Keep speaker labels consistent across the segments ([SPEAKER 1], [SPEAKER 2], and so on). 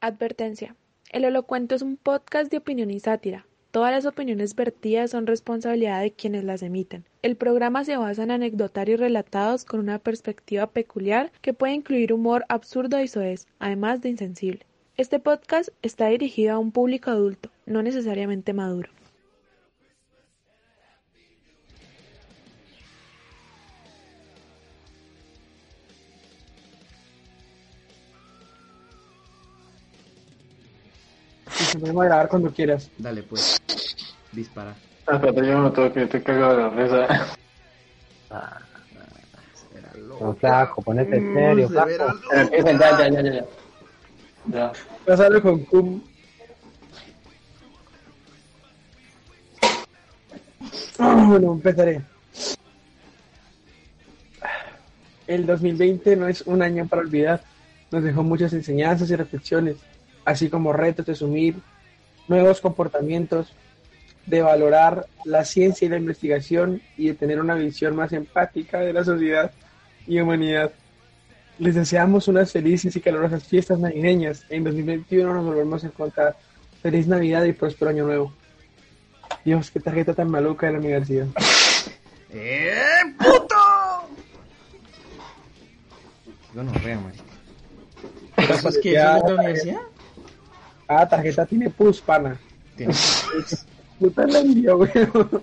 [SPEAKER 1] Advertencia: El Elocuente es un podcast de opinión y sátira. Todas las opiniones vertidas son responsabilidad de quienes las emiten. El programa se basa en anecdotarios relatados con una perspectiva peculiar que puede incluir humor absurdo y soez, además de insensible. Este podcast está dirigido a un público adulto, no necesariamente maduro.
[SPEAKER 2] Y se podemos grabar cuando quieras.
[SPEAKER 3] Dale, pues. Dispara.
[SPEAKER 4] Ah, Espérate, yo me tengo que estoy cagado de la risa.
[SPEAKER 3] Será
[SPEAKER 5] No,
[SPEAKER 2] Ah.
[SPEAKER 3] loco.
[SPEAKER 5] flaco, ponete
[SPEAKER 3] Mm,
[SPEAKER 5] serio,
[SPEAKER 3] se
[SPEAKER 5] flaco.
[SPEAKER 3] verá loco.
[SPEAKER 4] Pero empiecen, ya, ya, ya, ya, ya. Ya.
[SPEAKER 2] Pásalo con Cum. Ah, Bueno, empezaré. El 2020 no es un año para olvidar. Nos dejó muchas enseñanzas y reflexiones, así como retos de asumir nuevos comportamientos, de valorar la ciencia y la investigación y de tener una visión más empática de la sociedad y humanidad. Les deseamos unas felices y calurosas fiestas navideñas. En 2021 nos volvemos a encontrar. Feliz Navidad y próspero año nuevo. Dios, qué tarjeta tan maluca de la universidad.
[SPEAKER 3] ¡Eh, puto! Yo no veo, marica. ¿Eso es que
[SPEAKER 2] Ya,
[SPEAKER 3] eso es de la
[SPEAKER 2] ya.
[SPEAKER 3] universidad?
[SPEAKER 2] Ah, tarjeta tiene pus, pana.
[SPEAKER 3] Tiene-
[SPEAKER 2] Puta la envió, weón.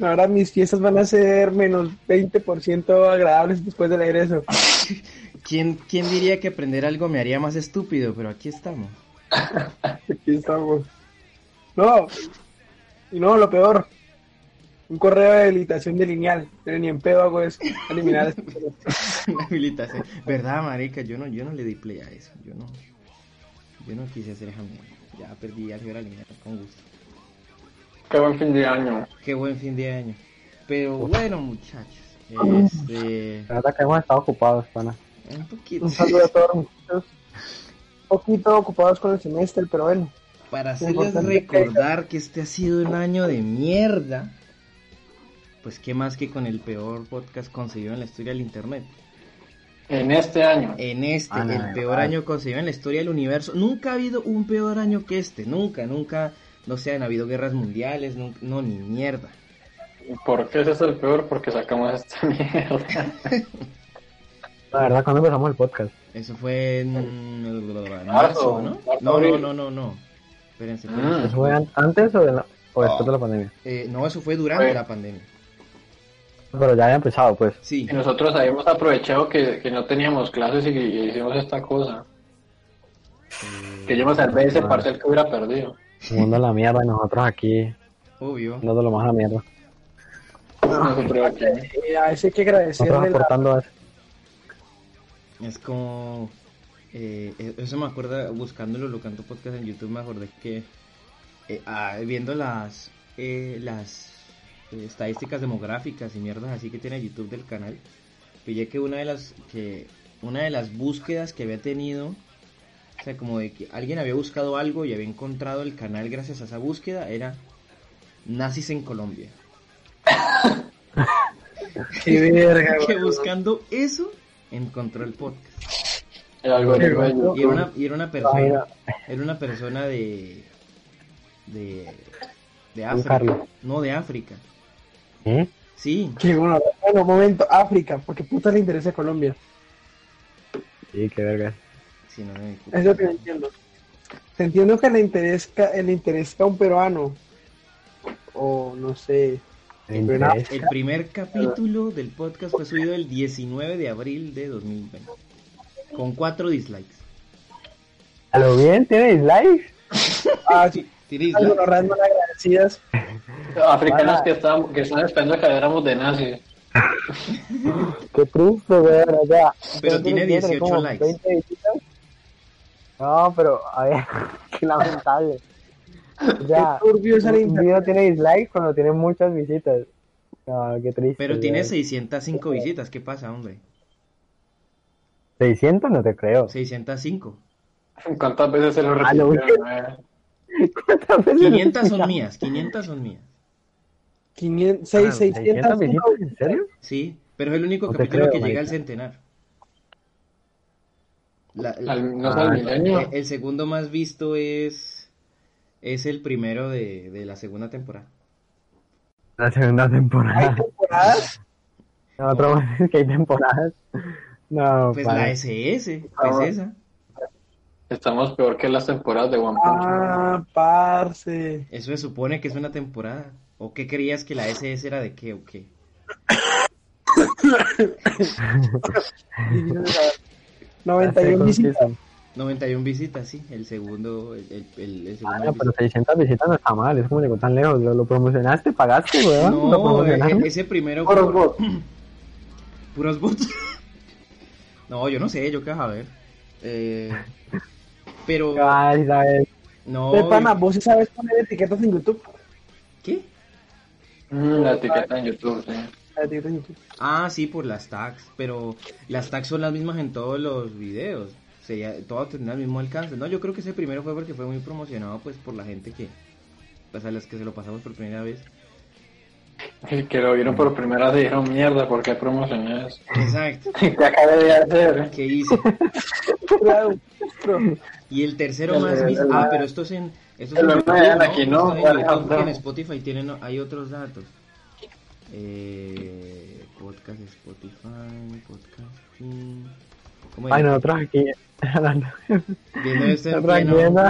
[SPEAKER 2] Ahora mis fiestas van a ser menos 20% agradables después del regreso.
[SPEAKER 3] ¿Quién, ¿Quién diría que aprender algo me haría más estúpido? Pero aquí estamos.
[SPEAKER 2] Aquí estamos. No. Y no, lo peor. Un correo de habilitación de lineal. Pero ni en pedo hago eso. Eliminar este esto.
[SPEAKER 3] Una habilitación. ¿Verdad, marica? Yo no, yo no le di play a eso. Yo no, yo no quise hacer esa mierda. Ya perdí al la eliminar con gusto.
[SPEAKER 4] Qué buen fin de año.
[SPEAKER 3] Qué buen fin de año. Pero bueno, muchachos. Este.
[SPEAKER 5] La verdad que hemos estado ocupados, pana.
[SPEAKER 3] Un poquito.
[SPEAKER 2] Un saludo a todos los muchachos. Un poquito ocupados con el semestre, pero bueno.
[SPEAKER 3] Para hacerles
[SPEAKER 2] Importante
[SPEAKER 3] recordar que este ha sido un año de mierda. Pues qué más que con el peor podcast conseguido en la historia del internet.
[SPEAKER 4] En este año.
[SPEAKER 3] En este,
[SPEAKER 5] Ah, no,
[SPEAKER 3] el
[SPEAKER 5] no,
[SPEAKER 3] peor
[SPEAKER 5] no.
[SPEAKER 3] año conseguido en la historia del universo. Nunca ha habido un peor año que este. Nunca, nunca. No se han habido guerras mundiales. nun- no, ni mierda.
[SPEAKER 4] ¿Por qué ese es el peor? Porque sacamos esta mierda.
[SPEAKER 5] La verdad, cuando empezamos el podcast?
[SPEAKER 3] Eso fue en, en marzo,
[SPEAKER 4] Marzo,
[SPEAKER 3] ¿no?
[SPEAKER 4] marzo,
[SPEAKER 3] No, no,
[SPEAKER 4] abril.
[SPEAKER 3] no, no, no. Espérense.
[SPEAKER 4] Mm.
[SPEAKER 3] espérense.
[SPEAKER 5] ¿Eso fue an- antes o, de la- o después de la pandemia?
[SPEAKER 3] Eh, no, eso fue durante
[SPEAKER 4] Fue-
[SPEAKER 3] la pandemia.
[SPEAKER 5] Pero ya había empezado, pues.
[SPEAKER 3] Sí.
[SPEAKER 4] Y nosotros habíamos aprovechado que, que no teníamos clases y, y hicimos esta cosa. Que yo me salvé de ese
[SPEAKER 5] Ah.
[SPEAKER 4] parcial que hubiera perdido.
[SPEAKER 5] El mundo a la mierda y nosotros aquí
[SPEAKER 3] Obvio.
[SPEAKER 5] dando lo más a la mierda.
[SPEAKER 4] Ah. Nosotros aquí.
[SPEAKER 2] Eh, a ese hay que
[SPEAKER 5] Nosotros
[SPEAKER 2] agradecerle la,
[SPEAKER 5] aportando a eso.
[SPEAKER 3] Es como. eh, eh, eso me acuerda buscándolo, lo canto podcast en YouTube, me acordé que. eh, ah, viendo las. eh, las eh, estadísticas demográficas y mierdas así que tiene YouTube del canal, pillé que una de las. que una de las búsquedas que había tenido. O sea, como de que alguien había buscado algo y había encontrado el canal gracias a esa búsqueda, era. Nazis en Colombia.
[SPEAKER 2] Qué verga,
[SPEAKER 3] que
[SPEAKER 2] güey.
[SPEAKER 3] buscando eso, encontró el podcast.
[SPEAKER 4] El algoritmo de
[SPEAKER 3] Y era
[SPEAKER 4] YouTube.
[SPEAKER 3] una, y era una
[SPEAKER 2] Ah,
[SPEAKER 3] persona. Era una persona de. de. de África.
[SPEAKER 5] Carlos.
[SPEAKER 3] No, de África.
[SPEAKER 5] ¿Eh?
[SPEAKER 3] Sí,
[SPEAKER 2] Qué bueno. Bueno, un momento. África, porque puta le interesa a Colombia.
[SPEAKER 5] Sí, qué verga.
[SPEAKER 3] sí, no, no, disculpa.
[SPEAKER 2] Es lo que no entiendo. Entiendo que le interesa, le interesa a un peruano. O no sé.
[SPEAKER 5] Me interesa.
[SPEAKER 3] El primer capítulo del podcast fue subido el 19 de abril de 2020. Con cuatro dislikes.
[SPEAKER 5] A lo bien, tiene dislikes.
[SPEAKER 2] Ah, sí.
[SPEAKER 3] Tiene dislikes.
[SPEAKER 2] Algunos ras mal agradecidas.
[SPEAKER 4] Africanos que estaban, que estaban esperando que habláramos de nazis.
[SPEAKER 5] Qué triste, ver allá.
[SPEAKER 3] Pero tiene 18 likes.
[SPEAKER 5] No, pero, a ver, qué lamentable. Ya,
[SPEAKER 2] Qué turbio es el
[SPEAKER 5] un video
[SPEAKER 2] internet.
[SPEAKER 5] tiene dislikes cuando tiene muchas visitas. No, qué triste.
[SPEAKER 3] Pero
[SPEAKER 5] ya.
[SPEAKER 3] tiene 605 visitas. ¿Qué pasa, hombre?
[SPEAKER 5] 600 no te creo.
[SPEAKER 3] 605.
[SPEAKER 4] ¿Cuántas veces se lo
[SPEAKER 5] A lo
[SPEAKER 4] repitieron? eh?
[SPEAKER 5] ¿Cuántas veces
[SPEAKER 3] 500 son mías. 500 son mías.
[SPEAKER 2] 500,
[SPEAKER 5] Ah,
[SPEAKER 2] 600,
[SPEAKER 5] 600 visitas? ¿En serio?
[SPEAKER 3] Sí, pero es el único
[SPEAKER 5] No te
[SPEAKER 3] capítulo
[SPEAKER 5] creo,
[SPEAKER 3] que llega
[SPEAKER 5] marica.
[SPEAKER 3] al centenar. La-
[SPEAKER 4] Al- no
[SPEAKER 3] ah,
[SPEAKER 4] sabe milenio.
[SPEAKER 3] el- el segundo más visto es es el primero de, de la segunda temporada.
[SPEAKER 6] La segunda
[SPEAKER 2] ¿Hay
[SPEAKER 6] temporada.
[SPEAKER 2] temporadas?
[SPEAKER 6] No, otra cosa es que hay temporadas. No,
[SPEAKER 3] Pues
[SPEAKER 6] para.
[SPEAKER 3] la SS,
[SPEAKER 2] Ah,
[SPEAKER 3] es esa.
[SPEAKER 4] Estamos peor que las temporadas de One Punch Man.
[SPEAKER 2] Ah, parce.
[SPEAKER 3] Eso se supone que es una temporada. ¿O qué creías que la SS era de qué o qué?
[SPEAKER 2] Difícil de saber.
[SPEAKER 6] Ya sé
[SPEAKER 2] 91
[SPEAKER 6] cómo que
[SPEAKER 2] visitas.
[SPEAKER 6] son.
[SPEAKER 3] 91 visitas, sí. El segundo, el, el- el- el
[SPEAKER 6] Ah,
[SPEAKER 3] segundo.
[SPEAKER 6] no,
[SPEAKER 3] más
[SPEAKER 6] pero 600 visitas no está mal, es como llegó tan lejos. Lo, lo promocionaste, pagaste,
[SPEAKER 3] visto.
[SPEAKER 6] weón. lo
[SPEAKER 3] No,
[SPEAKER 6] promocionaste.
[SPEAKER 3] e- ese primero fue
[SPEAKER 2] Por favor.
[SPEAKER 3] puros bots. no, yo no sé, yo qué vas a ver. Eh, pero
[SPEAKER 6] Ay, ¿sabes?
[SPEAKER 3] no.
[SPEAKER 2] Pepana, ¿vos sí sabes poner etiquetas en YouTube?
[SPEAKER 3] ¿Qué?
[SPEAKER 4] Mm, la etiqueta en YouTube, sí.
[SPEAKER 2] Las etiquetas en YouTube.
[SPEAKER 3] Ah, sí, por las tags, pero las tags son las mismas en todos los videos. Sería, todas tendrán el mismo alcance. No, yo creo que ese primero fue porque fue muy promocionado pues por la gente que pues a las que se lo pasamos por primera vez.
[SPEAKER 4] El que lo vieron por primera vez dijeron mierda, ¿por qué promocioné eso?
[SPEAKER 3] Exacto.
[SPEAKER 4] ¿Qué acabé de hacer?
[SPEAKER 3] ¿Qué hice?
[SPEAKER 2] Claro, pero-
[SPEAKER 3] Y el tercero
[SPEAKER 4] El-
[SPEAKER 3] más vis-
[SPEAKER 4] el-
[SPEAKER 3] Ah, pero esto es en esto es
[SPEAKER 4] el
[SPEAKER 3] en
[SPEAKER 4] Iron Man
[SPEAKER 3] YouTube,
[SPEAKER 4] aquí,
[SPEAKER 3] ¿no? Esto es
[SPEAKER 4] ¿no?
[SPEAKER 3] en YouTube,
[SPEAKER 4] Alejandro.
[SPEAKER 3] que en Spotify tienen hay otros datos. Eh, podcast Spotify, podcasting. ¿Cómo
[SPEAKER 6] Ay,
[SPEAKER 3] es?
[SPEAKER 6] nosotros aquí. hablando-
[SPEAKER 3] Viendo esto en
[SPEAKER 6] nosotros aquí
[SPEAKER 3] pleno-
[SPEAKER 6] viendo-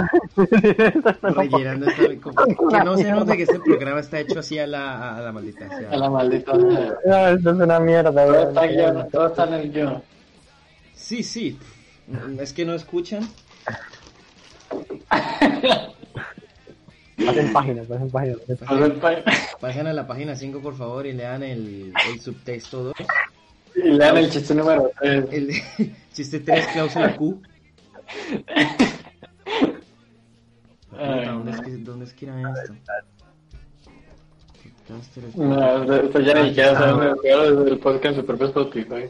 [SPEAKER 3] rellenando esta- como- que no se note que este programa está hecho así a la, a la maldita sea.
[SPEAKER 4] A la maldita sea.
[SPEAKER 6] No, esto es una mierda,
[SPEAKER 4] Todo
[SPEAKER 6] weón.
[SPEAKER 4] está, en guión, todo está en el guión.
[SPEAKER 3] Sí, sí. Mm, Es que no escuchan.
[SPEAKER 6] Pasen páginas, pasen páginas. pasen páginas.
[SPEAKER 4] Todo el pa-
[SPEAKER 3] Vayan a la página 5, por favor, y lean el, el subtexto 2.
[SPEAKER 4] Y lean el chiste número 3.
[SPEAKER 3] El chiste 3, cláusula Q. Puta, ¿dónde, es que, ¿Dónde es que era esto? Podcaster,
[SPEAKER 4] No, esto ya ni siquiera saben lo peor es el podcast de su propio Spotify.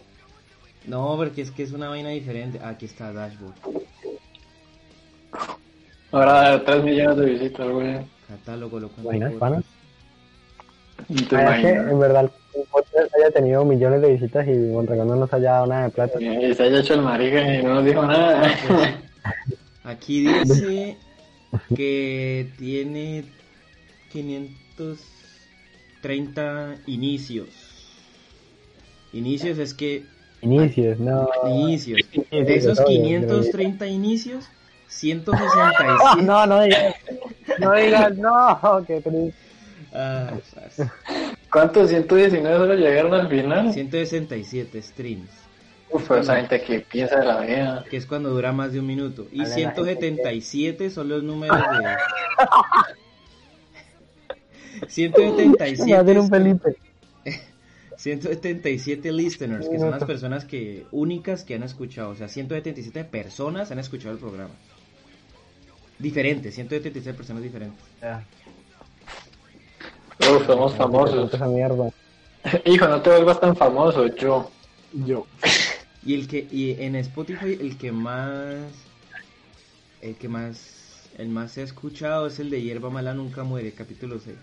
[SPEAKER 3] No, porque es que es una vaina diferente. Aquí está Dashboard.
[SPEAKER 4] Ahora 3 millones de visitas, güey.
[SPEAKER 3] Catálogo, lo cual.
[SPEAKER 6] Vainas, panas.
[SPEAKER 2] Ah,
[SPEAKER 4] ¿Te
[SPEAKER 6] Ay, es que,
[SPEAKER 4] imaginas?
[SPEAKER 6] en verdad, el podcast haya tenido millones de visitas y Mondragón no nos haya dado nada de plata.
[SPEAKER 4] Y se haya hecho el marica y no nos dijo nada.
[SPEAKER 3] Aquí dice que tiene 530 inicios. Inicios es que...
[SPEAKER 6] Inicios, no.
[SPEAKER 3] Inicios.
[SPEAKER 6] inicios,
[SPEAKER 3] De esos
[SPEAKER 6] obvio,
[SPEAKER 3] 530 inicios,
[SPEAKER 6] No,
[SPEAKER 3] 167...
[SPEAKER 6] no, no digas. No digas, no, qué triste.
[SPEAKER 3] Ah,
[SPEAKER 4] ¿Cuántos 119 solo llegaron al final?
[SPEAKER 3] 167 streams,
[SPEAKER 4] Uf, esa gente que piensa de la vida.
[SPEAKER 3] que es cuando dura más de un minuto. Y
[SPEAKER 6] Dale, la gente
[SPEAKER 3] 177 son los números de... 177
[SPEAKER 6] Me hacen un
[SPEAKER 3] es como-
[SPEAKER 6] Felipe.
[SPEAKER 3] 177 listeners, que son las
[SPEAKER 6] Minuto.
[SPEAKER 3] personas que únicas que han escuchado, o sea, 177 personas han escuchado el programa. Diferentes, 177 personas diferentes.
[SPEAKER 4] Uf, somos famosos.
[SPEAKER 6] Esa mierda.
[SPEAKER 4] Hijo, no te vuelvas tan famoso, yo.
[SPEAKER 2] Yo.
[SPEAKER 3] Y el que y en Spotify el que más el que más el más se ha escuchado es el de Hierba Mala Nunca Muere, capítulo 6.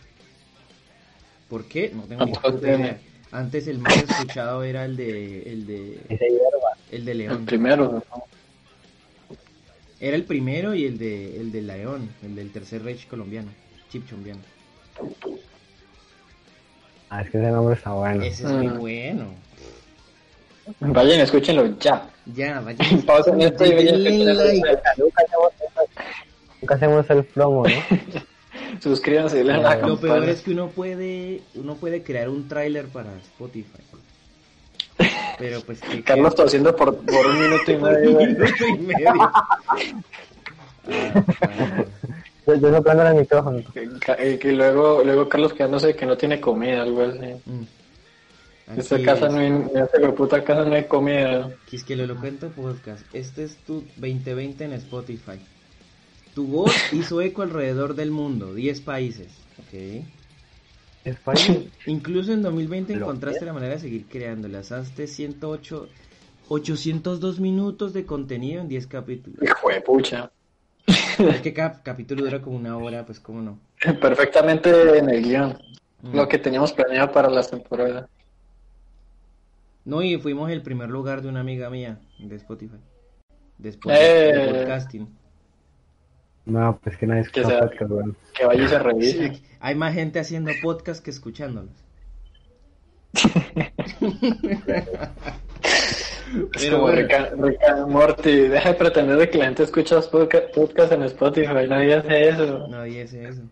[SPEAKER 3] ¿Por qué? No tengo ni
[SPEAKER 4] Tampoco
[SPEAKER 3] puta
[SPEAKER 4] tiene.
[SPEAKER 3] idea. Antes el más escuchado era el de el de
[SPEAKER 6] Esa hierba.
[SPEAKER 3] el de
[SPEAKER 4] El
[SPEAKER 3] León.
[SPEAKER 4] primero. ¿no?
[SPEAKER 3] Era el primero y el de el del León, el del tercer Reich colombiano, chipchombiano.
[SPEAKER 6] Ah, es que ese nombre está bueno.
[SPEAKER 3] Ese es muy
[SPEAKER 4] Ah.
[SPEAKER 3] bueno.
[SPEAKER 4] Vayan, escúchenlo ya.
[SPEAKER 3] Ya, vayan.
[SPEAKER 4] Pausen esto y vayan,
[SPEAKER 3] Denle
[SPEAKER 4] escúchenlo
[SPEAKER 3] like.
[SPEAKER 4] ya.
[SPEAKER 6] Nunca hacemos, nunca hacemos el promo, ¿no?
[SPEAKER 4] Suscríbanse y le la
[SPEAKER 3] Lo peor
[SPEAKER 4] campana.
[SPEAKER 3] es que uno puede, uno puede crear un tráiler para Spotify. Pero pues que
[SPEAKER 4] Carlos tosiendo por, por un minuto y medio. güey.
[SPEAKER 3] minuto y medio. Ah, bueno.
[SPEAKER 6] Yo, yo soplando en el micrófono.
[SPEAKER 4] Y que luego, luego Carlos quedándose que no tiene comida, algo así.
[SPEAKER 3] Mm.
[SPEAKER 4] En esta
[SPEAKER 3] Así
[SPEAKER 4] casa
[SPEAKER 3] es.
[SPEAKER 4] no hay, en esta puta casa no hay comida.
[SPEAKER 3] Quis que lo cuento podcast. Este es tu 2020 en Spotify. Tu voz hizo eco alrededor del mundo, 10 países. Ok.
[SPEAKER 6] España.
[SPEAKER 3] Incluso en 2020
[SPEAKER 6] Lo
[SPEAKER 3] encontraste la manera de seguir creándolas. Hazte 108, 802 minutos de contenido en 10 capítulos.
[SPEAKER 4] Hijo de pucha.
[SPEAKER 3] es que cada capítulo dura como una hora, pues cómo no.
[SPEAKER 4] Perfectamente en el guión.
[SPEAKER 3] Mm.
[SPEAKER 4] Lo que teníamos planeado para las temporadas.
[SPEAKER 3] No, y fuimos el primer lugar de una amiga mía de Spotify. después de- de
[SPEAKER 4] Eh.
[SPEAKER 3] podcasting.
[SPEAKER 6] No, pues que nadie escucha
[SPEAKER 4] sea-
[SPEAKER 6] podcast, weón.
[SPEAKER 4] Que vaya y se revise.
[SPEAKER 3] Sí, Hay más gente haciendo podcast que escuchándolos.
[SPEAKER 4] Es
[SPEAKER 3] Pero
[SPEAKER 4] como
[SPEAKER 3] bueno.
[SPEAKER 4] Rick, and- Rick and Morty, deja de pretender de que la gente escucha los podca- podcasts en Spotify, nadie hace eso.
[SPEAKER 3] Nadie hace eso.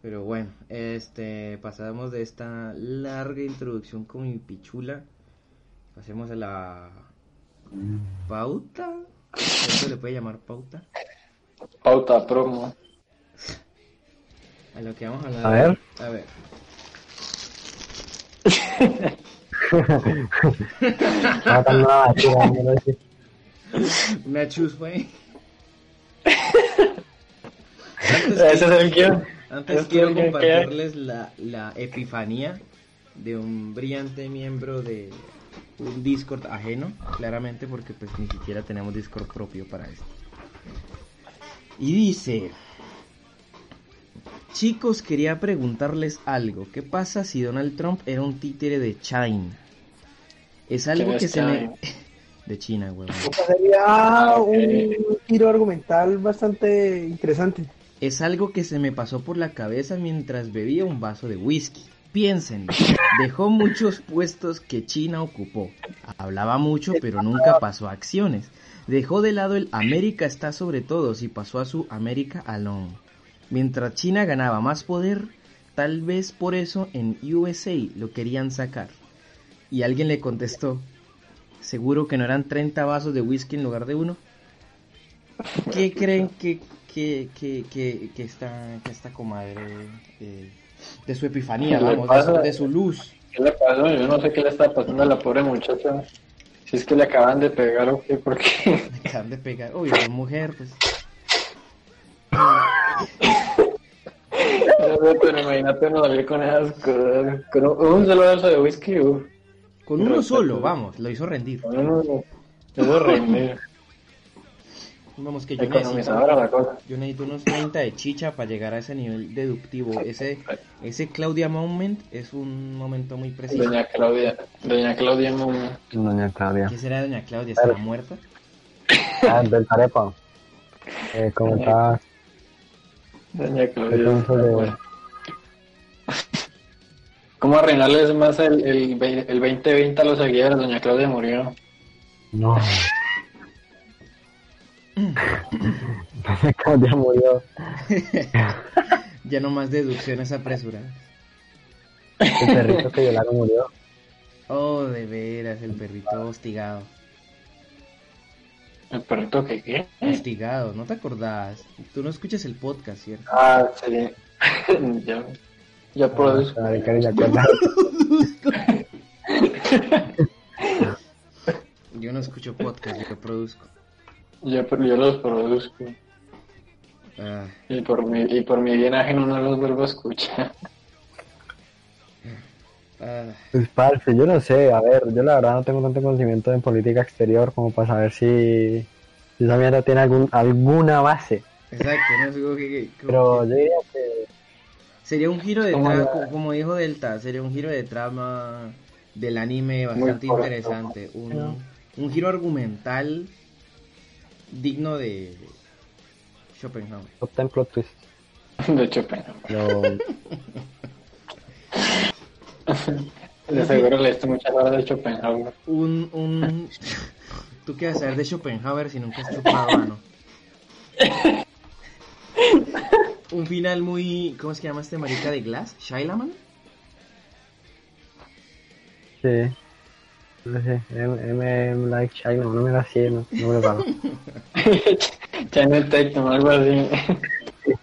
[SPEAKER 3] Pero bueno, este, pasamos de esta larga introducción con mi pichula. Pasemos a la
[SPEAKER 6] Mm.
[SPEAKER 3] pauta. ¿Esto le puede llamar pauta?
[SPEAKER 4] Pauta, promo.
[SPEAKER 3] A lo que vamos a hablar.
[SPEAKER 6] A ver.
[SPEAKER 3] A ver.
[SPEAKER 6] No, tan nada, basura, mierda, sí.
[SPEAKER 3] Una chuspa ahí.
[SPEAKER 4] Ese es el guión.
[SPEAKER 3] Antes
[SPEAKER 4] Esto
[SPEAKER 3] quiero
[SPEAKER 4] es lo que
[SPEAKER 3] compartirles la, la epifanía de un brillante miembro de un Discord ajeno, claramente porque pues ni siquiera tenemos Discord propio para esto. Y dice, chicos quería preguntarles algo, ¿qué pasa si Donald Trump era un títere de China? Es algo
[SPEAKER 4] ¿Quién es
[SPEAKER 3] que se me...
[SPEAKER 4] China?
[SPEAKER 3] De China, huevón.
[SPEAKER 2] Esa sería un giro argumental bastante interesante.
[SPEAKER 3] Es algo que se me pasó por la cabeza mientras bebía un vaso de whisky. Piénsenlo, dejó muchos puestos que China ocupó. Hablaba mucho, pero nunca pasó a acciones. Dejó de lado el América está sobre todos y pasó a su América alone. Mientras China ganaba más poder, tal vez por eso en USA lo querían sacar. Y alguien le contestó, seguro que no eran 30 vasos de whisky en lugar de uno. ¿Qué creen que, que, que, que, que esta, que esta comadre eh, de su epifanía,
[SPEAKER 4] ¿Qué le
[SPEAKER 3] vamos, de su-
[SPEAKER 4] pasa?
[SPEAKER 3] de su luz?
[SPEAKER 4] ¿Qué le pasó? Yo no sé qué le está pasando a la pobre muchacha. Si es que le acaban de pegar o qué, porque
[SPEAKER 3] Me acaban de pegar. Uy, es mujer, pues.
[SPEAKER 4] no sé, pero imagínate uno salir con esas cosas. Con un, un solo vaso de whisky, uff.
[SPEAKER 3] Con uno solo, vamos, lo hizo rendir.
[SPEAKER 4] No, no, no. Eso rinde.
[SPEAKER 3] Vamos, que yo necesito,
[SPEAKER 4] Economizadora la cosa.
[SPEAKER 3] yo necesito unos 30 de chicha para llegar a ese nivel deductivo. Ese, ese Claudia Moment es un momento muy preciso.
[SPEAKER 4] Doña Claudia. Doña Claudia Momo.
[SPEAKER 6] Doña Claudia.
[SPEAKER 3] ¿Qué será Doña Claudia? ¿Está muerta?
[SPEAKER 6] Ah, del Tarepa. Eh, ¿Cómo estás?
[SPEAKER 4] Doña
[SPEAKER 6] ¿Qué piensas de-
[SPEAKER 4] Claudia. ¿Cómo arruinarles más el, el, ve- el 2020 a los seguidores? Doña Claudia murió.
[SPEAKER 6] No. Claudia murió.
[SPEAKER 3] Ya no más deducciones apresuradas.
[SPEAKER 6] El perrito que violaron murió.
[SPEAKER 3] Oh, de veras, el perrito hostigado.
[SPEAKER 4] ¿El perrito que qué?
[SPEAKER 3] Hostigado, ¿no te acordás? Tú no escuchas el podcast, ¿cierto?
[SPEAKER 4] Ah, sí. ya, ya produzco.
[SPEAKER 6] Ay, Ah, Karen, ¿ya acuerdas?
[SPEAKER 3] Yo no escucho podcast, yo produzco.
[SPEAKER 4] Yo, yo los produzco.
[SPEAKER 3] Ah,
[SPEAKER 4] Y por, mi, y por mi bien ajeno no los vuelvo a escuchar.
[SPEAKER 3] ah.
[SPEAKER 6] Pues parce, yo no sé, a ver, yo la verdad no tengo tanto conocimiento en política exterior como para saber si, si esa mierda tiene algún, alguna base.
[SPEAKER 3] Exacto, no sé cómo que- que-
[SPEAKER 6] Pero yo diría que
[SPEAKER 3] Sería un giro de
[SPEAKER 4] Como
[SPEAKER 3] trama,
[SPEAKER 4] la-
[SPEAKER 3] co- como dijo Delta, sería un giro de trama del anime bastante
[SPEAKER 4] correcto.
[SPEAKER 3] interesante. Un, un giro argumental digno de Schopenhauer.
[SPEAKER 6] top ten plot twist.
[SPEAKER 4] De hecho, pues,
[SPEAKER 6] Lo-
[SPEAKER 4] de seguro leíste muchas horas de Schopenhauer.
[SPEAKER 3] Un, un... ¿Tú qué vas a saber de Schopenhauer si nunca has chupado mano? un final muy... ¿Cómo es que llama este marica de Glass? ¿Shailaman?
[SPEAKER 6] Sí. No sé, M, M, M like China, no me la sé, no, no me lo pago.
[SPEAKER 4] Channel Tatum, algo así.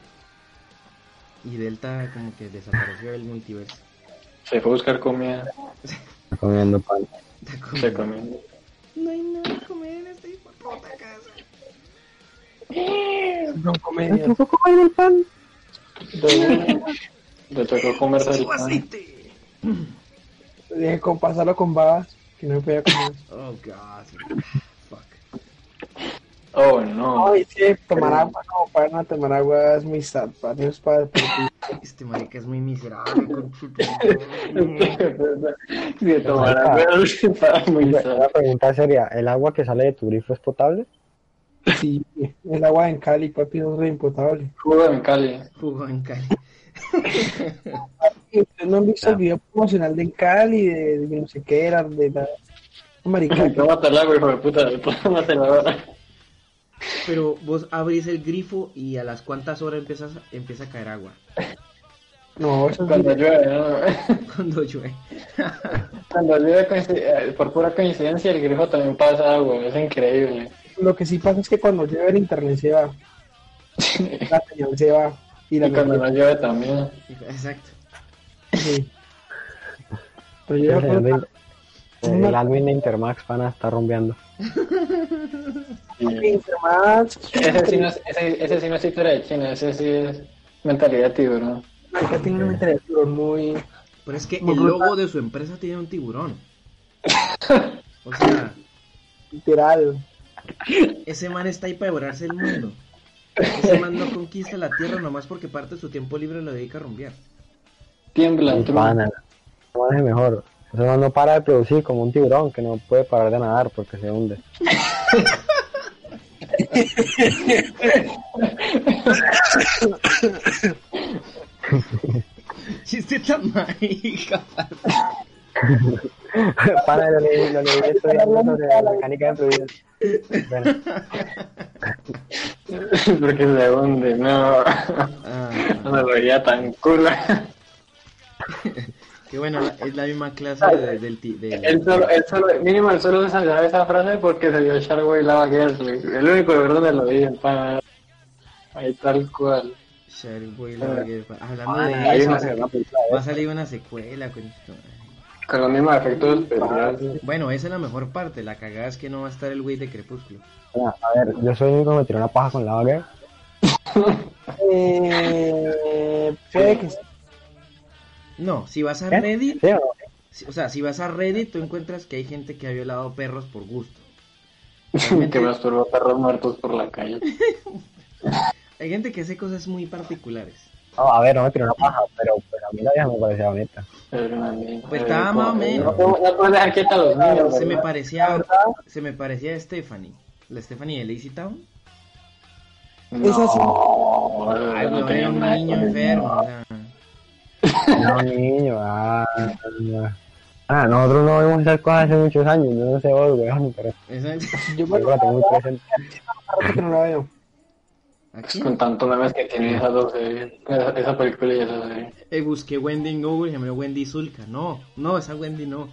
[SPEAKER 3] Y Delta como que desapareció del multiverso.
[SPEAKER 4] Se fue a buscar comida.
[SPEAKER 6] Está comiendo pan.
[SPEAKER 3] Está como-
[SPEAKER 4] Se comió.
[SPEAKER 3] No hay nada que comer en esta hijueputa casa.
[SPEAKER 2] Son comedias.
[SPEAKER 4] De- Le tocó comer
[SPEAKER 3] ¡Su
[SPEAKER 4] salchicha.
[SPEAKER 3] aceite!
[SPEAKER 2] Dije compasarlo con babas, que no me podía comer.
[SPEAKER 3] Oh, God. Fuck.
[SPEAKER 4] Oh, no.
[SPEAKER 2] Ay, sí, tomar agua, no, para no tomar agua es mi sad, para Dios, para para ti.
[SPEAKER 3] Este marica es muy miserable con su
[SPEAKER 4] Si de tomar agua, estaba muy
[SPEAKER 6] La
[SPEAKER 4] sano.
[SPEAKER 6] pregunta sería, ¿el agua que sale de tu grifo es potable?
[SPEAKER 2] Sí, el agua en Cali, papi, es re impotable.
[SPEAKER 4] Jugo en Cali.
[SPEAKER 3] Jugo en Cali.
[SPEAKER 2] Ustedes no han visto el video promocional de en Cali, de, de no sé qué era, de la maricata.
[SPEAKER 4] Te voy a matar el agua, hijo de puta, después te voy a matar el agua.
[SPEAKER 3] Pero vos abrís el grifo y a las cuantas horas empiezas, empieza a caer agua.
[SPEAKER 2] No, eso es
[SPEAKER 4] Cuando llueve, ¿no?
[SPEAKER 3] Cuando llueve.
[SPEAKER 4] Cuando llueve, coincide- por pura coincidencia, el grifo también pasa agua, es increíble.
[SPEAKER 2] Lo que sí pasa es que cuando llueve el internet se va, la señal se va. Y
[SPEAKER 4] Y
[SPEAKER 2] la
[SPEAKER 4] cuando no
[SPEAKER 2] memoria-
[SPEAKER 4] llueve también.
[SPEAKER 3] Exacto.
[SPEAKER 2] sí. Pero yo
[SPEAKER 6] El,
[SPEAKER 2] ya creo que
[SPEAKER 6] el, el admin de Intermax pana está rumbeando.
[SPEAKER 4] Y-
[SPEAKER 2] Pinter Max,
[SPEAKER 4] Ese sí, no es, ese, ese sí no es título de China, ese sí es mentalidad de tiburón.
[SPEAKER 2] marica, tiene un interés muy...
[SPEAKER 3] Pero es que el logo de su empresa tiene un tiburón. O sea,
[SPEAKER 2] literal.
[SPEAKER 3] ese man está ahí para devorarse el mundo. Ese man no conquista la tierra nomás porque parte de su tiempo libre lo dedica a rumbear.
[SPEAKER 4] Tiembla,
[SPEAKER 6] Y
[SPEAKER 4] tru-
[SPEAKER 6] pana, ese man es el mejor. Ese man no para de producir como un tiburón que no puede parar de nadar porque se hunde.
[SPEAKER 3] Chiste tan marica.
[SPEAKER 6] Para lo leí, lo leí estudiando sobre la mecánica de fluidos. Bueno,
[SPEAKER 4] porque se hunde, no.
[SPEAKER 3] Ah,
[SPEAKER 4] No lo veía tan cool.
[SPEAKER 3] que bueno, la- es la misma clase de- del ti- del-
[SPEAKER 4] Él solo, él solo, mínimo, él solo se sabía esa frase porque se vio Sharway Lava Girls. güey. El único de verdad donde lo dicen, para Ahí tal cual.
[SPEAKER 3] Sherry Boy, la que- Hablando
[SPEAKER 4] Ahí
[SPEAKER 3] de eso,
[SPEAKER 4] no se va.
[SPEAKER 3] va a salir una secuela. coño.
[SPEAKER 4] Con los mismos efectos especiales.
[SPEAKER 3] Bueno, esa es la mejor parte. La cagada es que no va a estar el güey de Crepúsculo.
[SPEAKER 6] a ver, yo soy el único que me tiró una paja con la vaga.
[SPEAKER 2] Eh, puede que sí.
[SPEAKER 3] No, si vas a
[SPEAKER 6] ¿Eh?
[SPEAKER 3] Reddit,
[SPEAKER 6] ¿Sí o no?
[SPEAKER 3] si- o sea, si vas a Reddit, tú encuentras que hay gente que ha violado perros por gusto.
[SPEAKER 4] que masturba perros muertos por la calle.
[SPEAKER 3] Hay gente que hace cosas muy particulares.
[SPEAKER 6] No, a ver, no me tiró una paja, pero, pero a mí la vieja me parecía bonita.
[SPEAKER 4] Pues
[SPEAKER 3] Pues está más o
[SPEAKER 4] No,
[SPEAKER 3] menos.
[SPEAKER 4] puedo- no puedo dejar quieta a los niños.
[SPEAKER 3] Se me
[SPEAKER 4] ¿verdad?
[SPEAKER 3] parecía, se me parecía a Stephanie. La Stephanie de Lazy Town.
[SPEAKER 2] Es así.
[SPEAKER 4] No,
[SPEAKER 3] Ay,
[SPEAKER 4] Ah, no
[SPEAKER 3] weón,
[SPEAKER 4] tenía
[SPEAKER 3] era un
[SPEAKER 4] nada
[SPEAKER 3] niño
[SPEAKER 4] con eso.
[SPEAKER 3] enfermo. o sea.
[SPEAKER 6] No, niño, ah, ah, nosotros no vimos esas cosas hace muchos años, yo no sé vos, weón, pero
[SPEAKER 3] Esa-
[SPEAKER 2] Yo me
[SPEAKER 6] yo la tengo muy presente.
[SPEAKER 2] acuerdo que no la veo.
[SPEAKER 3] ¿A
[SPEAKER 4] Pues
[SPEAKER 3] quién?
[SPEAKER 4] Con tanto memes que tiene esas dos series, esa, esa película y esa serie.
[SPEAKER 3] Eh, busqué Wendy en Google y llamé Wendy Zulka. No, no, esa Wendy no.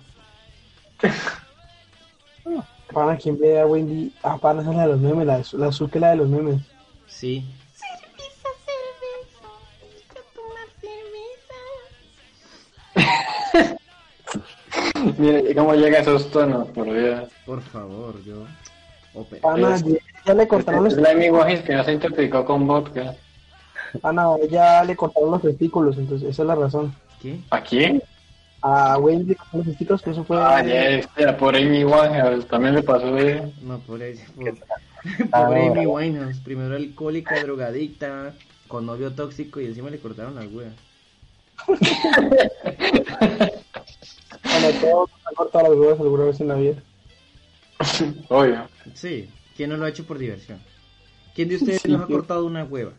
[SPEAKER 2] Pana, ¿quién ve a Wendy? Ah, pana, esa es la de los memes, la, de- la azul que es la de los memes.
[SPEAKER 3] Sí.
[SPEAKER 7] Cerveza, cerveza. Quiero tomar cerveza.
[SPEAKER 4] Mire, ¿y cómo llega a esos tonos, por Dios?
[SPEAKER 3] Por favor, yo. Ope-
[SPEAKER 2] Pana,
[SPEAKER 4] Es-
[SPEAKER 2] ya, ya le cortaron los,
[SPEAKER 4] Slimy Wajis que no se intoxicó con vodka.
[SPEAKER 2] pana, ya le cortaron los testículos, entonces esa es la razón.
[SPEAKER 3] ¿Qué?
[SPEAKER 4] ¿A quién?
[SPEAKER 2] A Wendy le cortaron los testículos, que eso fue...
[SPEAKER 4] Ah, ya, este, a por Amy Winehouse, también le pasó de...
[SPEAKER 3] No, pobre, pobre, pobre
[SPEAKER 2] Ah.
[SPEAKER 3] Amy Winehouse. Primero alcohólica, drogadicta, con novio tóxico y encima le cortaron las huevas.
[SPEAKER 2] Bueno, todo se han cortado las huevas alguna vez en la vida.
[SPEAKER 4] Obvio.
[SPEAKER 3] Sí, ¿quién no lo ha hecho por diversión? ¿Quién de ustedes nos ha cortado una hueva?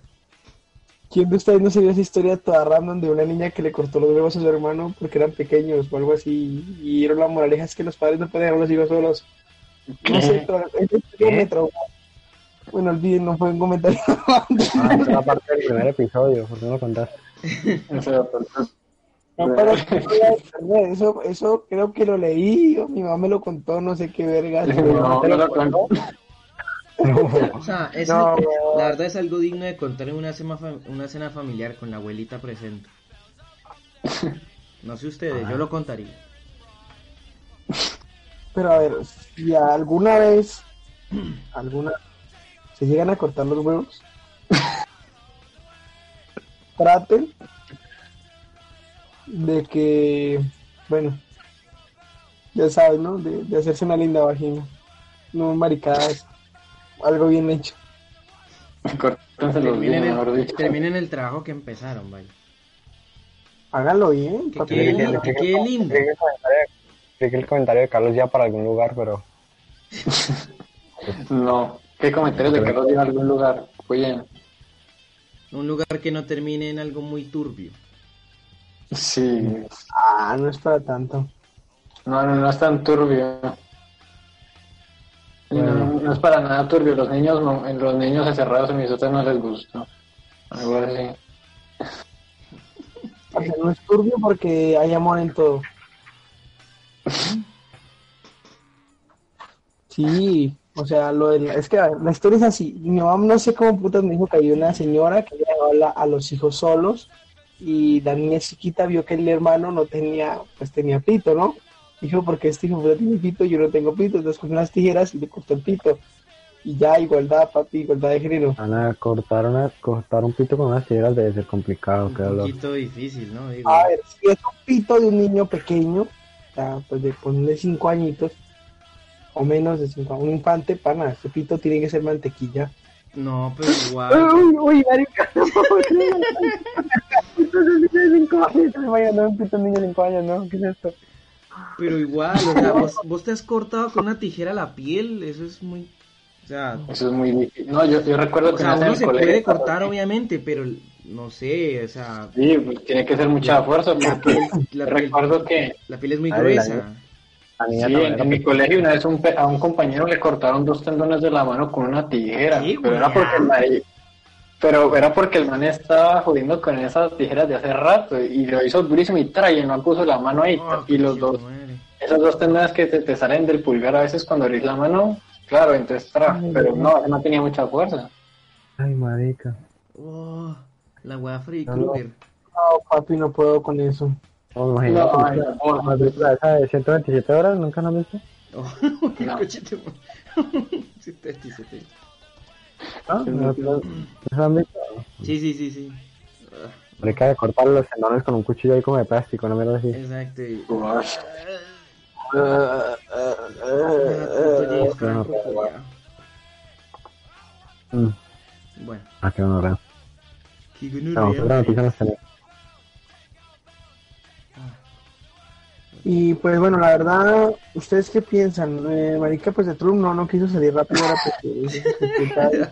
[SPEAKER 2] ¿Quién de ustedes no se vio esa historia toda random de una niña que le cortó los huevos a su hermano porque eran pequeños o algo así? Y era la moraleja es que los padres no pueden dejar a los hijos solos. No sé, tra- esa historia me traumó. Bueno, olviden, no fue un comentario.
[SPEAKER 6] Ah, esa es la parte del primer episodio, ¿por qué no lo contaste?
[SPEAKER 4] O sea, pues,
[SPEAKER 2] No, pero internet, eso, eso creo que lo leí, o mi mamá me lo contó, no sé qué verga.
[SPEAKER 4] no, no lo cuento.
[SPEAKER 3] O sea, es
[SPEAKER 2] No,
[SPEAKER 3] algo-
[SPEAKER 2] weón.
[SPEAKER 3] la verdad es algo digno de contar en una cena, fa- una cena familiar con la abuelita presente. No sé ustedes, yo lo contaría.
[SPEAKER 2] Pero a ver, si alguna vez, alguna, se llegan a cortar los huevos, traten de que, bueno, ya sabes, ¿no? De, de hacerse una linda vagina, no maricadas, algo bien hecho.
[SPEAKER 4] Córtense los
[SPEAKER 3] Terminen
[SPEAKER 4] bien, mejor
[SPEAKER 3] el,
[SPEAKER 4] dicho.
[SPEAKER 3] terminen el trabajo que empezaron, vaya.
[SPEAKER 2] Háganlo bien,
[SPEAKER 3] Que
[SPEAKER 2] papi.
[SPEAKER 3] quede
[SPEAKER 6] Creí que-
[SPEAKER 3] lindo, que quede lindo.
[SPEAKER 6] Creí que el comentario- creí que el comentario de Carlos ya para algún lugar, pero
[SPEAKER 4] No, ¿Qué comentarios de Carlos en algún lugar? Oye,
[SPEAKER 3] Un lugar que no termine en algo muy turbio.
[SPEAKER 4] sí.
[SPEAKER 6] Ah, no es para tanto.
[SPEAKER 4] No, no, no es tan turbio. No, no es para nada turbio. Los niños, no- en los niños encerrados en Minnesota no les gustó. Algo así.
[SPEAKER 2] O sea, no es turbio porque hay amor en todo. Sí, o sea, lo de la- es que a ver, la historia es así. Mi mamá no sé cómo putas me dijo que había una señora que llevaba a los hijos solos y la niña chiquita vio que el hermano no tenía, pues tenía pito, ¿no? Dijo, porque este hijo puta tiene pito, yo no tengo pito. Entonces cogió unas tijeras y le cortó el pito. Y ya, igualdad, papi, igualdad de género.
[SPEAKER 6] Ana, cortar, una, cortar un pito con unas tijeras debe ser complicado,
[SPEAKER 3] Un
[SPEAKER 6] qué dolor.
[SPEAKER 3] poquito difícil, ¿no? Digo,
[SPEAKER 2] A ver, si es un pito de un niño pequeño, ya, pues de ponerle cinco añitos o menos de cinco, un infante, pana, ese pito tiene que ser mantequilla.
[SPEAKER 3] No, pero igual.
[SPEAKER 5] Uy, uy, marica, no, Entonces, niño de 5 años, me imagino, un pito niño de 5 años, ¿no? ¿Qué es esto?
[SPEAKER 3] Pero igual, o sea, vos, vos te has cortado con una tijera la piel, eso es muy. O sea,
[SPEAKER 4] Eso es muy difícil. No, yo, yo recuerdo que
[SPEAKER 3] o sea
[SPEAKER 4] una vez en
[SPEAKER 3] uno se
[SPEAKER 4] el
[SPEAKER 3] puede
[SPEAKER 4] colegio-
[SPEAKER 3] cortar, obviamente, pero no sé, o sea,
[SPEAKER 4] Sí, pues, tiene que ser mucha fuerza porque
[SPEAKER 3] La piel.
[SPEAKER 4] recuerdo que
[SPEAKER 3] la piel es muy
[SPEAKER 6] A ver, la
[SPEAKER 3] gruesa.
[SPEAKER 6] La
[SPEAKER 4] sí,
[SPEAKER 6] niña también
[SPEAKER 4] en,
[SPEAKER 6] era
[SPEAKER 4] en mi
[SPEAKER 6] pequeña.
[SPEAKER 4] colegio una vez un pe- a un compañero le cortaron dos tendones de la mano con una tijera,
[SPEAKER 3] Sí,
[SPEAKER 4] pero era
[SPEAKER 3] güey.
[SPEAKER 4] porque el man- pero era porque el man estaba jodiendo con esas tijeras de hace rato y lo hizo durísimo y tra, y el man puso la mano ahí
[SPEAKER 3] Oh,
[SPEAKER 4] y los
[SPEAKER 3] coño,
[SPEAKER 4] dos,
[SPEAKER 3] madre.
[SPEAKER 4] esas dos tendones que te, te salen del pulgar a veces cuando abrís la mano, claro, entonces tra, pero no, no tenía mucha fuerza.
[SPEAKER 6] Ay, marica.
[SPEAKER 3] Oh, la weá Freddy
[SPEAKER 6] No, no.
[SPEAKER 3] Krueger.
[SPEAKER 2] No, papi, no puedo con eso.
[SPEAKER 6] No, me imagino.
[SPEAKER 4] No,
[SPEAKER 6] como
[SPEAKER 4] ay,
[SPEAKER 6] esa-
[SPEAKER 4] no, por
[SPEAKER 6] la película esa de 127 horas, ¿nunca la has visto?
[SPEAKER 3] Oh,
[SPEAKER 4] No.
[SPEAKER 3] coche te- Sí, te- sí, te-
[SPEAKER 6] ¿No? ¿No no- no la han visto?
[SPEAKER 3] Sí, sí, sí, sí. Ah,
[SPEAKER 6] Marica, de cortar los tendones con un cuchillo ahí como de plástico, no me lo decís.
[SPEAKER 3] Exacto.
[SPEAKER 6] Eh,
[SPEAKER 3] y-
[SPEAKER 4] favor.
[SPEAKER 3] Oye, es
[SPEAKER 6] eh, no, no,
[SPEAKER 3] carajo,
[SPEAKER 6] no.
[SPEAKER 3] ya.
[SPEAKER 6] Mm.
[SPEAKER 3] Bueno, ¿eh?
[SPEAKER 6] Ah, qué honor.
[SPEAKER 3] qué
[SPEAKER 6] No,
[SPEAKER 3] gonorrea.
[SPEAKER 6] otra noticia nos tenemos.
[SPEAKER 2] Y pues bueno, la verdad, ¿ustedes qué piensan? Eh, marica, pues de Trump no, no quiso salir rápido ahora pues, porque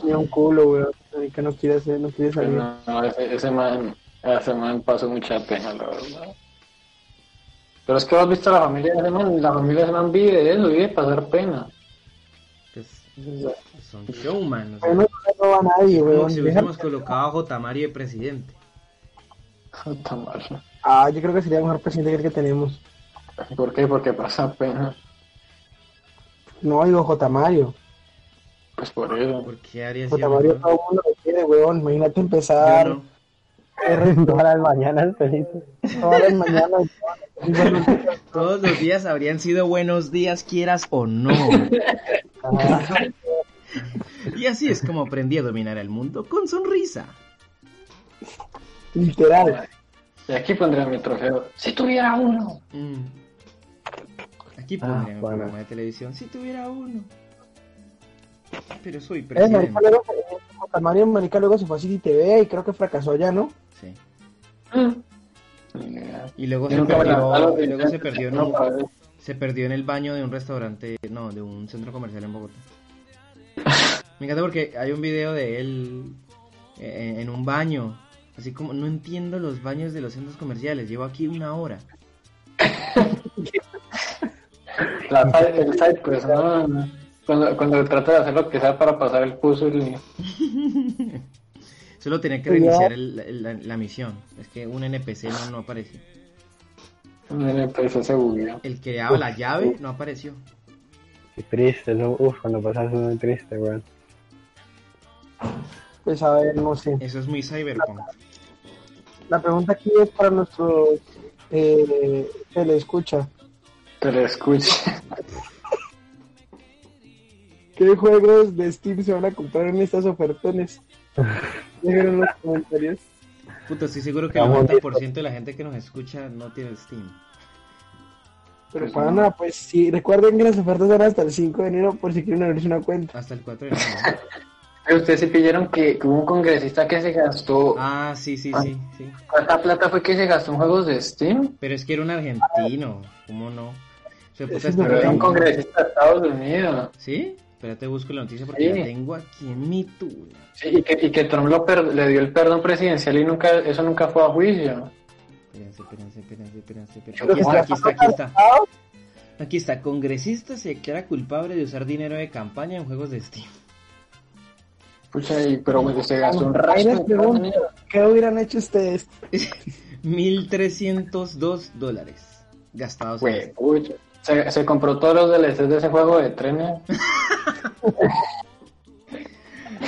[SPEAKER 2] tenía un culo, weón. Marica no quiere, hacer, no quiere salir.
[SPEAKER 4] No, no, ese, ese man, ese man pasó mucha pena, la verdad. Pero es que has visto a la familia de ese man, la familia de ese man vive de eso, vive de pasar pena.
[SPEAKER 3] Pues, son showman. O sea,
[SPEAKER 2] Pero no se roba a nadie,
[SPEAKER 3] como
[SPEAKER 2] weón.
[SPEAKER 3] si
[SPEAKER 2] Deja-
[SPEAKER 3] hubiésemos colocado a J. Mario de presidente.
[SPEAKER 4] Puta madre.
[SPEAKER 2] Ah, yo creo que sería mejor presidente que el que tenemos.
[SPEAKER 4] ¿Por qué? Porque pasa pena.
[SPEAKER 2] No, digo J. Mario.
[SPEAKER 4] Pues por eso.
[SPEAKER 3] ¿Por qué haría así?
[SPEAKER 2] Puta, Mario, todo el mundo lo quiere, weón. Imagínate empezar
[SPEAKER 3] Yo no.
[SPEAKER 6] Todas las mañanas, feliz.
[SPEAKER 2] todas las mañanas. y bueno,
[SPEAKER 3] Todos los días habrían sido buenos días, quieras o no. y así es como aprendí a dominar el mundo con sonrisa.
[SPEAKER 2] Literal.
[SPEAKER 4] Y aquí pondría mi trofeo. Si tuviera uno.
[SPEAKER 3] Mm. Aquí
[SPEAKER 6] Ah,
[SPEAKER 3] pondría mi
[SPEAKER 6] bueno.
[SPEAKER 3] programa de televisión si tuviera uno. Pero soy
[SPEAKER 2] Eh, marica,
[SPEAKER 3] presidente.
[SPEAKER 2] luego, eh, J. Mario, marica, luego se fue a City TV y creo que fracasó ya, ¿no?
[SPEAKER 3] Sí.
[SPEAKER 4] Ni idea.
[SPEAKER 3] Y luego se
[SPEAKER 4] Yo nunca me la-
[SPEAKER 3] perdió,
[SPEAKER 4] la-
[SPEAKER 3] y luego se perdió, en
[SPEAKER 4] no,
[SPEAKER 3] un-
[SPEAKER 4] para ver.
[SPEAKER 3] se perdió en el baño de un restaurante, no, de un centro comercial en Bogotá. Me encanta porque hay un video de él eh, en, un baño. Así como, no entiendo los baños de los centros comerciales, llevo aquí una hora.
[SPEAKER 4] La side- el side quest, ¿no? Cuando, cuando trata de hacer lo que sea para pasar el puzzle. y-
[SPEAKER 3] Solo tenía que reiniciar el- el- la, la misión. Es que un NPC no, no apareció.
[SPEAKER 4] Bueno, pues ese bugueo.
[SPEAKER 3] El que daba la llave no apareció.
[SPEAKER 6] Qué triste, eso, uf, cuando pasas es muy triste, weón.
[SPEAKER 2] Pues a ver, no sé.
[SPEAKER 3] Eso es muy cyberpunk.
[SPEAKER 2] La pregunta aquí es para nuestro eh, escucha.
[SPEAKER 4] Te lo escucho.
[SPEAKER 2] ¿Qué juegos de Steam se van a comprar en estas ofertones? Déjenlo en los comentarios.
[SPEAKER 3] Puto, estoy seguro que el
[SPEAKER 6] Estamos
[SPEAKER 3] 90% de la gente que nos escucha no tiene Steam.
[SPEAKER 2] Pero para nada, pues sí, recuerden que las ofertas son hasta el 5 de enero por si quieren abrirse una cuenta.
[SPEAKER 3] Hasta el 4 de enero.
[SPEAKER 4] Pero ustedes se pillaron que, que hubo un congresista que se gastó.
[SPEAKER 3] Ah, sí, sí, sí, sí.
[SPEAKER 4] ¿Cuánta plata fue que se gastó en juegos de Steam?
[SPEAKER 3] Pero es que era un argentino, ¿cómo no? Se puso a estar
[SPEAKER 4] Pero era un
[SPEAKER 3] viendo-
[SPEAKER 4] congresista de Estados Unidos.
[SPEAKER 3] ¿Sí? Espérate, busco la noticia porque
[SPEAKER 4] Sí.
[SPEAKER 3] la tengo aquí en mi tula.
[SPEAKER 4] Sí, y, que, y que Trump lo per- le dio el perdón presidencial y nunca eso nunca fue a juicio.
[SPEAKER 3] Espérense, espérense, espérense, espérense, espérense.
[SPEAKER 4] Yo creo
[SPEAKER 3] Aquí
[SPEAKER 4] que
[SPEAKER 3] está,
[SPEAKER 4] ya
[SPEAKER 3] aquí está, aquí está. Aquí está, congresista se declara culpable de usar dinero de campaña en juegos de Steam.
[SPEAKER 4] Pucha, y, pero güey, se gastó un resto.
[SPEAKER 2] les
[SPEAKER 4] de
[SPEAKER 2] pregunto.
[SPEAKER 4] plata.
[SPEAKER 2] ¿Qué hubieran hecho ustedes?
[SPEAKER 3] 1.302 dólares gastados. en
[SPEAKER 4] Güey, pucha. Se, se compró todos los DLCs de ese juego de trenes.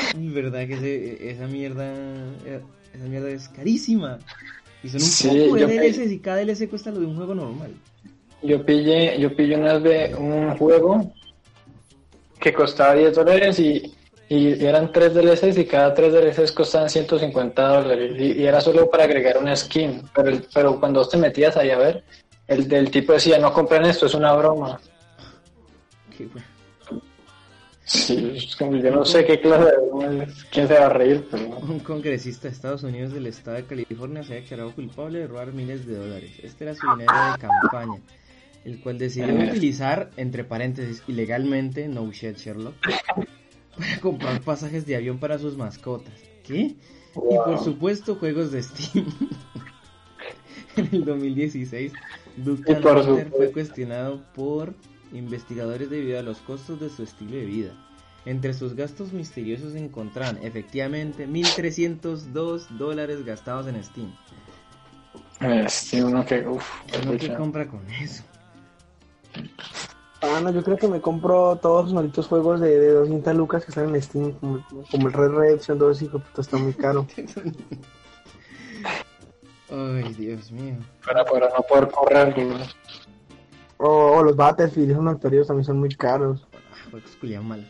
[SPEAKER 3] Steam. Verdad que ese- esa mierda eh, esa mierda es carísima. Y son un
[SPEAKER 4] Sí,
[SPEAKER 3] poco de
[SPEAKER 4] yo pe-
[SPEAKER 3] DLCs y cada DLC cuesta lo de un juego normal.
[SPEAKER 4] Yo pillé, yo pillé una vez un juego que costaba 10 dólares y, y eran 3 DLCs y cada 3 DLCs costaban 150 dólares y, y era solo para agregar una skin, pero, el- pero cuando vos te metías ahí a ver, el del tipo decía, no compren esto, es una broma.
[SPEAKER 3] Qué bueno.
[SPEAKER 4] Sí, es como, yo no sé qué clase de broma es, quién se va a reír, pero no.
[SPEAKER 3] Un congresista de Estados Unidos del estado de California se ha declarado culpable de robar miles de dólares. Este era su dinero de campaña, el cual decidió utilizar, entre paréntesis, ilegalmente, no shit Sherlock, para comprar pasajes de avión para sus mascotas. ¿Qué? Y por supuesto juegos de Steam. en el 2016, Duncan
[SPEAKER 4] Y por
[SPEAKER 3] Hunter fue
[SPEAKER 4] supuesto.
[SPEAKER 3] cuestionado por investigadores debido a los costos de su estilo de vida. Entre sus gastos misteriosos encontraron efectivamente 1.302 dólares gastados en Steam.
[SPEAKER 4] Eh, sí, uno que, uff,
[SPEAKER 3] ¿Uno qué compra con eso?
[SPEAKER 2] Ah, no, yo creo que me compro todos los malditos juegos de, de 200 lucas que están en Steam, como, como el Red Redemption 2, hijo, puta, está muy caro.
[SPEAKER 3] Ay, Dios mío.
[SPEAKER 4] para, para no poder correr. ¿no?
[SPEAKER 2] O, o los Battlefield, esos nocturnos también son muy caros.
[SPEAKER 3] Ah, Juegos culiados malos.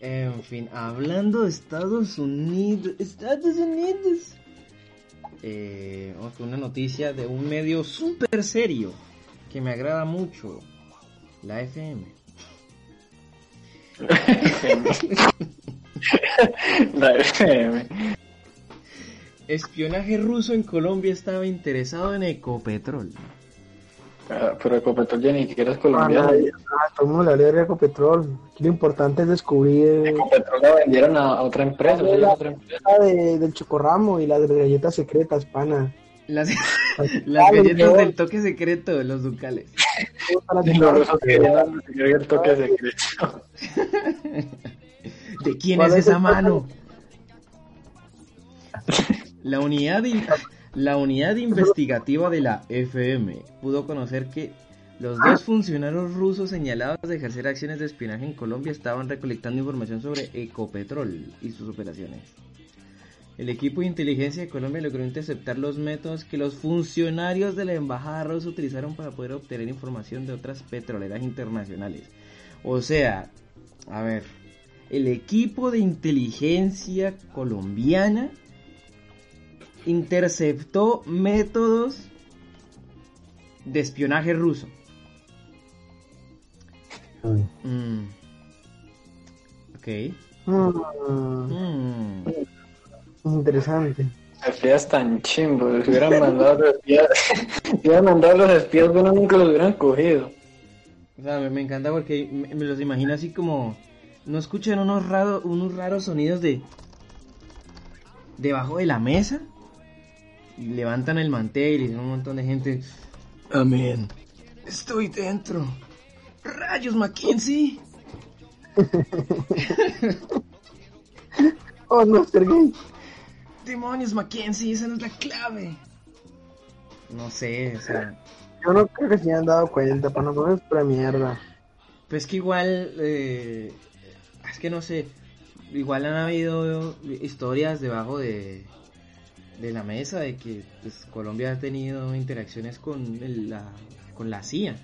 [SPEAKER 3] En fin, hablando de Estados Unidos. Estados Unidos. Eh, vamos con una noticia de un medio súper serio que me agrada mucho. La FM.
[SPEAKER 4] La FM.
[SPEAKER 3] Espionaje ruso en Colombia estaba interesado en Ecopetrol.
[SPEAKER 4] Ah, Pero el Copetrol ya ni siquiera es
[SPEAKER 2] Ah,
[SPEAKER 4] colombiano.
[SPEAKER 2] nadie- ah, todo el mundo le habla de Ecopetrol. Lo importante es descubrir
[SPEAKER 4] Ecopetrol la vendieron a a otra empresa. sí, a otra empresa.
[SPEAKER 2] la de- del chocorramo y las galletas secretas, pana.
[SPEAKER 3] Las, las galletas del toque secreto de los ducales.
[SPEAKER 2] Para
[SPEAKER 4] Y los rusos querían conseguir el toque secreto.
[SPEAKER 3] ¿De quién
[SPEAKER 2] ¿Cuál
[SPEAKER 3] es
[SPEAKER 2] es
[SPEAKER 3] esa
[SPEAKER 2] el
[SPEAKER 3] mano? La unidad, in- la unidad investigativa de la FM pudo conocer que los dos funcionarios rusos señalados de ejercer acciones de espionaje en Colombia estaban recolectando información sobre Ecopetrol y sus operaciones. El equipo de inteligencia de Colombia logró interceptar los métodos que los funcionarios de la embajada rusa utilizaron para poder obtener información de otras petroleras internacionales. O sea, a ver, el equipo de inteligencia colombiana interceptó métodos de espionaje ruso.
[SPEAKER 6] Mm.
[SPEAKER 3] Mm. Ok.
[SPEAKER 2] Mm,
[SPEAKER 3] Mm.
[SPEAKER 2] interesante.
[SPEAKER 4] Espías tan chimbos. Si hubieran mandado los espías, si hubieran mandado los espías, bueno, nunca los hubieran cogido.
[SPEAKER 3] O sea, me, me encanta porque me, me los imagino así como... ¿No escuchan unos, raro- unos raros sonidos de... debajo de la mesa? Y levantan el mantel y son un montón de gente... Amén. Estoy dentro. Rayos, Mackenzie.
[SPEAKER 2] Oh, no, Sergey.
[SPEAKER 3] Demonios, Mackenzie. Esa no es la clave. No sé, o sea...
[SPEAKER 2] Yo no creo que se hayan dado cuenta, pana, no es pura mierda.
[SPEAKER 3] Pues que igual, eh, es que no sé, igual han habido historias debajo de, de la mesa de que pues, Colombia ha tenido interacciones con, el- la, con la CIA.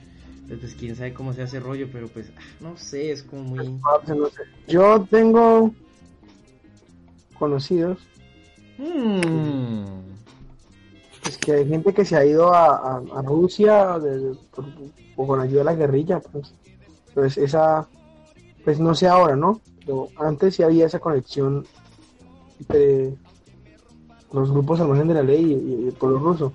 [SPEAKER 3] Entonces, pues quién sabe cómo se hace rollo, pero pues ah, no sé, es como muy...
[SPEAKER 2] Ah, pues, no sé. Yo tengo conocidos Hmm.
[SPEAKER 3] Mm.
[SPEAKER 2] Pues que hay gente que se ha ido a, a, a Rusia de- por- o con ayuda de la guerrilla, pues. Pues esa, pues no sé ahora, ¿no? Pero antes sí había esa conexión entre los grupos al margen de la ley y, y el pueblo ruso.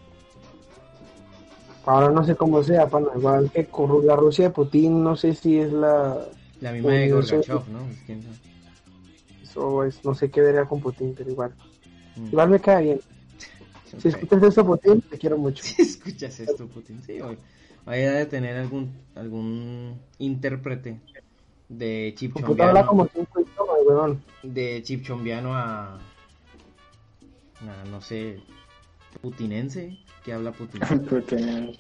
[SPEAKER 2] Ahora no sé cómo sea, pana, igual que con la Rusia de Putin, no sé si es la...
[SPEAKER 3] La misma de
[SPEAKER 2] Unión
[SPEAKER 3] Gorbachev, ¿no? Pues, ¿Quién sabe?
[SPEAKER 2] o es, no sé qué verá con Putin, pero igual.
[SPEAKER 3] Mm.
[SPEAKER 2] Igual me cae bien. Si
[SPEAKER 3] Ok.
[SPEAKER 2] escuchas esto, Putin, te quiero mucho.
[SPEAKER 3] Si escuchas esto, Putin, sí, hoy. Ahí ha de tener algún, algún intérprete de chip
[SPEAKER 2] Tu puta habla
[SPEAKER 3] chombiano,
[SPEAKER 2] como cinco idiomas, weón.
[SPEAKER 3] de chip chombiano a, a, no sé, putinense, que habla Putin,
[SPEAKER 4] Putin.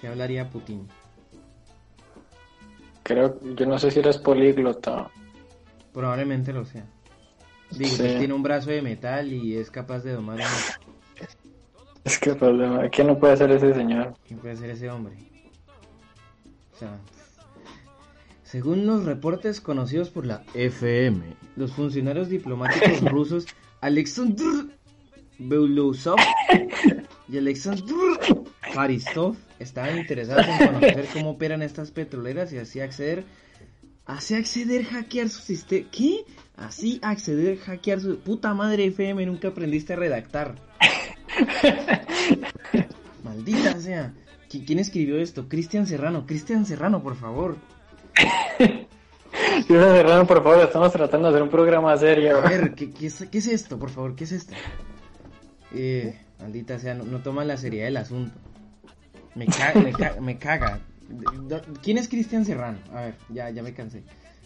[SPEAKER 3] que hablaría Putin,
[SPEAKER 4] Creo, yo no sé si eres políglota.
[SPEAKER 3] probablemente lo sea. Digo,
[SPEAKER 4] Sí.
[SPEAKER 3] él tiene un brazo de metal y es capaz de domar un...
[SPEAKER 4] Es que el problema, ¿qué no puede hacer ese señor?
[SPEAKER 3] ¿Quién puede ser ese hombre? O sea, según los reportes conocidos por la FM, los funcionarios diplomáticos rusos Alexandr Belousov y Alexandr Faristov estaban interesados en conocer cómo operan estas petroleras y así acceder así acceder hackear su sistema ¿qué? así acceder hackear su puta madre FM nunca aprendiste a redactar maldita sea ¿Qui- ¿quién escribió esto? Cristian Serrano Cristian Serrano por favor
[SPEAKER 4] Yo Serrano, por favor, estamos tratando de hacer un programa serio.
[SPEAKER 3] A ver, ¿qué, qué es, qué es esto? Por favor, ¿qué es esto? Eh, maldita sea, no, no toma la seriedad del asunto. Me, ca- me, ca- me caga. Do- ¿Quién es Cristian Serrano? A ver, ya, ya me cansé.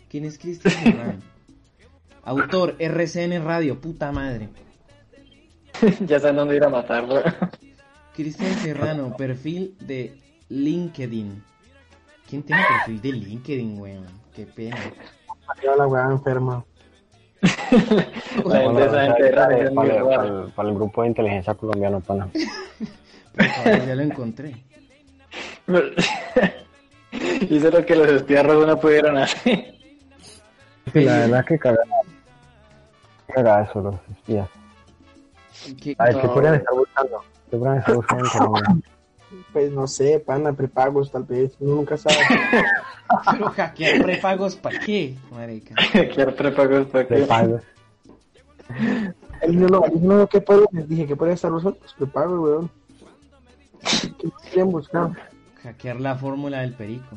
[SPEAKER 3] ¿Quién es Cristian Serrano? Autor, RCN Radio, puta madre.
[SPEAKER 4] ya saben dónde ir a matarlo.
[SPEAKER 3] Cristian Serrano, perfil de LinkedIn. ¿Quién tiene perfil de LinkedIn, weón? Qué pena.
[SPEAKER 2] Marica, la weá enferma.
[SPEAKER 4] La gente esa gente de
[SPEAKER 6] para,
[SPEAKER 4] radio es muy rara.
[SPEAKER 6] el- para el grupo de inteligencia colombiano, pana.
[SPEAKER 3] Por favor, ya lo encontré.
[SPEAKER 4] Hice lo que los espiarros no pudieron hacer.
[SPEAKER 6] Sí, la verdad que cagada. Cagada eso, los espías.
[SPEAKER 3] ¿Qué-
[SPEAKER 6] A ver, ¿qué
[SPEAKER 4] No.
[SPEAKER 6] furia me está buscando? ¿Qué furia me está buscando en Colombia?
[SPEAKER 2] Pues no sé, pana, prepagos tal vez, uno nunca sabe.
[SPEAKER 3] Pero hackear prepagos, ¿para qué, marica?
[SPEAKER 4] Quiero prepagos para
[SPEAKER 6] De
[SPEAKER 4] que.
[SPEAKER 6] pago.
[SPEAKER 2] Él no lo, él no lo que puede, les dije que puede estar ruso, pues prepagos, weón. ¿Qué más quieren buscar?
[SPEAKER 3] Hackear la fórmula del perico.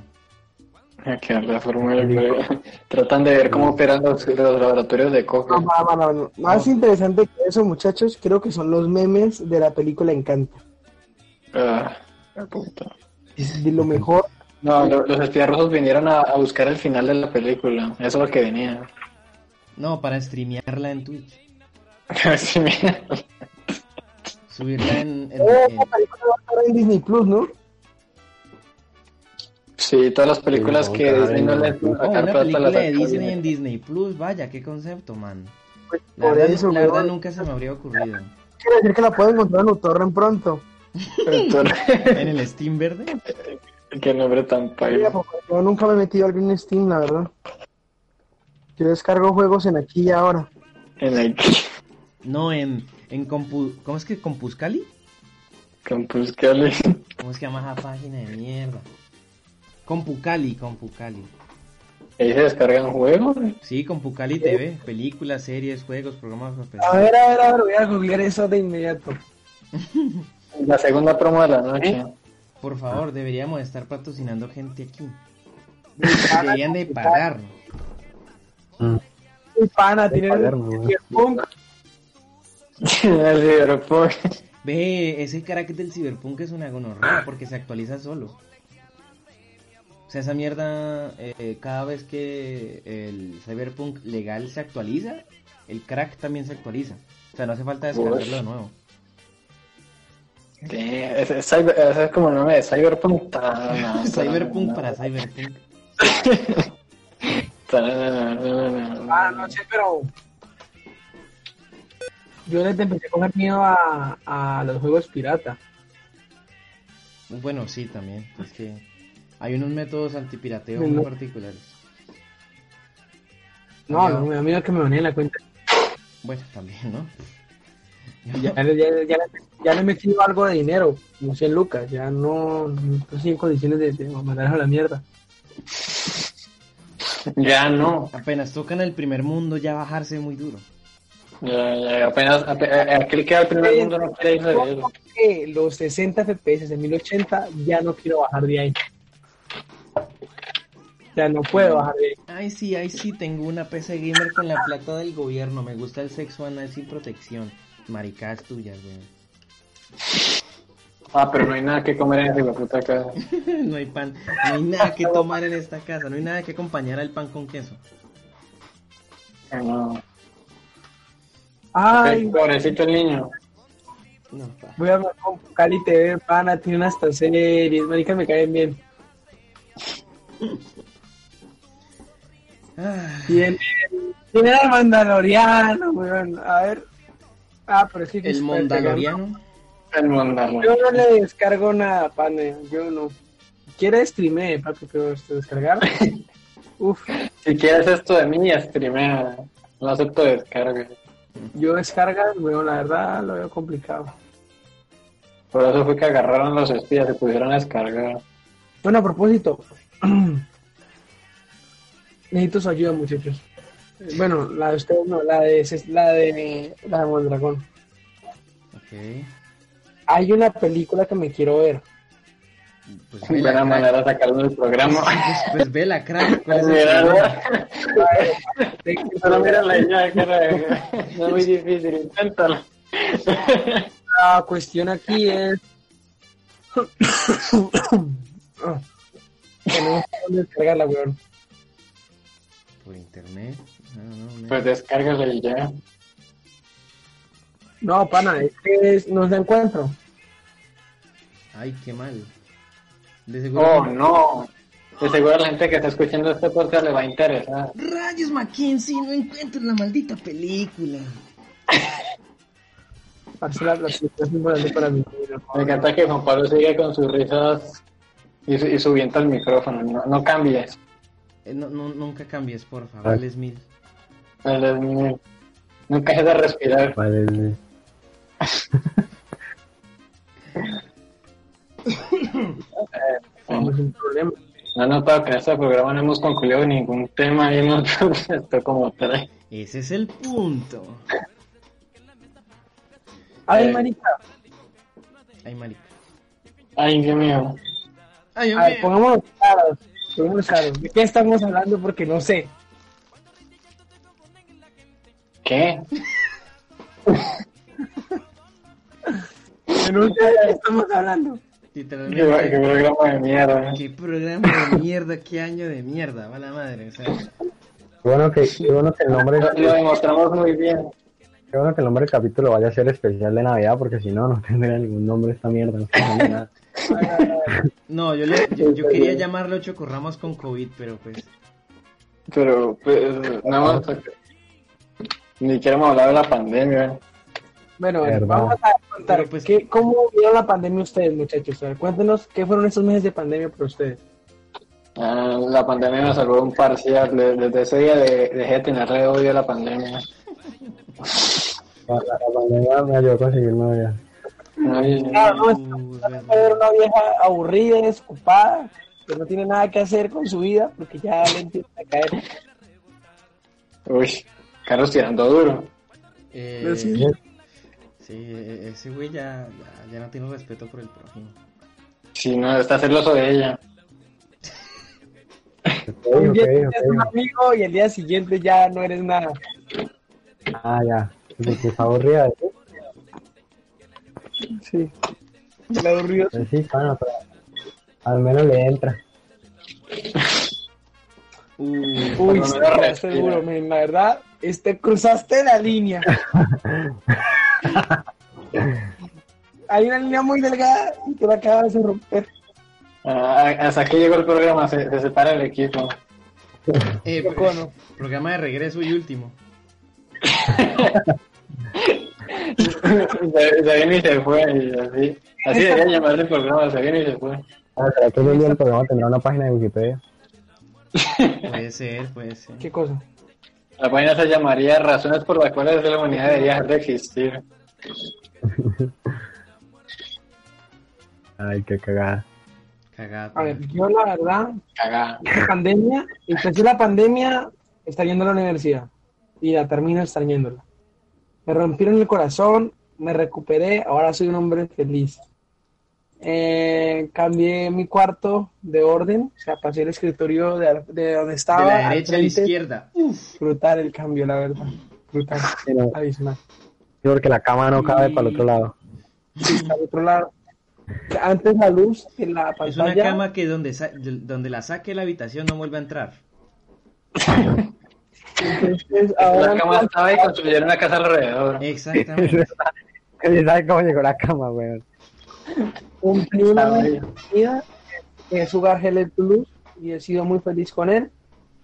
[SPEAKER 4] Que la fórmula que- Tratan de ver cómo operan los, los laboratorios de
[SPEAKER 2] No,
[SPEAKER 3] Pues,
[SPEAKER 4] coca.
[SPEAKER 2] no, no, no, no. Más interesante que eso, muchachos, creo que son los memes de la película Encanto.
[SPEAKER 4] Ah, la puta.
[SPEAKER 2] Es de lo mejor.
[SPEAKER 4] No, lo- los espías rusos vinieron a, a buscar el final de la película. Eso es lo que venía.
[SPEAKER 3] No, para streamearla en Twitch.
[SPEAKER 4] Sí, mira.
[SPEAKER 3] Subirla en. en-
[SPEAKER 2] Eh,
[SPEAKER 3] en-
[SPEAKER 2] la película va a estar en Disney Plus, ¿no?
[SPEAKER 4] Sí, todas las películas
[SPEAKER 6] Sí,
[SPEAKER 4] que
[SPEAKER 6] no,
[SPEAKER 4] Disney no
[SPEAKER 6] no.
[SPEAKER 4] le pudo
[SPEAKER 3] Oh,
[SPEAKER 4] sacar
[SPEAKER 3] una
[SPEAKER 4] plata
[SPEAKER 3] película
[SPEAKER 4] las
[SPEAKER 3] de
[SPEAKER 4] sacó
[SPEAKER 3] Disney en
[SPEAKER 4] bien.
[SPEAKER 3] Disney Plus. Vaya, qué concepto, man.
[SPEAKER 2] Pues,
[SPEAKER 3] La
[SPEAKER 2] por
[SPEAKER 3] verdad,
[SPEAKER 2] eso,
[SPEAKER 3] la verdad
[SPEAKER 2] weón.
[SPEAKER 3] nunca se me habría ocurrido.
[SPEAKER 2] Quiere decir que la pueden encontrar en Utorren pronto.
[SPEAKER 4] Entonces,
[SPEAKER 3] ¿En el Steam Verde?
[SPEAKER 4] Qué nombre tan
[SPEAKER 2] Mira,
[SPEAKER 4] paila.
[SPEAKER 2] porque Yo nunca me he metido a en Steam, la verdad. Yo descargo juegos en aquí y ahora.
[SPEAKER 4] En el
[SPEAKER 3] No, en. en Compu... ¿Cómo es que? ¿Compuscali?
[SPEAKER 4] Campus Cali.
[SPEAKER 3] ¿Cómo es que llama esa página de mierda? Compucali, Compucali.
[SPEAKER 4] Ahí se descargan juegos.
[SPEAKER 3] Sí, Compucali TV. Películas, series, juegos, programas
[SPEAKER 2] A
[SPEAKER 3] especiales.
[SPEAKER 2] ver, a ver, a ver, voy a googlear eso de inmediato.
[SPEAKER 4] La segunda promo de la noche.
[SPEAKER 3] ¿Eh? Por favor, deberíamos estar patrocinando gente aquí. Deberían de pagar.
[SPEAKER 6] Mm.
[SPEAKER 2] Mi pana, tiene
[SPEAKER 6] Palermo, weón.
[SPEAKER 2] Cyberpunk.
[SPEAKER 4] El Cyberpunk.
[SPEAKER 3] Ve, ese carácter del Cyberpunk es una gonorrea porque se actualiza solo. O sea, esa mierda, eh, cada vez que el Cyberpunk legal se actualiza, el crack también se actualiza. O sea, no hace falta descargarlo de nuevo.
[SPEAKER 4] Sí, ese es, cyber- ese es como el nombre de Cyberpunk. Ta-
[SPEAKER 3] Cyberpunk para Cyberpunk.
[SPEAKER 4] Ta-
[SPEAKER 2] Ah, no sé, pero. Yo desde empecé a coger miedo a, a los juegos pirata.
[SPEAKER 3] Bueno, sí, también. Es que hay unos métodos antipirateo muy particulares.
[SPEAKER 2] No,
[SPEAKER 3] Ya.
[SPEAKER 2] no, me da miedo que me baneen la cuenta.
[SPEAKER 3] Bueno, también, ¿no?
[SPEAKER 2] Ya, le- ya, ya, le- ya le he metido algo de dinero, un 100 lucas. Ya no, no estoy en condiciones de, de mandarlos a la mierda.
[SPEAKER 4] Ya no.
[SPEAKER 3] Apenas tocan el primer mundo, ya bajarse muy duro.
[SPEAKER 4] Ya, ya, apenas, ape- a- a- aquel que va al primer mundo no quiere irse de eso.
[SPEAKER 2] Supongo que los 60 FPS de 1080 ya no quiero bajar de ahí. Ya no puedo bajar de ahí.
[SPEAKER 3] Ay, sí, ay, sí, tengo una PC gamer con la plata del gobierno. Me gusta el sexo anal sin protección. Maricadas tuyas, güey.
[SPEAKER 4] Ah, pero no hay nada que comer en esa puta casa.
[SPEAKER 3] No hay pan, no hay nada que tomar en esta casa. No hay nada que acompañar al pan con queso.
[SPEAKER 4] No.
[SPEAKER 2] Ay,
[SPEAKER 4] Pobrecito el niño.
[SPEAKER 3] No, pa.
[SPEAKER 2] voy a hablar con Cali TV, pana, tiene unas tan series, marica, me caen bien.
[SPEAKER 3] Ah,
[SPEAKER 2] Tiene, tiene al Mandaloriano, weón. A ver. Ah, pero sí que
[SPEAKER 3] el
[SPEAKER 2] espérate,
[SPEAKER 3] mondaloriano.
[SPEAKER 4] El
[SPEAKER 2] que no-
[SPEAKER 4] mandarlo.
[SPEAKER 2] Yo no le descargo nada, pane, yo no. Quiere streamer, papi, pero este, descargar. Uf,
[SPEAKER 4] Si quieres esto de mí, streamea. No acepto descarga.
[SPEAKER 2] yo descargas, weón, la verdad lo veo complicado.
[SPEAKER 4] Por eso fue que agarraron los espías, se pudieron descargar.
[SPEAKER 2] Bueno, a propósito. Necesito su ayuda, muchachos. Eh, Bueno, la de ustedes no, la de Ces- la de la de Mondragón.
[SPEAKER 3] Ok.
[SPEAKER 2] Hay una película que me quiero ver.
[SPEAKER 3] Pues
[SPEAKER 4] Buena
[SPEAKER 3] vela, crack.
[SPEAKER 4] manera de sacarlo del programa.
[SPEAKER 3] Pues vela, crack. ¿Cuál es el problema?
[SPEAKER 4] Mira, Solo mira la idea que era- eh, No es muy difícil, inténtalo.
[SPEAKER 2] La cuestión aquí es. Ah, Tenemos que descargarla, weón.
[SPEAKER 3] Por internet. Ah, No, no, no.
[SPEAKER 4] Pues descárgalo y ya.
[SPEAKER 2] No, pana, es que es- no la encuentro.
[SPEAKER 3] Ay, qué mal. De seguro.
[SPEAKER 4] Oh, no. De seguro la gente que está escuchando este podcast le va a interesar.
[SPEAKER 3] Rayos Mackenzie, no encuentro la maldita película.
[SPEAKER 2] Marcela, la situación es muy grande para mí.
[SPEAKER 4] Me encanta que Juan Pablo sigue con sus risas y, su- y subiendo el micrófono. No, no cambies.
[SPEAKER 3] Eh, no, no, nunca cambies, por favor,
[SPEAKER 6] Ay.
[SPEAKER 3] Les Smith.
[SPEAKER 4] El- el- Nunca dejes de respirar.
[SPEAKER 6] Vale, sí.
[SPEAKER 2] Tenemos un problema.
[SPEAKER 4] No he notado que en este programa no hemos concluido ningún tema y hemos esto como tres.
[SPEAKER 3] Ese es el punto.
[SPEAKER 2] A ver,
[SPEAKER 4] Eh,
[SPEAKER 2] marica,
[SPEAKER 3] Ay, marica.
[SPEAKER 4] Ay, Dios mío.
[SPEAKER 3] Ay,
[SPEAKER 2] a ver,
[SPEAKER 3] hombre.
[SPEAKER 2] pongámonos claros. Pongámonos claros. ¿De qué estamos hablando? Porque no sé.
[SPEAKER 4] ¿Qué?
[SPEAKER 2] Yo no sé de qué estamos hablando.
[SPEAKER 4] Qué,
[SPEAKER 3] Literalmente.
[SPEAKER 4] qué programa de mierda.
[SPEAKER 3] Qué programa de mierda, qué año de mierda, va la madre. O sea,
[SPEAKER 6] Qué bueno que, qué bueno que el nombre,
[SPEAKER 4] Lo, lo demostramos muy bien.
[SPEAKER 6] qué bueno que el nombre del capítulo vaya a ser especial de Navidad, porque si no, no tendría ningún nombre esta mierda. No tendría nada.
[SPEAKER 3] no, yo, le- yo, yo quería llamarlo Chocorramos con COVID, pero pues.
[SPEAKER 4] Pero, pues, no, ni queremos hablar de la pandemia.
[SPEAKER 2] Bueno,
[SPEAKER 6] Verdad.
[SPEAKER 2] vamos a contar.
[SPEAKER 3] Pero, pues,
[SPEAKER 2] ¿qué- ¿Cómo vieron la pandemia ustedes, muchachos? A ver, cuéntenos qué fueron esos meses de pandemia para ustedes.
[SPEAKER 4] Ah, la pandemia nos salvó un parcial. De- Desde ese día de, dejé de tener re odio a la pandemia.
[SPEAKER 6] La la pandemia me ayudó a conseguir novia.
[SPEAKER 4] No, y-
[SPEAKER 2] no,
[SPEAKER 3] Uh,
[SPEAKER 2] Puede ver una vieja aburrida, desocupada, que no tiene nada que hacer con su vida porque ya le empieza a caer.
[SPEAKER 4] uy, Carlos tirando duro.
[SPEAKER 3] eh,
[SPEAKER 2] Pues
[SPEAKER 3] sí, eh, ese güey ya, ya, ya no tiene respeto por el prójimo.
[SPEAKER 4] Si no, está celoso de ella.
[SPEAKER 6] Ok,
[SPEAKER 2] Un
[SPEAKER 6] ok,
[SPEAKER 2] día eres un
[SPEAKER 6] ok.
[SPEAKER 2] amigo y el día siguiente ya no eres nada.
[SPEAKER 6] Ah, ya. Porque está aburrida. ¿sí?
[SPEAKER 2] Sí. El aburrido.
[SPEAKER 6] Pues sí, pana, pero al menos le entra.
[SPEAKER 3] Uh,
[SPEAKER 2] Uy,
[SPEAKER 4] no
[SPEAKER 2] sí,
[SPEAKER 4] me respira.
[SPEAKER 2] seguro, men, la verdad, este, cruzaste la línea. Hay una línea muy delgada y que la acabas de romper.
[SPEAKER 4] Ah, hasta aquí llegó el programa, se, se separa el equipo.
[SPEAKER 3] eh,
[SPEAKER 2] Yo cono.
[SPEAKER 3] programa de regreso y último.
[SPEAKER 4] se, se vino y se fue, y así. Así debería llamarse el programa, se vino y se fue.
[SPEAKER 6] Ah, ¿será que algún día el programa tendrá una página de Wikipedia?
[SPEAKER 3] Puede ser, puede ser.
[SPEAKER 2] ¿Qué cosa?
[SPEAKER 4] La página se llamaría Razones por las cuales la humanidad debería dejar de existir.
[SPEAKER 6] Ay, qué cagada.
[SPEAKER 3] Cagada.
[SPEAKER 2] A ver, yo la verdad,
[SPEAKER 4] Cagada.
[SPEAKER 2] la pandemia, pues empecé la pandemia extrañando la universidad y la termino extrañándola. Me rompieron el corazón, me recuperé, ahora soy un hombre feliz. Eh, cambié mi cuarto de orden, o sea, pasé el escritorio de, de donde estaba.
[SPEAKER 3] De la derecha a la
[SPEAKER 2] frente.
[SPEAKER 3] izquierda. Uf.
[SPEAKER 2] Brutal el cambio, la verdad. Brutal,
[SPEAKER 6] Pero-
[SPEAKER 2] abismal.
[SPEAKER 6] Yo creo que la cama no cabe para el otro lado.
[SPEAKER 2] Y al otro lado, antes la luz en la
[SPEAKER 3] Es una
[SPEAKER 2] pantalla.
[SPEAKER 3] cama que donde, sa- donde la saque la habitación no vuelve a entrar.
[SPEAKER 2] entonces, ahora
[SPEAKER 4] La cama estaba y construyeron una casa alrededor.
[SPEAKER 3] Exactamente.
[SPEAKER 6] ¿Sabes cómo llegó la cama, weón?
[SPEAKER 2] cumplí una
[SPEAKER 4] Estaba
[SPEAKER 2] meta en mi vida, eh, que es jugar Hell Toulouse, y he sido muy feliz con él.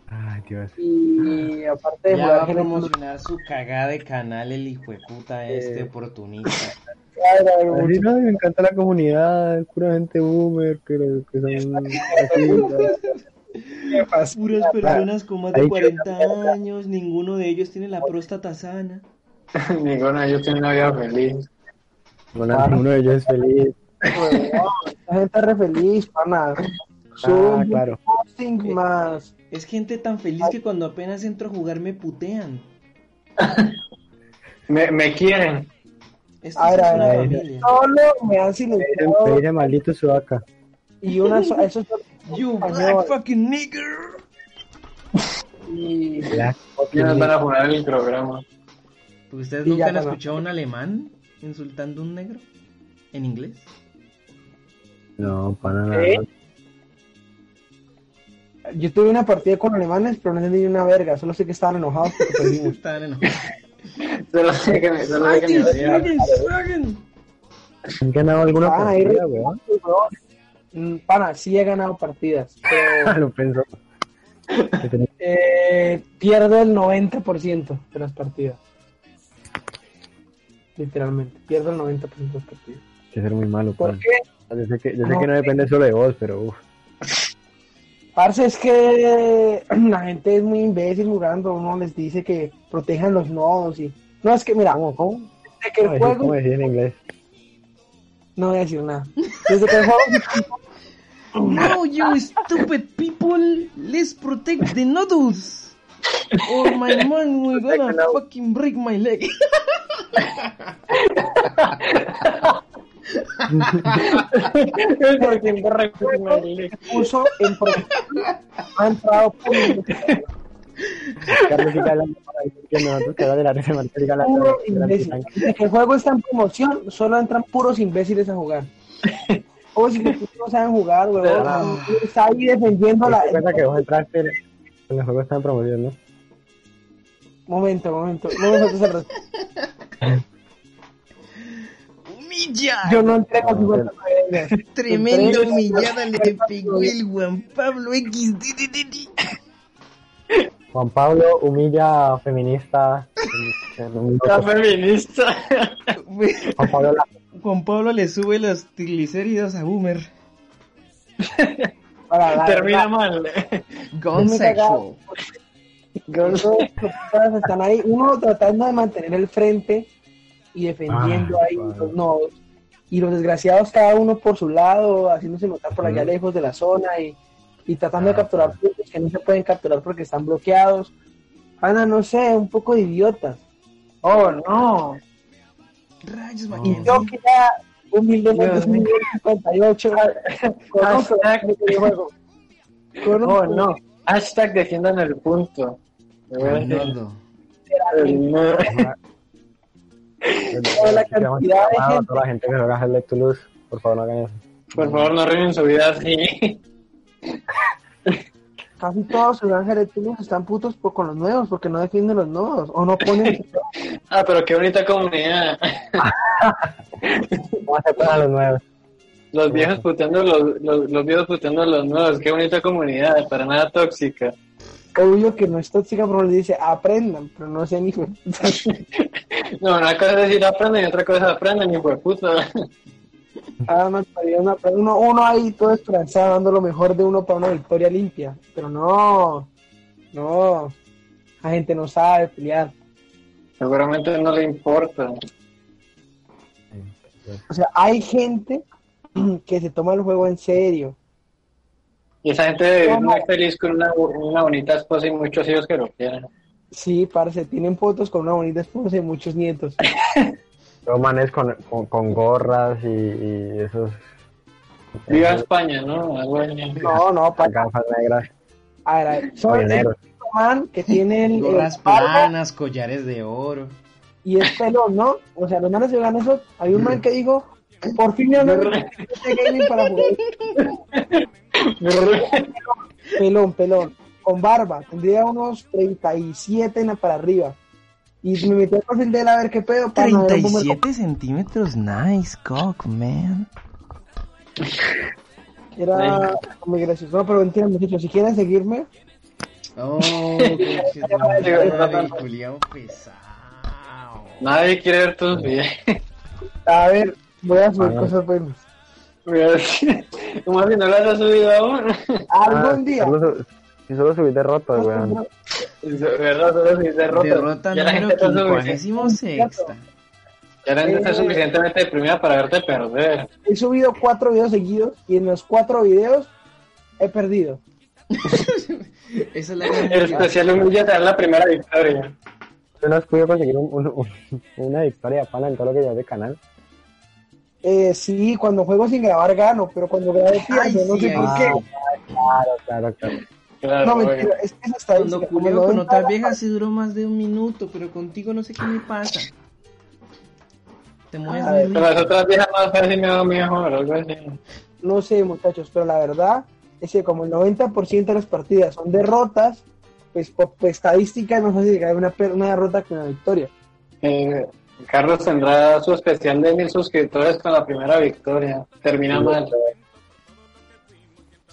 [SPEAKER 6] Ay, Dios.
[SPEAKER 2] Y aparte de
[SPEAKER 3] Ya va a
[SPEAKER 2] jugar Hell Toulouse,
[SPEAKER 3] promocionar su cagada de canal el hijo de puta este oportunista.
[SPEAKER 2] claro,
[SPEAKER 6] Ay, no, me encanta la comunidad, pura gente boomer, que, que son así,
[SPEAKER 2] ¿qué pasa?
[SPEAKER 3] Puras personas con más
[SPEAKER 6] Ahí
[SPEAKER 3] de
[SPEAKER 6] yo-
[SPEAKER 3] 40 años, ninguno de ellos tiene la próstata sana.
[SPEAKER 4] Ninguno de ellos tiene una vida feliz.
[SPEAKER 6] Bueno, ninguno de ellos es feliz.
[SPEAKER 2] La gente es re feliz, pana. Subo
[SPEAKER 6] Ah,
[SPEAKER 2] un
[SPEAKER 6] claro.
[SPEAKER 2] posting más.
[SPEAKER 3] Es gente tan feliz que cuando apenas entro a jugar me putean.
[SPEAKER 4] Me, me quieren.
[SPEAKER 3] Esto
[SPEAKER 2] Ahora,
[SPEAKER 3] es una
[SPEAKER 6] ahora,
[SPEAKER 3] familia.
[SPEAKER 2] Solo me han
[SPEAKER 6] Me
[SPEAKER 2] silenciado
[SPEAKER 6] dice maldito sudaca.
[SPEAKER 2] y una so- eso es
[SPEAKER 3] You
[SPEAKER 2] español.
[SPEAKER 3] black fucking nigger.
[SPEAKER 2] y
[SPEAKER 6] Black
[SPEAKER 4] ¿Quién nos van a jugar el programa?
[SPEAKER 3] ¿Ustedes
[SPEAKER 2] Y
[SPEAKER 3] nunca
[SPEAKER 2] ya
[SPEAKER 3] han
[SPEAKER 2] ganó.
[SPEAKER 3] escuchado a un alemán insultando a un negro? ¿En inglés?
[SPEAKER 6] No, para nada.
[SPEAKER 2] ¿Eh? yo tuve una partida con alemanes, pero no entendí una verga, solo sé que estaban enojados porque perdimos.
[SPEAKER 3] Estaban enojados.
[SPEAKER 4] Solo sé que me, solo sé que me odian.
[SPEAKER 6] ¿Han ganado alguna
[SPEAKER 2] Ah,
[SPEAKER 6] partida,
[SPEAKER 2] ahí-
[SPEAKER 6] weón?
[SPEAKER 2] Mm, Pana, sí he ganado partidas, pero
[SPEAKER 6] Ah, Lo pensó. Que tenía-
[SPEAKER 2] eh, pierdo el 90% de las partidas. Literalmente, pierdo el 90% de las partidas.
[SPEAKER 6] que ser muy malo,
[SPEAKER 2] ¿Por
[SPEAKER 6] weón.
[SPEAKER 2] qué?
[SPEAKER 6] Yo sé que, yo sé
[SPEAKER 2] No,
[SPEAKER 6] que no depende solo de vos, pero uff.
[SPEAKER 2] Parce, es que la gente es muy imbécil jugando, uno les dice que protejan los nodos y... No, es que mira, desde que el
[SPEAKER 6] ¿Cómo
[SPEAKER 2] juego...
[SPEAKER 6] decía en inglés?
[SPEAKER 2] No voy a decir nada. Desde que el juego...
[SPEAKER 3] No, you stupid people. Let's protect the noodles. Or my man will gonna fucking break my leg.
[SPEAKER 2] Desde que el juego se puso en protección, ha entrado puro
[SPEAKER 6] Carlos sigue hablando para decir que nosotros que habla de la red de Marta sigue hablando de la red de
[SPEAKER 2] imbécil.
[SPEAKER 6] Marta.
[SPEAKER 2] Desde que el juego está en promoción, solo entran puros imbéciles a jugar. O si no saben jugar, huevón. Está ahí defendiendo la...
[SPEAKER 6] Te das cuenta que vos entraste en en los juegos están promoviendo, ¿no?
[SPEAKER 2] Momento, momento. No me faltes al respeto.
[SPEAKER 3] Humilla.
[SPEAKER 2] Yo no entré
[SPEAKER 6] con
[SPEAKER 2] con
[SPEAKER 6] 50
[SPEAKER 2] 50
[SPEAKER 3] Tremenda humillada le pegó el Juan Pablo XD.
[SPEAKER 6] Juan Pablo humilla a feminista. en- en un
[SPEAKER 4] Está
[SPEAKER 6] minuto.
[SPEAKER 4] feminista.
[SPEAKER 6] Juan Pablo la-
[SPEAKER 3] Juan Pablo le sube los triglicéridos a Boomer.
[SPEAKER 4] Termina mal.
[SPEAKER 3] Gone
[SPEAKER 2] Me
[SPEAKER 3] sexual.
[SPEAKER 2] cagaba. están ahí, uno tratando de mantener el frente y defendiendo
[SPEAKER 6] Ah,
[SPEAKER 2] ahí
[SPEAKER 6] bueno.
[SPEAKER 2] los nodos. Y los desgraciados cada uno por su lado, haciéndose notar por allá
[SPEAKER 6] Ujú.
[SPEAKER 2] lejos de la zona y, y tratando
[SPEAKER 6] Ah,
[SPEAKER 2] de capturar puntos que no se pueden capturar porque están bloqueados. Ana, no sé, un poco de idiotas.
[SPEAKER 4] Oh, no.
[SPEAKER 3] Rayos,
[SPEAKER 6] No.
[SPEAKER 3] Mackenzie.
[SPEAKER 2] Yo que ya humildemente
[SPEAKER 4] Dios
[SPEAKER 2] soy
[SPEAKER 4] mío.
[SPEAKER 2] nivel 58, conozco
[SPEAKER 4] Hashtag.
[SPEAKER 2] el juego.
[SPEAKER 4] Oh,
[SPEAKER 2] Conozco
[SPEAKER 4] no. Hashtag defiendan el punto. Me voy a decir,
[SPEAKER 3] Arnoldo.
[SPEAKER 4] el no.
[SPEAKER 2] Toda la
[SPEAKER 6] Así que vamos a
[SPEAKER 2] cantidad de
[SPEAKER 6] llamar a
[SPEAKER 2] gente.
[SPEAKER 6] Toda la gente que juega Hell Toulouse, por favor, no hagan eso.
[SPEAKER 4] Por favor, no arruinen su vida así.
[SPEAKER 2] Casi todos los ángeles Toulouse están putos por, con los nuevos porque no defienden los nodos o no ponen.
[SPEAKER 4] Ah, pero qué bonita comunidad.
[SPEAKER 6] Vamos a hacer para los nuevos.
[SPEAKER 4] Los viejos puteando los, los, los viejos puteando a los nuevos. Qué bonita comunidad. Para nada tóxica.
[SPEAKER 2] Obvio que no es tóxica, pero le dice aprendan, pero no sean hijos.
[SPEAKER 4] No, una cosa es decir aprenden y otra cosa es aprendan, hijo de puta.
[SPEAKER 2] Ah, no, todavía no aprende. uno, uno ahí todo esperanzado dando lo mejor de uno para una victoria limpia, pero no, no, la gente no sabe pelear.
[SPEAKER 4] Seguramente no le importa.
[SPEAKER 2] O sea, hay gente que se toma el juego en serio.
[SPEAKER 4] Y esa gente debe vivir muy feliz con una, una bonita esposa y muchos hijos que lo quieran.
[SPEAKER 2] Sí, parce, tienen fotos con una bonita esposa y muchos nietos.
[SPEAKER 6] Los manes con, con, con gorras y, y esos.
[SPEAKER 4] Viva España, ¿no? Algo así.
[SPEAKER 2] No, no,
[SPEAKER 6] esas
[SPEAKER 2] parce.
[SPEAKER 6] gafas negras.
[SPEAKER 2] A ver, a ver, son el
[SPEAKER 6] Pioneros.
[SPEAKER 2] típico man que tiene el-
[SPEAKER 3] Gorras
[SPEAKER 2] el barba
[SPEAKER 3] planas, collares de oro.
[SPEAKER 2] y es pelón, ¿no? O sea, los manes se ganan eso. Hay un man que dijo, por fin me van a meter este gaming para jugar pelón, pelón, con barba, tendría unos 37 en la- para arriba. Y me metí al perfil de él a ver qué pedo. para no ver un boomer con-
[SPEAKER 3] centímetros, nice cock, man.
[SPEAKER 2] Era muy gracioso. No, pero mentira, muchachos, si quieren seguirme,
[SPEAKER 3] Oh, conches, madre, culiao pesado.
[SPEAKER 4] Nadie quiere ver tus videos.
[SPEAKER 2] a ver, voy a subir
[SPEAKER 6] Ah.
[SPEAKER 2] cosas buenas.
[SPEAKER 4] Como si no las has subido aún.
[SPEAKER 2] Algún día.
[SPEAKER 6] Ah,
[SPEAKER 2] Ah,
[SPEAKER 6] Solo, su- si solo subí de rotos, weón.
[SPEAKER 4] Es ¿Verdad? Solo si derrota.
[SPEAKER 3] Derrota
[SPEAKER 4] ya la gente
[SPEAKER 3] número
[SPEAKER 4] está suficiente-
[SPEAKER 3] 56.
[SPEAKER 4] ya la gente está suficientemente deprimida para verte perder.
[SPEAKER 2] He subido cuatro videos seguidos y en los cuatro videos he perdido.
[SPEAKER 3] Esa es la
[SPEAKER 4] El
[SPEAKER 3] gran
[SPEAKER 4] especial humilla te da la primera victoria.
[SPEAKER 6] Yo no has podido conseguir un- un- un- una victoria pana en todo lo que llevas de canal.
[SPEAKER 2] Eh, sí, cuando juego sin grabar gano, pero cuando grabo
[SPEAKER 3] Ay,
[SPEAKER 2] pierdo, no
[SPEAKER 3] sí,
[SPEAKER 2] sé por
[SPEAKER 3] ay,
[SPEAKER 2] qué.
[SPEAKER 6] Ah, Claro, claro, claro.
[SPEAKER 4] Claro,
[SPEAKER 2] No,
[SPEAKER 4] obvio.
[SPEAKER 2] mentira, es que esa estadística,
[SPEAKER 3] Cuando
[SPEAKER 2] como
[SPEAKER 3] culeo
[SPEAKER 2] no
[SPEAKER 3] con
[SPEAKER 2] ven
[SPEAKER 3] otras
[SPEAKER 2] nada,
[SPEAKER 3] viejas se duró más de un minuto, pero contigo no sé qué me pasa. Te mueves
[SPEAKER 2] A ver,
[SPEAKER 4] Con las otras viejas más fácil me va mejor, algo así.
[SPEAKER 2] No sé, muchachos, pero la verdad es que como el 90% de las partidas son derrotas, pues por por estadística es más fácil llegar a una, per- una derrota que una victoria.
[SPEAKER 4] Eh, Carlos tendrá su especial de mil suscriptores con la primera victoria. Termina mal.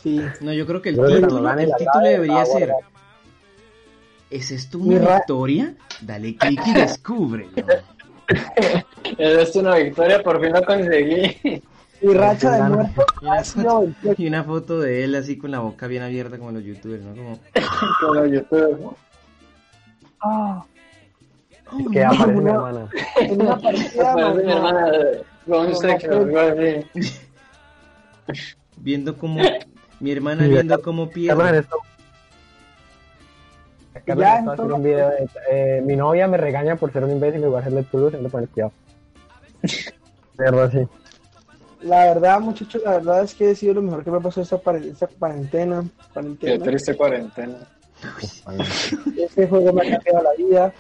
[SPEAKER 2] Sí.
[SPEAKER 3] No, yo creo que el
[SPEAKER 6] Yo creo que
[SPEAKER 3] título,
[SPEAKER 6] nos van a
[SPEAKER 3] el
[SPEAKER 6] ir a
[SPEAKER 3] título
[SPEAKER 6] la- ah,
[SPEAKER 3] debería
[SPEAKER 6] la hora.
[SPEAKER 3] ser ¿Es esto una
[SPEAKER 2] Mi ra-
[SPEAKER 3] victoria? Dale clic y descúbrelo.
[SPEAKER 4] Es esto una victoria, por fin lo conseguí.
[SPEAKER 2] Mi racha de muertos
[SPEAKER 3] Y
[SPEAKER 2] ha
[SPEAKER 3] una,
[SPEAKER 2] sido
[SPEAKER 3] foto,
[SPEAKER 2] 28.
[SPEAKER 3] y una foto de él así con la boca bien abierta como los youtubers, ¿no? Como,
[SPEAKER 4] Con los youtubers.
[SPEAKER 3] oh,
[SPEAKER 6] Que aparece mi
[SPEAKER 2] no.
[SPEAKER 6] hermana.
[SPEAKER 2] En una partida, no,
[SPEAKER 4] Parece mi
[SPEAKER 2] no.
[SPEAKER 4] hermana Gonza, que algo así.
[SPEAKER 3] viendo como... Mi hermana
[SPEAKER 6] Sí,
[SPEAKER 3] viendo cómo
[SPEAKER 6] Carlos en
[SPEAKER 3] pierde.
[SPEAKER 6] esto. Carlos
[SPEAKER 2] Ya,
[SPEAKER 6] en esto haciendo
[SPEAKER 2] entonces-
[SPEAKER 6] un video de, eh, mi novia me regaña por ser un imbécil y voy a hacerle culo siendo poner cuidado. De verdad, sí.
[SPEAKER 2] la verdad, muchachos, la verdad es que ha sido lo mejor que me pasó esta, pare- esta cuarentena.
[SPEAKER 4] Qué
[SPEAKER 2] cuarentena.
[SPEAKER 4] triste cuarentena.
[SPEAKER 2] Este juego me ha cambiado la vida.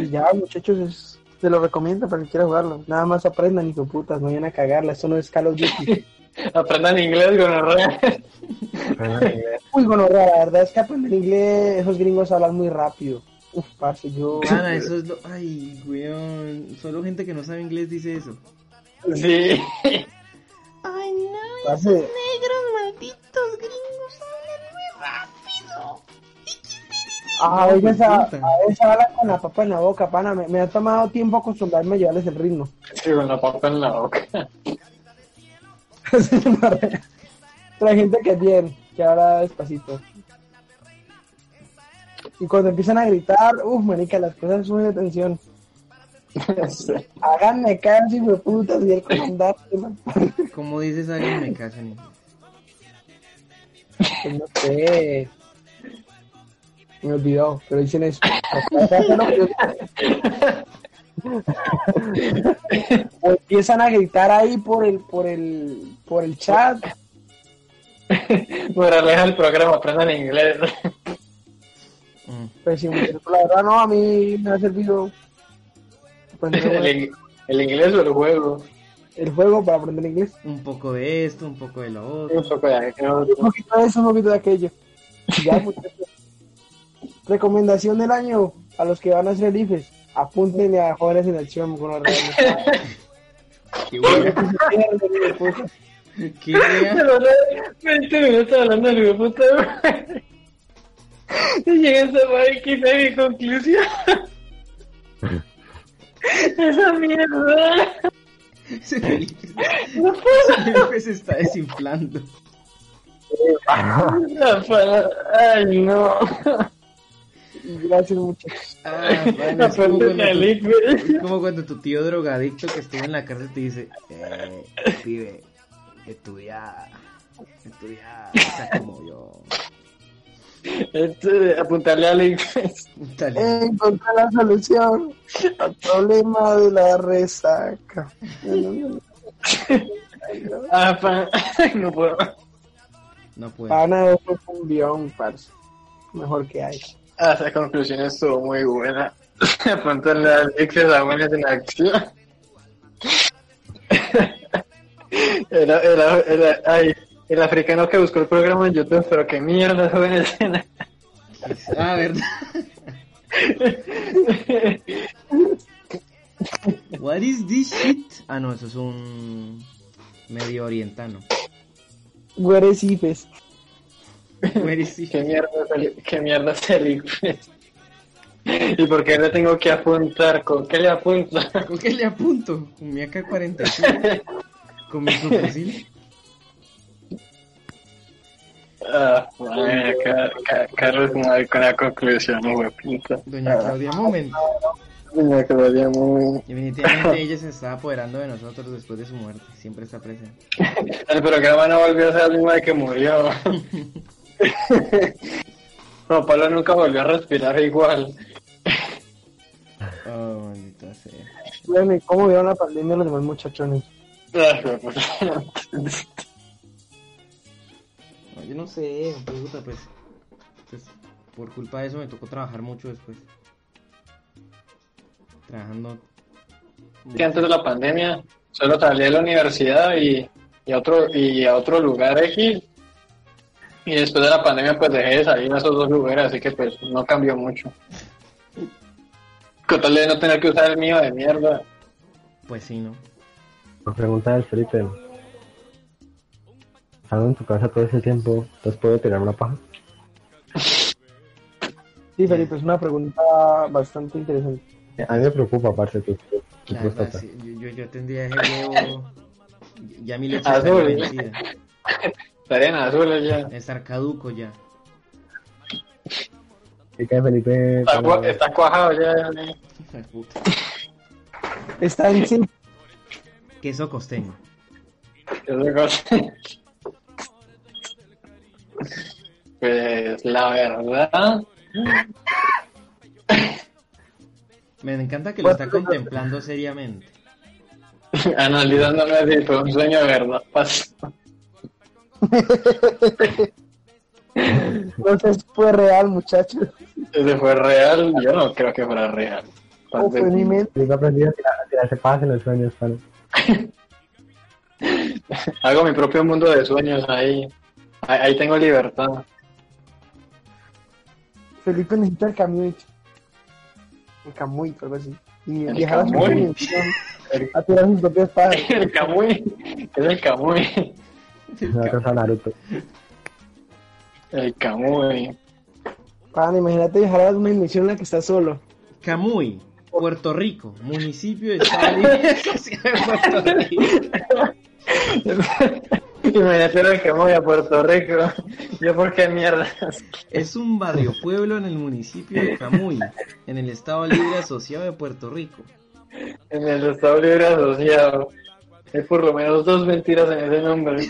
[SPEAKER 2] Y ya, muchachos, es- se lo recomiendo para que quiera jugarlo. Nada más aprendan, hijo de putas, no vayan a cagarla. Esto no es Call of Duty.
[SPEAKER 4] Aprendan inglés, gonorrea.
[SPEAKER 2] Uy, bueno, la verdad es que aprender inglés, esos gringos hablan muy rápido. Uf, parce, yo.
[SPEAKER 3] Ana, eso es lo... Ay, weón. Solo gente que no sabe inglés dice eso.
[SPEAKER 4] Sí.
[SPEAKER 7] Ay, no,
[SPEAKER 2] parce,
[SPEAKER 7] negros malditos gringos hablan muy rápido.
[SPEAKER 2] ah, oiga, esa, a esa habla con la papa en la boca, pana. Me, me ha tomado tiempo acostumbrarme a llevarles el ritmo.
[SPEAKER 4] Sí, con la papa en la boca.
[SPEAKER 2] Pero hay gente que es bien, que habla despacito. Y cuando empiezan a gritar, uff, marica, las cosas suben de tensión.
[SPEAKER 4] Sí.
[SPEAKER 2] Háganme caso, hijo de putas, y el comandante, man.
[SPEAKER 3] Como dices alguien me casan. hijo.
[SPEAKER 2] Pues no sé. Me olvidó, pero dicen eso. O sea, eso es lo que yo- O empiezan a gritar ahí por el, por el, por el chat.
[SPEAKER 4] Moraleja del programa, aprendan inglés.
[SPEAKER 3] Mm.
[SPEAKER 2] Pues sí, muchachos, la verdad no, a mí me ha servido Pues
[SPEAKER 4] El,
[SPEAKER 2] aprender
[SPEAKER 4] ing- el inglés o el juego.
[SPEAKER 2] el juego para aprender inglés.
[SPEAKER 3] Un poco de esto, un poco de lo otro.
[SPEAKER 4] Un poco de aquello.
[SPEAKER 2] Un poquito de eso, Ah, un poquito de aquello. Ya, muchachos. Recomendación del año a los que van a hacer IFES. Apúntenle a jóvenes en acción con los
[SPEAKER 3] Qué bueno. Qué idea.
[SPEAKER 4] Pero no, 20 minutos hablando del hijo de puta. Y llegué a esa madre que hice mi conclusión. Esa mierda.
[SPEAKER 3] Ese Felipe ese Felipe pues, se está desinflando.
[SPEAKER 4] La pala- Ay, no.
[SPEAKER 2] Gracias, muchachos.
[SPEAKER 3] Ah, bueno, es como
[SPEAKER 4] Aprenden
[SPEAKER 3] cuando,
[SPEAKER 4] el
[SPEAKER 3] tu,
[SPEAKER 4] inglés.
[SPEAKER 3] es como cuando tu tío drogadicto que estuvo en la cárcel te dice, eh, pibe, estudia, estudia, o sea, como yo.
[SPEAKER 4] Este, apuntarle al inglés.
[SPEAKER 3] Dale.
[SPEAKER 2] Eh,
[SPEAKER 5] Encontrar la solución al problema de la resaca.
[SPEAKER 4] Ah, pa- no puedo.
[SPEAKER 3] No puedo.
[SPEAKER 2] Pana, eso fue un guión, parce. Mejor que hay.
[SPEAKER 4] Ah, esa conclusión estuvo muy buena. Apuntarle al inglés a buenas en acción. Era, era, era, ay, el africano que buscó el programa en YouTube, pero qué mierda, jóvenes en acción.
[SPEAKER 3] Ah, verdad. What is this shit? Ah, no, eso es un medio orientano.
[SPEAKER 2] Güeres
[SPEAKER 5] pues?
[SPEAKER 2] Ifes.
[SPEAKER 3] Where is this?
[SPEAKER 4] ¿Qué mierda es el, qué mierda es el inglés? ¿Y por qué le tengo que apuntar? ¿Con qué le apunto?
[SPEAKER 3] ¿Con qué le apunto? Con mi AK-47. Con mi subfusil.
[SPEAKER 4] Ah, madre, Car- Car- Carlos, como hay con la conclusión, güey, puta.
[SPEAKER 3] Doña Claudia, un momento.
[SPEAKER 4] Me quedaría muy...
[SPEAKER 3] Definitivamente ella se está apoderando de nosotros después de su muerte. Siempre está presente.
[SPEAKER 4] El programa no volvió a ser el mismo de que murió. no, Pablo nunca volvió a respirar igual.
[SPEAKER 3] Oh, maldita sea.
[SPEAKER 2] Bueno, ¿y cómo vieron la pandemia los demás muchachones?
[SPEAKER 4] Ah, güey, puta.
[SPEAKER 3] No, yo no sé, puta, pues, pues, Por culpa de eso me tocó trabajar mucho después. Trabajando.
[SPEAKER 4] que antes de la pandemia solo salía de la universidad y, y a otro y a otro lugar X y después de la pandemia pues dejé de salir a esos dos lugares así que pues no cambió mucho con tal de no tener que usar el mío de mierda
[SPEAKER 3] Pues sí, ¿no?
[SPEAKER 6] Nos pregunta el Felipe. Estando en tu casa todo ese tiempo, ¿te has podido tirar una paja?
[SPEAKER 2] Sí, Felipe, es una pregunta bastante interesante.
[SPEAKER 6] A mí me preocupa, aparte, tu, tu, tu
[SPEAKER 3] La verdad,
[SPEAKER 6] próstata.
[SPEAKER 3] sí, yo, yo, yo tendría ese huevo. Ya mi leche está
[SPEAKER 4] Azul.
[SPEAKER 3] envejecida.
[SPEAKER 4] arena azul ya
[SPEAKER 3] Estar caduco ya.
[SPEAKER 6] Y que Felipe...
[SPEAKER 4] está, cua-
[SPEAKER 6] eh,
[SPEAKER 4] está cuajado ya, ya.
[SPEAKER 3] Hija de puta.
[SPEAKER 2] Está en sí.
[SPEAKER 3] Queso costeño.
[SPEAKER 4] Esa cosa. pues la verdad
[SPEAKER 3] Me encanta que lo está contemplando seriamente.
[SPEAKER 4] analizándome si fue un sueño de verdad pasó
[SPEAKER 2] Entonces fue real, muchachos.
[SPEAKER 4] Ese fue real, yo no creo que fuera real.
[SPEAKER 2] O fue mi mente.
[SPEAKER 6] Felipe ha aprendido a tirar- a tirarse pajas en los sueños, pana.
[SPEAKER 4] Hago mi propio mundo de sueños ahí. Ahí, ahí tengo libertad.
[SPEAKER 2] Felipe necesita el camión hecho. El camuy, algo así. Y
[SPEAKER 4] El
[SPEAKER 2] viajar a su
[SPEAKER 4] camuy.
[SPEAKER 2] dimensión a tirar sus propias pajas.
[SPEAKER 4] El Kamui, es el Kamui.
[SPEAKER 6] Es una cosa Naruto.
[SPEAKER 4] El Kamui.
[SPEAKER 2] Pana, imagínate viajar a una dimensión en la que estás solo.
[SPEAKER 3] Camuy, Puerto Rico, municipio de Estado Libre Asociado de Puerto Rico.
[SPEAKER 4] Imagínate el Kamui a Puerto Rico. Yo, ¿por qué mierda?
[SPEAKER 3] Es un barrio pueblo en el municipio de Camuy, en el Estado Libre Asociado de Puerto Rico.
[SPEAKER 4] En el Estado Libre Asociado. Hay por lo menos dos mentiras en ese nombre.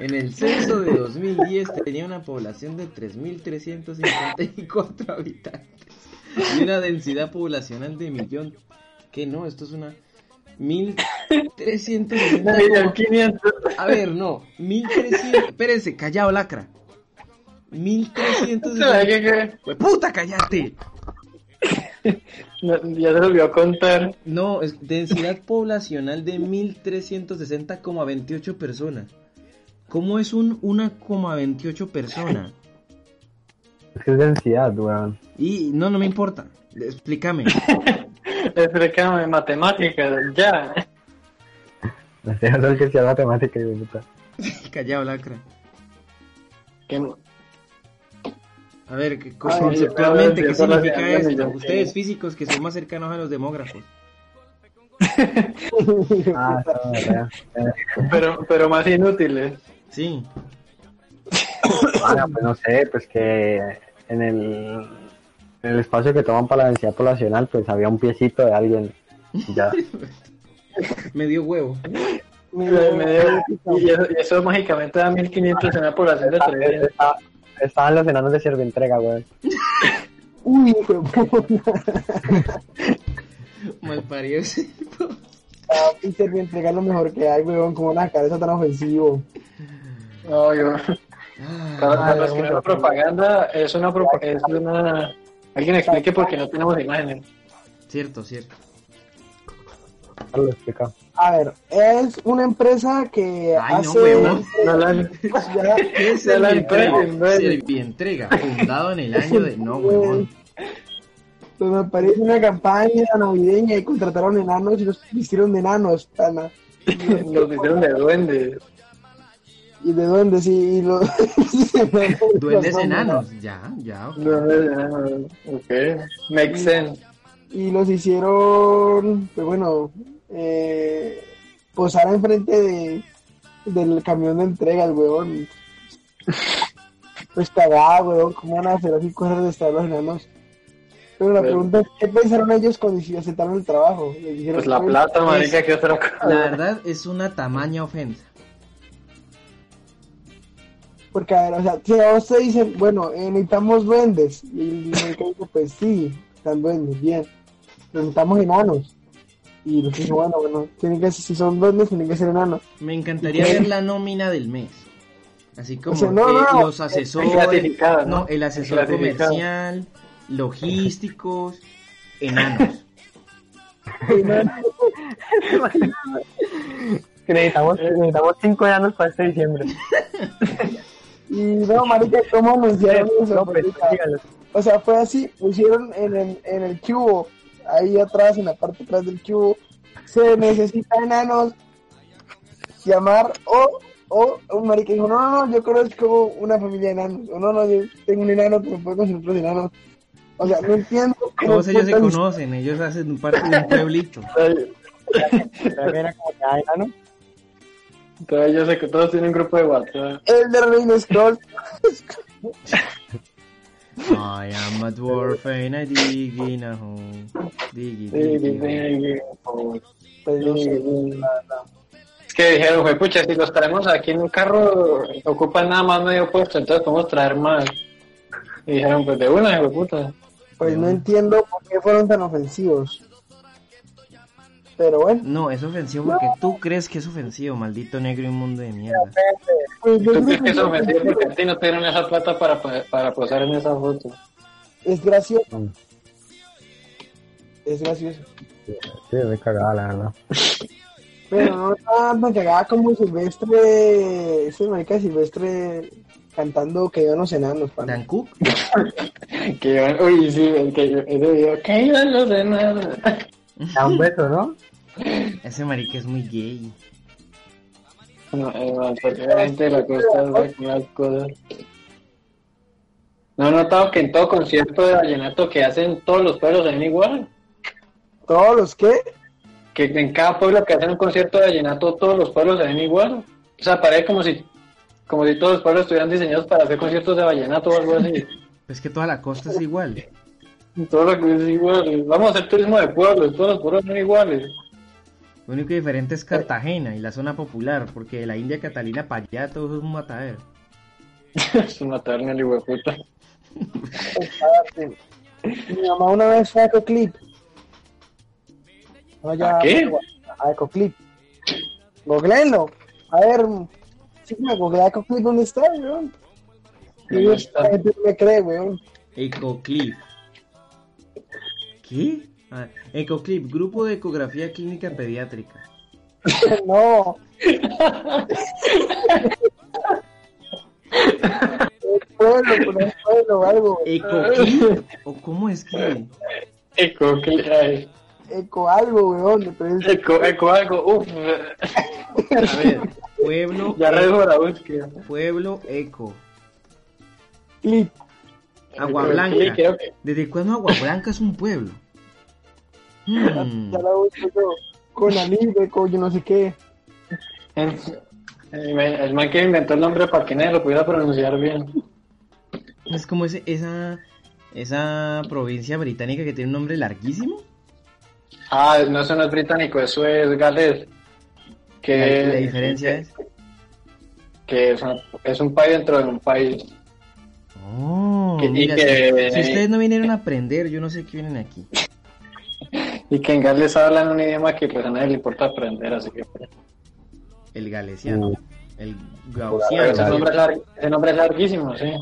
[SPEAKER 3] En el censo de 2010 tenía una población de 3.354 habitantes y una densidad poblacional de millón. Que no, esto es una 1.360.
[SPEAKER 4] 1500.
[SPEAKER 3] A ver, no, 1.300. Espérense, callado, lacra. 1.360.
[SPEAKER 4] ¿Sabes qué? qué?
[SPEAKER 3] ¡Hue ¡Puta, cállate!
[SPEAKER 4] No, Ya se lo olvidó contar.
[SPEAKER 3] No, es densidad poblacional de 1360,28 personas. ¿Cómo es un 1,28 persona?
[SPEAKER 6] Es que es densidad, weón.
[SPEAKER 3] Y no, no me importa. Explícame.
[SPEAKER 4] Explícame matemáticas, ya.
[SPEAKER 6] La ciencia es el que sea matemática y de puta.
[SPEAKER 3] Callado, lacra.
[SPEAKER 4] Que-
[SPEAKER 3] A ver, ¿qué-
[SPEAKER 4] Ay,
[SPEAKER 3] conceptualmente, ¿qué
[SPEAKER 4] yo solo
[SPEAKER 3] significa
[SPEAKER 4] sé hablar y
[SPEAKER 3] esto?
[SPEAKER 4] yo-
[SPEAKER 3] Ustedes físicos que son más cercanos a los demógrafos.
[SPEAKER 6] Ah, está verdad.
[SPEAKER 4] Pero, pero más inútiles.
[SPEAKER 3] Sí.
[SPEAKER 6] Bueno, pues no sé, pues que en el, en el espacio que toman para la densidad poblacional, pues había un piecito de alguien. y Ya.
[SPEAKER 3] Me dio huevo.
[SPEAKER 4] Pero me dio- y, eso, y eso mágicamente da 1500 en una población de 300.
[SPEAKER 6] Está- Estaban los enanos de Sirvientrega, güey.
[SPEAKER 2] Uy, hijo de puta.
[SPEAKER 3] Mal parido ese tipo.
[SPEAKER 2] Y te entregar lo mejor que hay, weón. Como una cabeza tan ofensivo.
[SPEAKER 4] No, yo.
[SPEAKER 3] Ah,
[SPEAKER 4] Para, para los que no
[SPEAKER 6] bueno.
[SPEAKER 4] la propaganda es una, propa- es una. Alguien explique por qué no tenemos imágenes.
[SPEAKER 3] Cierto, cierto.
[SPEAKER 6] Ahora lo explica.
[SPEAKER 2] A ver, es una empresa que
[SPEAKER 3] Ay, no,
[SPEAKER 2] hace.
[SPEAKER 3] huevón.
[SPEAKER 4] No la-
[SPEAKER 2] Ya,
[SPEAKER 3] ¿Qué es
[SPEAKER 4] Se la
[SPEAKER 3] Servientrega?
[SPEAKER 4] entrega, ¿no?
[SPEAKER 3] Servientrega, fundado en el año de... No, huevón.
[SPEAKER 2] donde aparece pues, una campaña navideña y contrataron enanos y los vistieron de enanos, pana.
[SPEAKER 4] los hicieron de duendes.
[SPEAKER 2] ¿Y de dónde? Sí, y los.
[SPEAKER 3] Duendes enanos. Ya, ya. ok.
[SPEAKER 4] Duendes de enanos. Ok. Makes sense.
[SPEAKER 2] Y los hicieron, pues bueno, eh, posar enfrente de, del camión de entrega, el huevón. Pues cagada, huevón, ¿cómo van a hacer así cosas de estar los enanos? Pero la
[SPEAKER 4] Pero-
[SPEAKER 2] pregunta es, ¿qué pensaron ellos cuando si aceptaron el trabajo? Les dijeron,
[SPEAKER 4] Pues la
[SPEAKER 2] "Oye,
[SPEAKER 4] plata, marica, que otra cosa.
[SPEAKER 3] La verdad es una tamaña ofensa.
[SPEAKER 2] Porque, a ver, o sea, si a vos te dicen, bueno, eh, necesitamos duendes. Y el mecánico, pues sí, están duendes, bien. Necesitamos enanos. Y los que dicen, bueno, bueno, tienen que, si son duendes, tienen que ser enanos.
[SPEAKER 3] Me encantaría ver la nómina del mes. Así como
[SPEAKER 2] sea, no,
[SPEAKER 3] que
[SPEAKER 2] no,
[SPEAKER 3] los
[SPEAKER 4] El
[SPEAKER 3] asesores,
[SPEAKER 4] clasificado,
[SPEAKER 3] no, el asesor
[SPEAKER 4] clasificado.
[SPEAKER 3] comercial, logísticos, enanos.
[SPEAKER 6] Que necesitamos, necesitamos cinco enanos para este diciembre.
[SPEAKER 2] Y no, marica, ¿cómo anunciaron eso?
[SPEAKER 6] López,
[SPEAKER 2] marica?
[SPEAKER 6] dígalo.
[SPEAKER 2] O sea, fue así, pusieron en el, en el cubo, ahí atrás, en la parte atrás del cubo, se necesita enanos llamar o, o un marica dijo, no, no, no, yo conozco una familia de enanos, o no, no, yo tengo un enano, pero puedo conseguir otros enanos. O sea, no entiendo
[SPEAKER 3] Todos ellos se
[SPEAKER 2] cuentan-
[SPEAKER 3] conocen, ellos hacen parte de un pueblito.
[SPEAKER 6] Creo que era como que, ah, enano.
[SPEAKER 4] Entonces yo sé que todos tienen un grupo de WhatsApp.
[SPEAKER 2] el de Reino Scroll,
[SPEAKER 3] I am a dwarf and I dig in a hole. Diggy,
[SPEAKER 4] Sí,
[SPEAKER 3] diggy,
[SPEAKER 4] sí,
[SPEAKER 3] hole.
[SPEAKER 4] sí, sí.
[SPEAKER 2] pues no sé,
[SPEAKER 4] Es que dijeron, güey, pucha, si los traemos aquí en un carro, ocupan nada más medio puesto, entonces podemos traer más. Y dijeron, pues de una, güey, puta.
[SPEAKER 2] pues no entiendo por qué fueron tan ofensivos. Pero bueno,
[SPEAKER 3] No, es ofensivo porque tú crees que es ofensivo, maldito negro inmundo de mierda.
[SPEAKER 2] pues yo
[SPEAKER 4] ¿Tú
[SPEAKER 2] creo
[SPEAKER 4] crees que
[SPEAKER 2] que
[SPEAKER 4] eso ofensivo porque a ti no te dieron esa plata para, pa- para posar en esa foto?
[SPEAKER 2] es gracioso. Es gracioso.
[SPEAKER 6] Sí, me cagaba la verdad.
[SPEAKER 2] Pero no tan cagada como Silvestre, ese marica de Silvestre cantando que iban los enanos, pana.
[SPEAKER 3] Dan Cook,
[SPEAKER 4] Que iban, uy, sí, el que yo, ese video, que iban los de nada.
[SPEAKER 6] Da un beso, ¿no?
[SPEAKER 3] ese marica es muy gay.
[SPEAKER 4] No, eh, no, porque la gente le cuesta hacer con las cosas. No he notado que en todo concierto de vallenato que hacen todos los pueblos en igual.
[SPEAKER 2] ¿Todos los qué?
[SPEAKER 4] que en cada pueblo que hacen un concierto de vallenato todos los pueblos se ven igual. O sea, parece como si, como si todos los pueblos estuvieran diseñados para hacer conciertos de vallenato o algo así.
[SPEAKER 3] Es Pues que toda la costa es igual.
[SPEAKER 4] Todo lo que es igual. Vamos a hacer turismo de pueblos, todos los pueblos son iguales.
[SPEAKER 3] Lo único diferente es Cartagena y la zona popular, porque de la India Catalina para allá todo es un matadero.
[SPEAKER 4] es una taberna el hijo de puta.
[SPEAKER 2] Mi mamá una vez fue a Ecoclip. No, ya-
[SPEAKER 4] ¿A qué?
[SPEAKER 2] A Ecoclip. Googleenlo. A ver, sí, me googlea Ecoclip, ¿dónde está, weón? Y
[SPEAKER 4] ¿Dónde
[SPEAKER 2] yo,
[SPEAKER 4] está?
[SPEAKER 2] la gente no me cree, weón.
[SPEAKER 3] Ecoclip. ¿Qué? Ah, Ecoclip, grupo de ecografía clínica pediátrica.
[SPEAKER 2] No. Un pueblo, por un pueblo, algo.
[SPEAKER 3] ¿Ecoclip? ¿O cómo escribe?
[SPEAKER 4] Eco, que- ay,
[SPEAKER 2] Eco algo, weón. Pero es-
[SPEAKER 4] eco, eco algo, uff.
[SPEAKER 3] A ver, pueblo,
[SPEAKER 4] ya redujo la búsqueda.
[SPEAKER 3] pueblo eco.
[SPEAKER 2] Clip.
[SPEAKER 3] Agua
[SPEAKER 4] Eco,
[SPEAKER 3] Blanca.
[SPEAKER 4] creo que-
[SPEAKER 3] ¿Desde cuándo Agua Blanca es un pueblo?
[SPEAKER 4] Mm.
[SPEAKER 3] Hmm,
[SPEAKER 2] Ya la busco yo. Con Alibe, con yo no sé qué.
[SPEAKER 4] El man- el man que inventó el nombre para que nadie lo pudiera pronunciar bien.
[SPEAKER 3] es como ese- esa, esa provincia británica que tiene un nombre larguísimo.
[SPEAKER 4] Ah, no, eso no es británico, eso es galés. que,
[SPEAKER 3] la diferencia es.
[SPEAKER 4] que es, un, es un país dentro de un país.
[SPEAKER 3] Oh,
[SPEAKER 4] Que- y
[SPEAKER 3] mira, si-
[SPEAKER 4] que-
[SPEAKER 3] si, ustedes no vinieron a aprender, yo no sé qué vienen aquí.
[SPEAKER 4] Y que en Gales hablan un idioma que pues a nadie le importa aprender, así que...
[SPEAKER 3] El galesiano.
[SPEAKER 6] Uh.
[SPEAKER 3] El
[SPEAKER 4] Pero ese,
[SPEAKER 3] gaussiano.
[SPEAKER 4] nombre es lar- ese nombre es larguísimo, sí.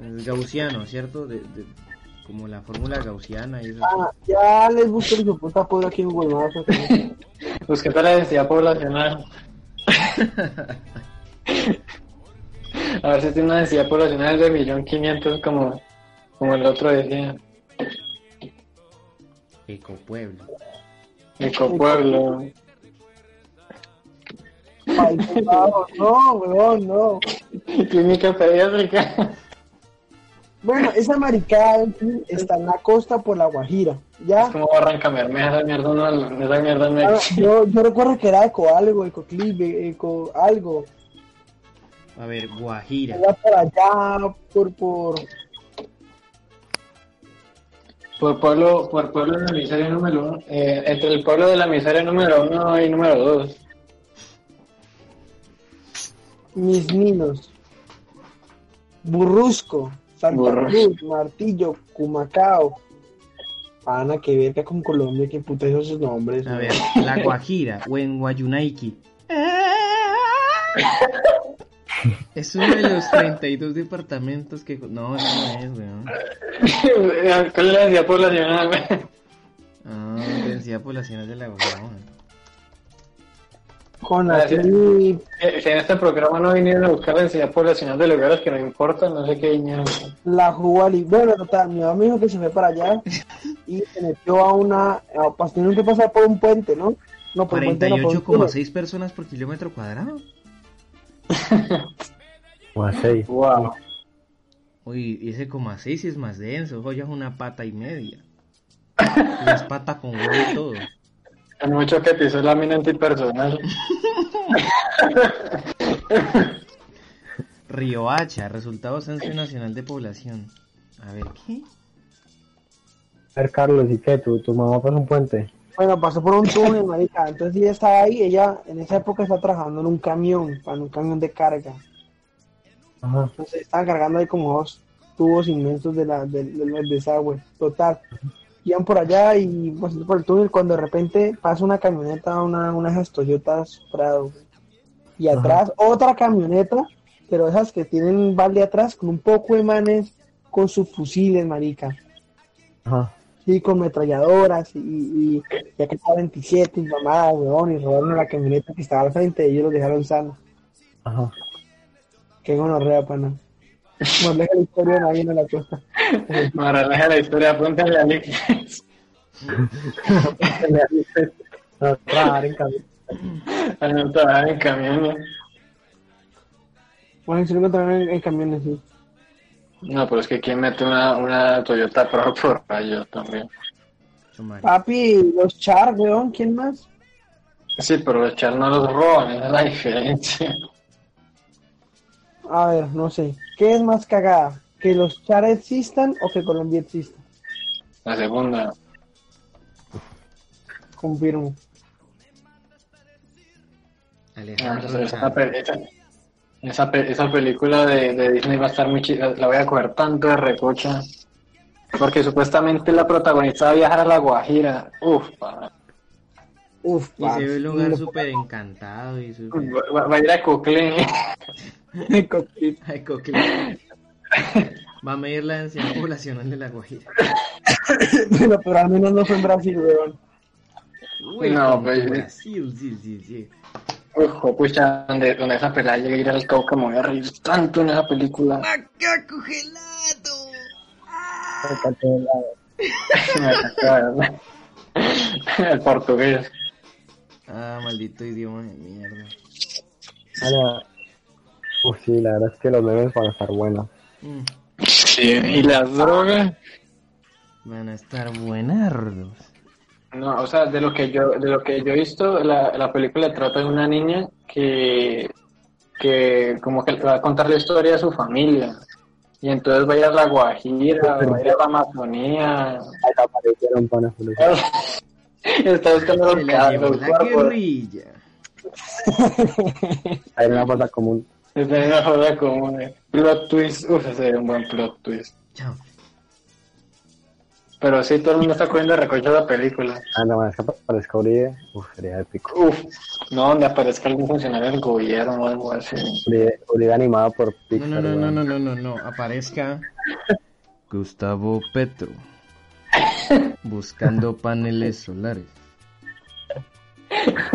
[SPEAKER 3] El gaussiano, ¿cierto? De- de- como la fórmula gaussiana y eso.
[SPEAKER 2] Ah, ya les busco el puta pueblo aquí en Google Maps.
[SPEAKER 4] Buscando la densidad poblacional. a ver si tiene una densidad poblacional de 1.500.000 como, como el otro decía.
[SPEAKER 3] Ecopueblo.
[SPEAKER 4] Ecopueblo.
[SPEAKER 2] Ay, por favor, no, weón, no.
[SPEAKER 4] Clínica pediátrica.
[SPEAKER 2] Bueno, esa maricada en fin, está en la costa por la Guajira.
[SPEAKER 4] Es
[SPEAKER 2] Ya.
[SPEAKER 4] como Barranca Bermeja, esa mierda no, esa mierda no
[SPEAKER 2] Ah,
[SPEAKER 4] existe.
[SPEAKER 2] Yo, yo recuerdo que era eco algo, eco clip, eco algo.
[SPEAKER 3] A ver, Guajira.
[SPEAKER 2] Era por allá, por, por.
[SPEAKER 4] Por pueblo, por pueblo de la miseria número uno, eh, entre el pueblo de la miseria número uno y número dos.
[SPEAKER 2] Mis ninos. Burrusco, Santa
[SPEAKER 4] Burrusco.
[SPEAKER 2] Cruz, Martillo, Cumacao. Pana, que verga con Colombia, que puta esos sus nombres.
[SPEAKER 3] A
[SPEAKER 2] ¿no?
[SPEAKER 3] ver, la Guajira o en Guayunaiki. Es uno de los 32 departamentos que... No, eso no es, weón.
[SPEAKER 4] ¿Cuál es la densidad poblacional?
[SPEAKER 3] Ah, densidad poblacional de la Guajira.
[SPEAKER 2] Con la
[SPEAKER 4] Gracias. Eh, Si en este programa no vinieron a buscar la densidad poblacional de lugares que no importan, no sé qué vinieron.
[SPEAKER 2] la Juali. Bueno, total, mi mamá me dijo que se fue para allá y se metió a una. A, pues tuvieron que pasar por un puente, ¿no? No, por un puente, no, por un túnel.
[SPEAKER 3] 48,6 personas por kilómetro cuadrado.
[SPEAKER 6] Como a seis.
[SPEAKER 4] Wow.
[SPEAKER 3] Uy, y ese coma 6 es más denso, eso ya es una pata y media. Las patas con huevo y todo.
[SPEAKER 4] Es mucho que pisó la mina antipersonal.
[SPEAKER 3] Riohacha, resultado Censo Nacional de Población. A ver, ¿qué?
[SPEAKER 6] A ver, Carlos, ¿y qué? ¿Tu, tu mamá pasó un puente?
[SPEAKER 2] Bueno, pasó por un túnel, marica. Entonces ella estaba ahí, ella en esa época estaba trabajando en un camión, para un camión de carga.
[SPEAKER 6] Ajá.
[SPEAKER 2] Entonces estaban cargando ahí como dos tubos inmensos de, la, de, de los desagües. Total. Iban por allá y pasando por el túnel cuando de repente pasa una camioneta, una, una de esas Toyotas Prado. güey. Y
[SPEAKER 6] Ajá.
[SPEAKER 2] atrás otra camioneta, pero esas que tienen un balde atrás con un poco de manes con sus fusiles, marica.
[SPEAKER 6] Ajá.
[SPEAKER 2] Sí, con metralladoras y, y, y ya que estaba 27 y mamadas, weón, y robaron la camioneta que estaba al frente y ellos los dejaron sanos.
[SPEAKER 6] Ajá.
[SPEAKER 2] Qué gonorrea, pana. Bueno, deja la historia de Nadine en la costa.
[SPEAKER 4] Para relaja la historia, apúntale a Alex.
[SPEAKER 6] No, trabajar en cambio.
[SPEAKER 4] A no trabajar en camiones.
[SPEAKER 2] Bueno, se lo encontraron en, en camiones, sí.
[SPEAKER 4] No, pero es que quién mete una, una Toyota Pro por rayo también.
[SPEAKER 3] Chumari.
[SPEAKER 2] Ah, Papi, los char, weón, ¿quién más?
[SPEAKER 4] Sí, pero los char no los roban, esa es la diferencia.
[SPEAKER 2] A ver, no sé. ¿Qué es más cagada? ¿Que los char existan o que Colombia exista?
[SPEAKER 4] La segunda.
[SPEAKER 2] Confirmo.
[SPEAKER 4] Ah,
[SPEAKER 3] Alejandro
[SPEAKER 4] Esa, esa,
[SPEAKER 3] Sanz.
[SPEAKER 4] pe- esa, esa pe- esa película de, de Disney va a estar muy chida, la voy a coger tanto de recocha. Porque supuestamente la protagonista va a viajar a la Guajira. Uf, va,
[SPEAKER 2] Uf,
[SPEAKER 3] Y se ve el lugar
[SPEAKER 2] lo-
[SPEAKER 3] súper encantado y súper...
[SPEAKER 4] va- va a ir a Coclé.
[SPEAKER 3] Ay, coquilito. Va a medir la densidad poblacional de la Guajira.
[SPEAKER 2] Bueno, pero al menos no fue en Brasil, weón.
[SPEAKER 4] No,
[SPEAKER 3] Welcome
[SPEAKER 4] baby.
[SPEAKER 3] to Brasil, sí, sí, sí.
[SPEAKER 4] Ojo, pucha, donde, donde esa pelada llegue a ir al Cauca, me voy a reír tanto en esa película.
[SPEAKER 8] Macaco gelado.
[SPEAKER 4] el portugués.
[SPEAKER 3] Ah, maldito idioma de mierda.
[SPEAKER 6] Ahora- Uf, sí, la verdad es que los memes van a estar buenos.
[SPEAKER 3] Mm,
[SPEAKER 4] Sí, y las drogas.
[SPEAKER 3] Van a estar buenardos.
[SPEAKER 4] No, o sea, de lo que yo, de lo que yo he visto, la, la película trata de una niña que, que como que le va a contar la historia de su familia. Y entonces va a ir a la Guajira, va a ir a la Amazonía.
[SPEAKER 6] Ahí te aparecieron panas por eso.
[SPEAKER 4] Está buscando
[SPEAKER 3] Se
[SPEAKER 4] los
[SPEAKER 3] la
[SPEAKER 4] ca-
[SPEAKER 3] llevó
[SPEAKER 4] los
[SPEAKER 3] la
[SPEAKER 4] cuerpos.
[SPEAKER 3] guerrilla.
[SPEAKER 6] Hay una cosa común.
[SPEAKER 4] Es de una joda como de plot twist. Uf, ese es un buen plot twist.
[SPEAKER 3] Chao.
[SPEAKER 4] Pero sí, todo el mundo está cogiendo recocho la película.
[SPEAKER 6] Ah, no, es que aparezca Uribe. Uf, sería épico.
[SPEAKER 4] Uf, no, donde aparezca algún funcionario del gobierno o algo así.
[SPEAKER 6] Uribe, Uribe animado por
[SPEAKER 3] No,
[SPEAKER 6] Pixar.
[SPEAKER 3] no, no, no,
[SPEAKER 6] weón.
[SPEAKER 3] no, no, no, no. Aparezca Gustavo Petro buscando paneles solares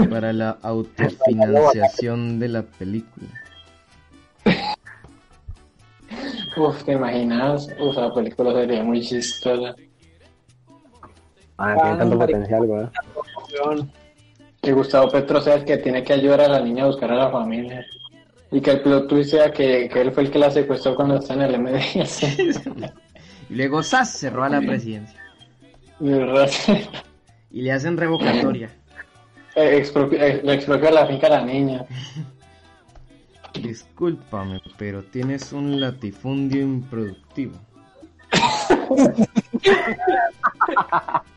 [SPEAKER 3] para la autofinanciación de la película.
[SPEAKER 4] Uf, ¿te imaginas? Uf, la película sería muy chistosa.
[SPEAKER 6] Ah, tiene tanto
[SPEAKER 2] Ah, marica.
[SPEAKER 6] potencial, weón.
[SPEAKER 2] weón.
[SPEAKER 4] Que Gustavo Petro sea el que tiene que ayudar a la niña a buscar a la familia. Y que el plot twist sea que, que él fue el que la secuestró cuando está en el MDS.
[SPEAKER 3] Y luego SAS se roba la presidencia.
[SPEAKER 4] De verdad.
[SPEAKER 3] Y le hacen revocatoria.
[SPEAKER 4] Eh, expropi- eh, Le expropió la finca a la niña.
[SPEAKER 3] Discúlpame, pero tienes un latifundio improductivo.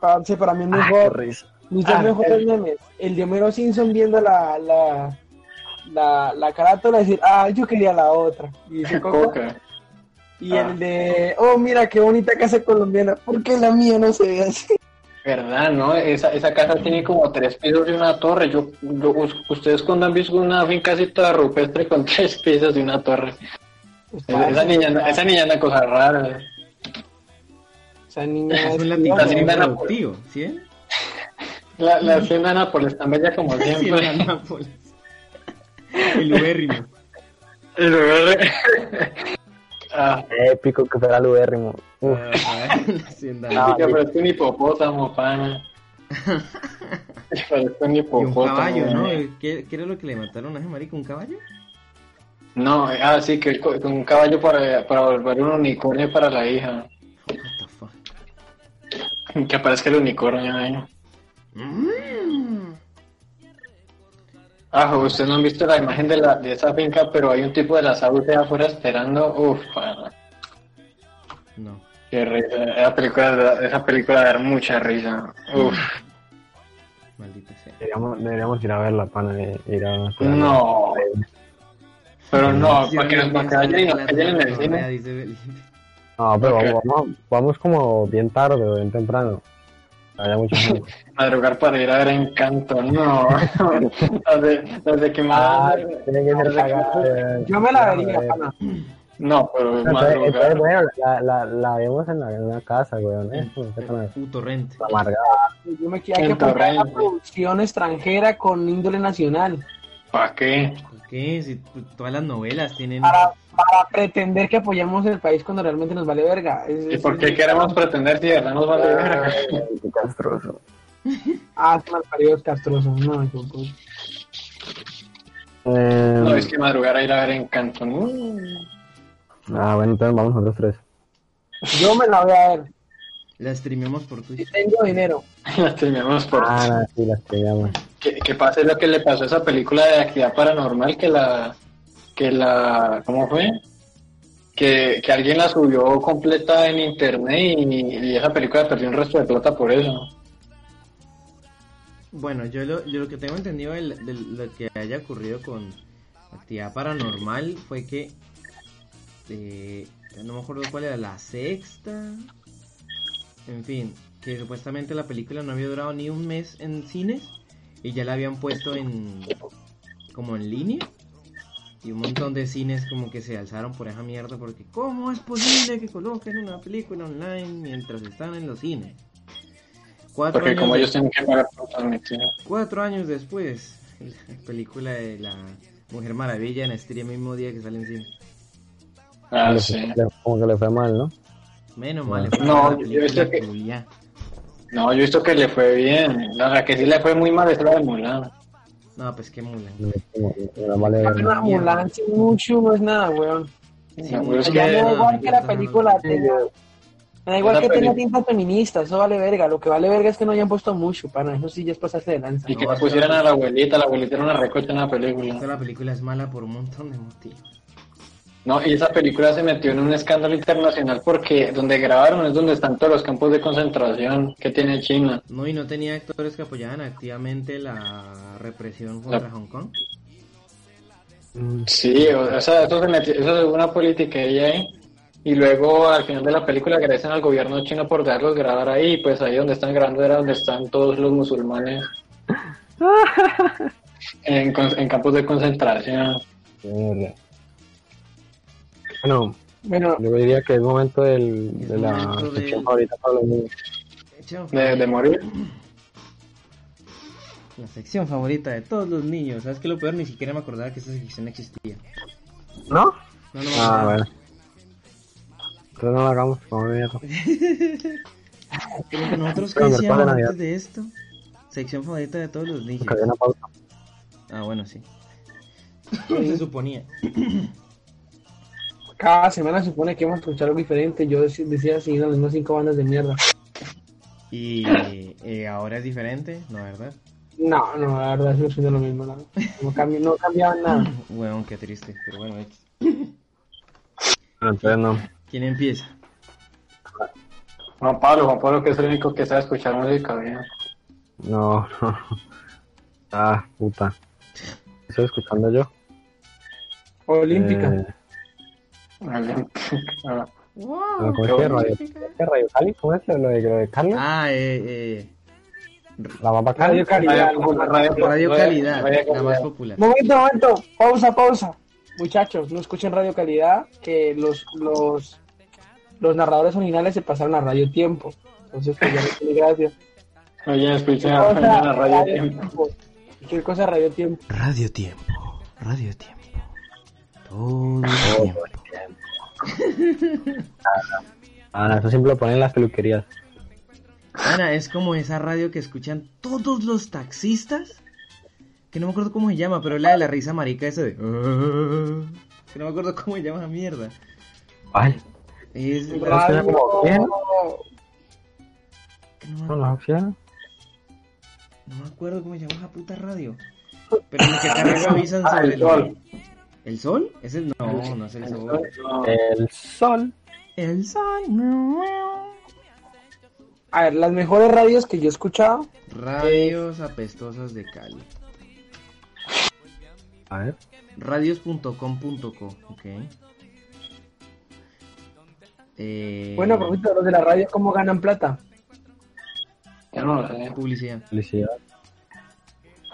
[SPEAKER 5] Parce, para
[SPEAKER 2] Ah,
[SPEAKER 5] mí es
[SPEAKER 6] Ah,
[SPEAKER 5] mejor. Mis dos
[SPEAKER 4] Ah,
[SPEAKER 5] mejores
[SPEAKER 4] el-
[SPEAKER 5] memes. El de Homero Simpson viendo la, la, la, la carátula y decir, ah, yo quería la otra. Y dice Coca.
[SPEAKER 4] Coca.
[SPEAKER 5] Y
[SPEAKER 4] Ah.
[SPEAKER 5] el
[SPEAKER 2] Eh,
[SPEAKER 5] de, oh, mira qué bonita casa colombiana. ¿Por qué la mía no se ve así?
[SPEAKER 4] ¿Verdad, no? Esa, esa casa tiene como tres pisos y una torre. Yo, yo- ustedes cuando han visto una finca así toda rupestre con tres pisos y una torre. Esa, esa niña, esa niña es una cosa rara.
[SPEAKER 5] Esa niña
[SPEAKER 3] Es un
[SPEAKER 4] Ah, La
[SPEAKER 3] latifundio
[SPEAKER 4] hacienda
[SPEAKER 3] improductivo, ¿sí?
[SPEAKER 4] La, la hacienda de Nápoles tan bella como
[SPEAKER 3] Sí, en
[SPEAKER 4] siempre.
[SPEAKER 3] Anápolis. pues. El ubérrimo.
[SPEAKER 4] El lugar- ah,
[SPEAKER 6] Épico que fuera el ubérrimo. Uf,
[SPEAKER 3] Ah, la hacienda
[SPEAKER 6] Ah,
[SPEAKER 4] sí, que
[SPEAKER 6] yo-
[SPEAKER 4] parece un hipopótamo, pana. Que Parece un
[SPEAKER 3] Y un
[SPEAKER 4] hipopótamo.
[SPEAKER 3] caballo, ¿no?
[SPEAKER 4] eh.
[SPEAKER 3] ¿Qué, qué era lo que le mataron a ese marico? ¿Un caballo?
[SPEAKER 4] No, eh, ah, sí, que el co- un caballo para, para volver un unicornio para la hija.
[SPEAKER 3] What the fuck?
[SPEAKER 4] Que aparezca el unicornio ahí. Ah, ustedes no han visto la imagen de, la, de esa finca, pero hay un tipo de las de afuera esperando. Uf, pana,
[SPEAKER 3] No.
[SPEAKER 4] qué risa. Esa película, esa película da mucha risa. Uf,
[SPEAKER 3] Maldita sea.
[SPEAKER 6] deberíamos, deberíamos ir a verla, pana. y- Ir a
[SPEAKER 4] no. Pero no, para que nos
[SPEAKER 3] Cierren
[SPEAKER 4] bacallen y
[SPEAKER 3] esta
[SPEAKER 4] nos callen en el
[SPEAKER 3] plataforma,
[SPEAKER 4] cine.
[SPEAKER 3] dice Felipe.
[SPEAKER 6] No, Ah, pero
[SPEAKER 4] Ok.
[SPEAKER 6] vamos, vamos, vamos como bien tarde o bien temprano. Había mucha gente.
[SPEAKER 4] Madrugar para ir a ver Encanto, no. desde, desde que más.
[SPEAKER 6] Ah, tiene que ser eh. cagada.
[SPEAKER 5] Ah, Yo me la vería, pana.
[SPEAKER 4] No, pero
[SPEAKER 6] Entonces, entonces,
[SPEAKER 4] madrugar.
[SPEAKER 6] bueno, la, la, la vemos en, la, en una casa, weón. ¿eh? Como que tan
[SPEAKER 3] Uh, torrente.
[SPEAKER 6] amargada.
[SPEAKER 5] Yo me quedé que
[SPEAKER 4] En
[SPEAKER 5] apuntar la
[SPEAKER 4] Torrente.
[SPEAKER 5] producción extranjera con índole nacional.
[SPEAKER 4] ¿Para qué?
[SPEAKER 3] ¿Por qué? Si t- todas las novelas tienen...
[SPEAKER 4] Ah.
[SPEAKER 5] Para, para pretender que apoyamos el país cuando realmente nos vale verga. Es-
[SPEAKER 4] ¿Y
[SPEAKER 5] es-
[SPEAKER 4] por qué queremos pretender si de verdad nos vale verga?
[SPEAKER 6] Qué castroso.
[SPEAKER 5] Ah, es malparidos castrosos. No, yo- yo-
[SPEAKER 6] Eh,
[SPEAKER 4] No, es que madrugar a ir a ver Encanto, no.
[SPEAKER 6] Ah, bueno, entonces vamos nosotros tres.
[SPEAKER 5] yo me la voy a ver.
[SPEAKER 3] La streameamos por Twitch.
[SPEAKER 5] Si tengo dinero.
[SPEAKER 4] Las terminamos por.
[SPEAKER 6] Ah, nada, sí, las pegamos.
[SPEAKER 4] que, que pase lo que le pasó a esa película de actividad paranormal que la que la ¿cómo fue? que, que alguien la subió completa en internet y, y esa película perdió un resto de plata por eso
[SPEAKER 3] Bueno, yo lo, yo lo que tengo entendido del- de, lo que haya ocurrido con actividad paranormal fue que eh, no me acuerdo cuál era la sexta, en fin, que supuestamente la película no había durado ni un mes en cines y ya la habían puesto en como en línea y un montón de cines como que se alzaron por esa mierda porque cómo es posible que coloquen una película online mientras están en los cines. Cuatro
[SPEAKER 4] porque
[SPEAKER 3] años
[SPEAKER 4] como
[SPEAKER 3] de-
[SPEAKER 4] ellos tienen que pagar por transmitir
[SPEAKER 3] Cuatro años después, la película de la Mujer Maravilla en stream el mismo día que sale en cine.
[SPEAKER 4] ah
[SPEAKER 6] Le-
[SPEAKER 4] sí
[SPEAKER 6] le- como que le fue mal, ¿no?
[SPEAKER 3] Menos mal.
[SPEAKER 6] Ah.
[SPEAKER 3] le fue
[SPEAKER 4] No,
[SPEAKER 3] mal a la
[SPEAKER 4] yo- yo
[SPEAKER 3] película
[SPEAKER 4] sé que-
[SPEAKER 3] culiá.
[SPEAKER 4] No, yo he visto que le fue bien. La, la que sí le fue muy mal es la de Mulan.
[SPEAKER 3] No, pues que Mulan.
[SPEAKER 6] No vale ver.
[SPEAKER 5] Ah, Mulan sin mucho no es nada, weón.
[SPEAKER 4] Sí, güey, es
[SPEAKER 5] Ya
[SPEAKER 4] que-
[SPEAKER 5] me da igual que la
[SPEAKER 3] no,
[SPEAKER 5] película
[SPEAKER 3] no,
[SPEAKER 5] tenga. Me da igual
[SPEAKER 4] Una
[SPEAKER 5] que
[SPEAKER 4] peli-
[SPEAKER 5] tenga tintas feministas, eso vale verga. Lo que vale verga es que no hayan puesto mucho, pana. Eso sí ya es pasarse de lanza.
[SPEAKER 4] Y que le pusieran a la abuelita, la abuelita era una recocha en la
[SPEAKER 3] Esta
[SPEAKER 4] película.
[SPEAKER 3] la película es mala por un montón de motivos.
[SPEAKER 4] No, y esa película se metió en un escándalo internacional porque donde grabaron es donde están todos los campos de concentración que tiene China.
[SPEAKER 3] No, y no tenía actores que apoyaban activamente la represión contra Hong Kong. Mm.
[SPEAKER 4] Sí, o sea, eso, se metió- eso es una política ahí, ahí. Y luego al final de la película agradecen al gobierno chino por dejarlos grabar ahí. Y pues ahí donde están grabando era donde están todos los musulmanes en, con- en campos de concentración.
[SPEAKER 6] Verga. Bueno,
[SPEAKER 5] Bueno,
[SPEAKER 6] yo diría que es momento del,
[SPEAKER 3] Es
[SPEAKER 6] de la
[SPEAKER 3] momento del-
[SPEAKER 6] sección favorita para los niños.
[SPEAKER 3] Echa-
[SPEAKER 4] De, de morir.
[SPEAKER 3] La sección favorita de todos los niños. ¿Sabes qué? Lo peor, ni siquiera me acordaba que esta sección existía.
[SPEAKER 6] ¿No?
[SPEAKER 3] No, no me
[SPEAKER 6] Ah,
[SPEAKER 3] acordaba.
[SPEAKER 6] bueno. Entonces no la hagamos, como mierda.
[SPEAKER 3] Pero que nosotros qué
[SPEAKER 6] Pero me
[SPEAKER 3] decíamos
[SPEAKER 6] acuerdo de
[SPEAKER 3] antes de esto. Sección favorita de todos los niños.
[SPEAKER 6] Porque había una pausa.
[SPEAKER 3] Ah, bueno, sí. Se suponía.
[SPEAKER 5] cada semana supone que vamos a escuchar algo diferente. Yo dec- decía seguir a las mismas cinco bandas de mierda.
[SPEAKER 3] Y eh, ahora es diferente, ¿no, verdad?
[SPEAKER 5] No, no, la verdad es que no lo mismo. No, no, cambi- no cambiaba nada.
[SPEAKER 3] Weón, qué triste. Pero bueno, X.
[SPEAKER 6] No, Entonces no.
[SPEAKER 3] ¿quién empieza?
[SPEAKER 4] Juan Pablo, Juan Pablo que es el único que sabe escuchar música bien.
[SPEAKER 6] No, no. Ah, puta. ¿Estoy escuchando yo?
[SPEAKER 5] Olímpica.
[SPEAKER 6] Eh,
[SPEAKER 4] Vale. Ah,
[SPEAKER 6] no, ¿Cómo es que radio? ¿Qué radio Cali? ¿Cómo es que lo de, lo de Carlos?
[SPEAKER 3] Ah, eh,
[SPEAKER 6] La mamá
[SPEAKER 5] Radio
[SPEAKER 6] Cali.
[SPEAKER 5] Calidad.
[SPEAKER 4] Radio Popular,
[SPEAKER 3] eh,
[SPEAKER 4] Radio
[SPEAKER 3] Radio
[SPEAKER 4] Radio-
[SPEAKER 3] Calidad,
[SPEAKER 4] Radio
[SPEAKER 3] la más
[SPEAKER 4] Calidad.
[SPEAKER 3] popular.
[SPEAKER 5] Momento, momento. Pausa, pausa. Muchachos, no escuchen Radio Calidad, que los, los, los narradores originales se pasaron a Radio Tiempo. Entonces, pues ya no tiene gracia.
[SPEAKER 4] Oye, escuché
[SPEAKER 5] Cualquier
[SPEAKER 4] a
[SPEAKER 5] cosa,
[SPEAKER 4] la radio. Tiempo.
[SPEAKER 5] Cualquier cosa Radio Tiempo.
[SPEAKER 3] Radio Tiempo, Radio Tiempo. Todo el tiempo.
[SPEAKER 6] Ah, no, eso siempre lo ponen en las peluquerías.
[SPEAKER 3] Ana, es como esa radio que escuchan todos los taxistas. Que no me acuerdo cómo se llama, pero la de la risa marica esa de. "Ah", Que no me acuerdo cómo se llama esa mierda.
[SPEAKER 6] Ay,
[SPEAKER 3] Es la-
[SPEAKER 6] suena
[SPEAKER 5] Radio.
[SPEAKER 6] como bien.
[SPEAKER 3] que no,
[SPEAKER 6] no
[SPEAKER 3] me-
[SPEAKER 6] las opciones.
[SPEAKER 3] no me acuerdo cómo se llama esa puta radio. Pero en el que cargas avisan
[SPEAKER 4] Ah,
[SPEAKER 3] sobre
[SPEAKER 4] el sol.
[SPEAKER 3] ¿El sol? ¿Es el? No, no es el sol.
[SPEAKER 6] El sol.
[SPEAKER 3] El sol. no.
[SPEAKER 5] A ver, las mejores radios que yo he escuchado.
[SPEAKER 3] Radios apestosas de Cali.
[SPEAKER 6] A ver.
[SPEAKER 3] Radios.com.co, ok. Eh,
[SPEAKER 5] Bueno, propósito, los de la radio, ¿cómo ganan plata?
[SPEAKER 4] Yo no lo sé.
[SPEAKER 3] Publicidad.
[SPEAKER 6] Felicidad.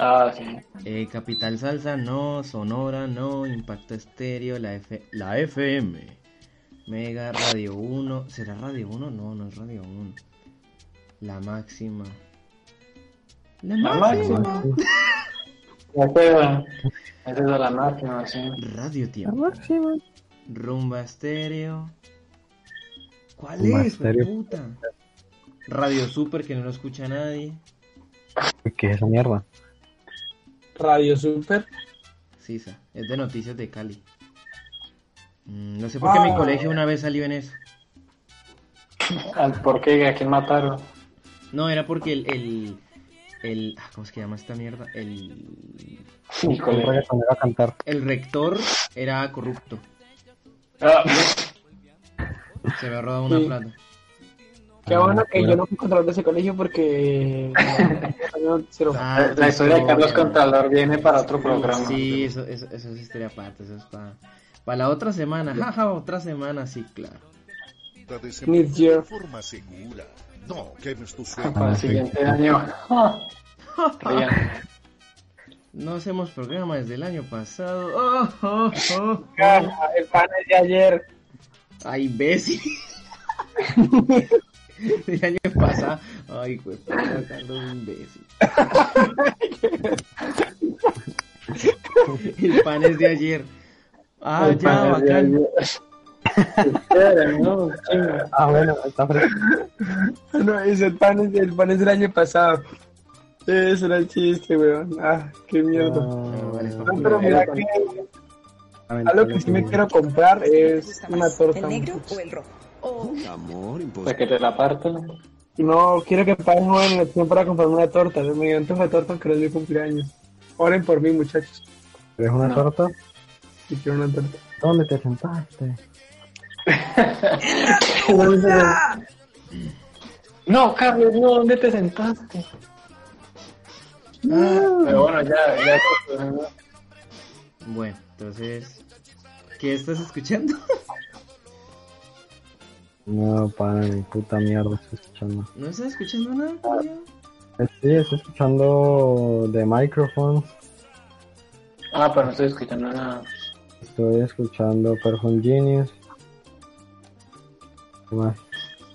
[SPEAKER 4] Ah, sí.
[SPEAKER 3] Eh, Capital Salsa, no. Sonora, no. Impacto Estéreo, la, F la FM. Mega Radio 1. ¿Será Radio 1? No, no es Radio 1. La máxima. La máxima.
[SPEAKER 4] Me acuerdo. Esa es la máquina, sí.
[SPEAKER 3] Radio Tiempo. Rumba Estéreo. ¿Cuál
[SPEAKER 6] Rumba
[SPEAKER 3] es,
[SPEAKER 6] Estéreo.
[SPEAKER 3] puta? Radio Super, que no lo escucha nadie.
[SPEAKER 6] Uy, ¿Qué es esa mierda?
[SPEAKER 5] Radio Super.
[SPEAKER 3] Sisa, es de Noticias de Cali. Mm, no sé por qué en mi
[SPEAKER 5] Ah.
[SPEAKER 3] colegio una vez salió en eso.
[SPEAKER 4] Al- ¿Por qué? ¿A quién mataron?
[SPEAKER 3] No, era porque el. el, el- ah, ¿Cómo es que llama esta mierda? El,
[SPEAKER 6] El
[SPEAKER 4] Híjole.
[SPEAKER 6] reggaetonero a cantar.
[SPEAKER 3] el rector era corrupto.
[SPEAKER 4] Ah,
[SPEAKER 3] Se había robado una
[SPEAKER 5] Sí.
[SPEAKER 3] plata.
[SPEAKER 5] Qué
[SPEAKER 6] Ah,
[SPEAKER 5] bueno que
[SPEAKER 6] mira.
[SPEAKER 5] yo no fui controlador de ese colegio porque. no, cero.
[SPEAKER 3] Ah,
[SPEAKER 4] la, la historia de Carlos Contralor viene para otro programa.
[SPEAKER 3] Sí, eso, eso, eso es historia aparte. Eso es para la otra semana. Jaja, otra semana, sí, claro.
[SPEAKER 9] para
[SPEAKER 5] Need
[SPEAKER 9] desempeñar
[SPEAKER 5] you.
[SPEAKER 9] de forma segura. No quemes tu
[SPEAKER 4] Para
[SPEAKER 9] sueño.
[SPEAKER 4] el siguiente año. Ah, Rían.
[SPEAKER 3] No hacemos programa desde el año pasado. Oh, oh, oh, oh.
[SPEAKER 5] Ah, El pan es de ayer.
[SPEAKER 3] Ay, Ah, imbécil. El año pasado. Ay, güey, puta, Carlos, imbécil. El pan es de ayer. Ah,
[SPEAKER 4] El
[SPEAKER 3] ya,
[SPEAKER 4] pan es de
[SPEAKER 3] Ah, bacán.
[SPEAKER 4] ayer. Chévere, ¿no? Chingo.
[SPEAKER 6] Ah, bueno, está fresco.
[SPEAKER 2] No, es el pan, es- el pan es del año pasado. Eso era el chiste, weón. Ah, qué mierda.
[SPEAKER 3] No, vale, está
[SPEAKER 2] No, pero mira que algo que sí me quiero comprar es
[SPEAKER 7] gusta
[SPEAKER 2] una
[SPEAKER 7] más,
[SPEAKER 2] torta.
[SPEAKER 7] el negro o el rojo? O
[SPEAKER 9] Amor
[SPEAKER 4] Para
[SPEAKER 9] imposible.
[SPEAKER 4] que te la partan.
[SPEAKER 2] No, quiero que paguen joven la opción para comprarme una torta. Me dio antojo de torta que es mi cumpleaños. Oren por mí, muchachos.
[SPEAKER 6] ¿Quieres una
[SPEAKER 4] No.
[SPEAKER 6] torta?
[SPEAKER 2] Si quiero una torta.
[SPEAKER 6] ¿Dónde te sentaste?
[SPEAKER 4] No, Carlos, no, ¿dónde te sentaste? Ah, pero bueno, ya, ya.
[SPEAKER 3] Bueno, entonces, ¿qué estás escuchando?
[SPEAKER 6] No, para mi puta mierda, estoy escuchando.
[SPEAKER 3] ¿No estás escuchando nada, Julio?
[SPEAKER 6] Sí, estoy escuchando de microphone.
[SPEAKER 4] Ah, pero no estoy escuchando nada.
[SPEAKER 6] Estoy escuchando Perfume Genius. ¿Qué más?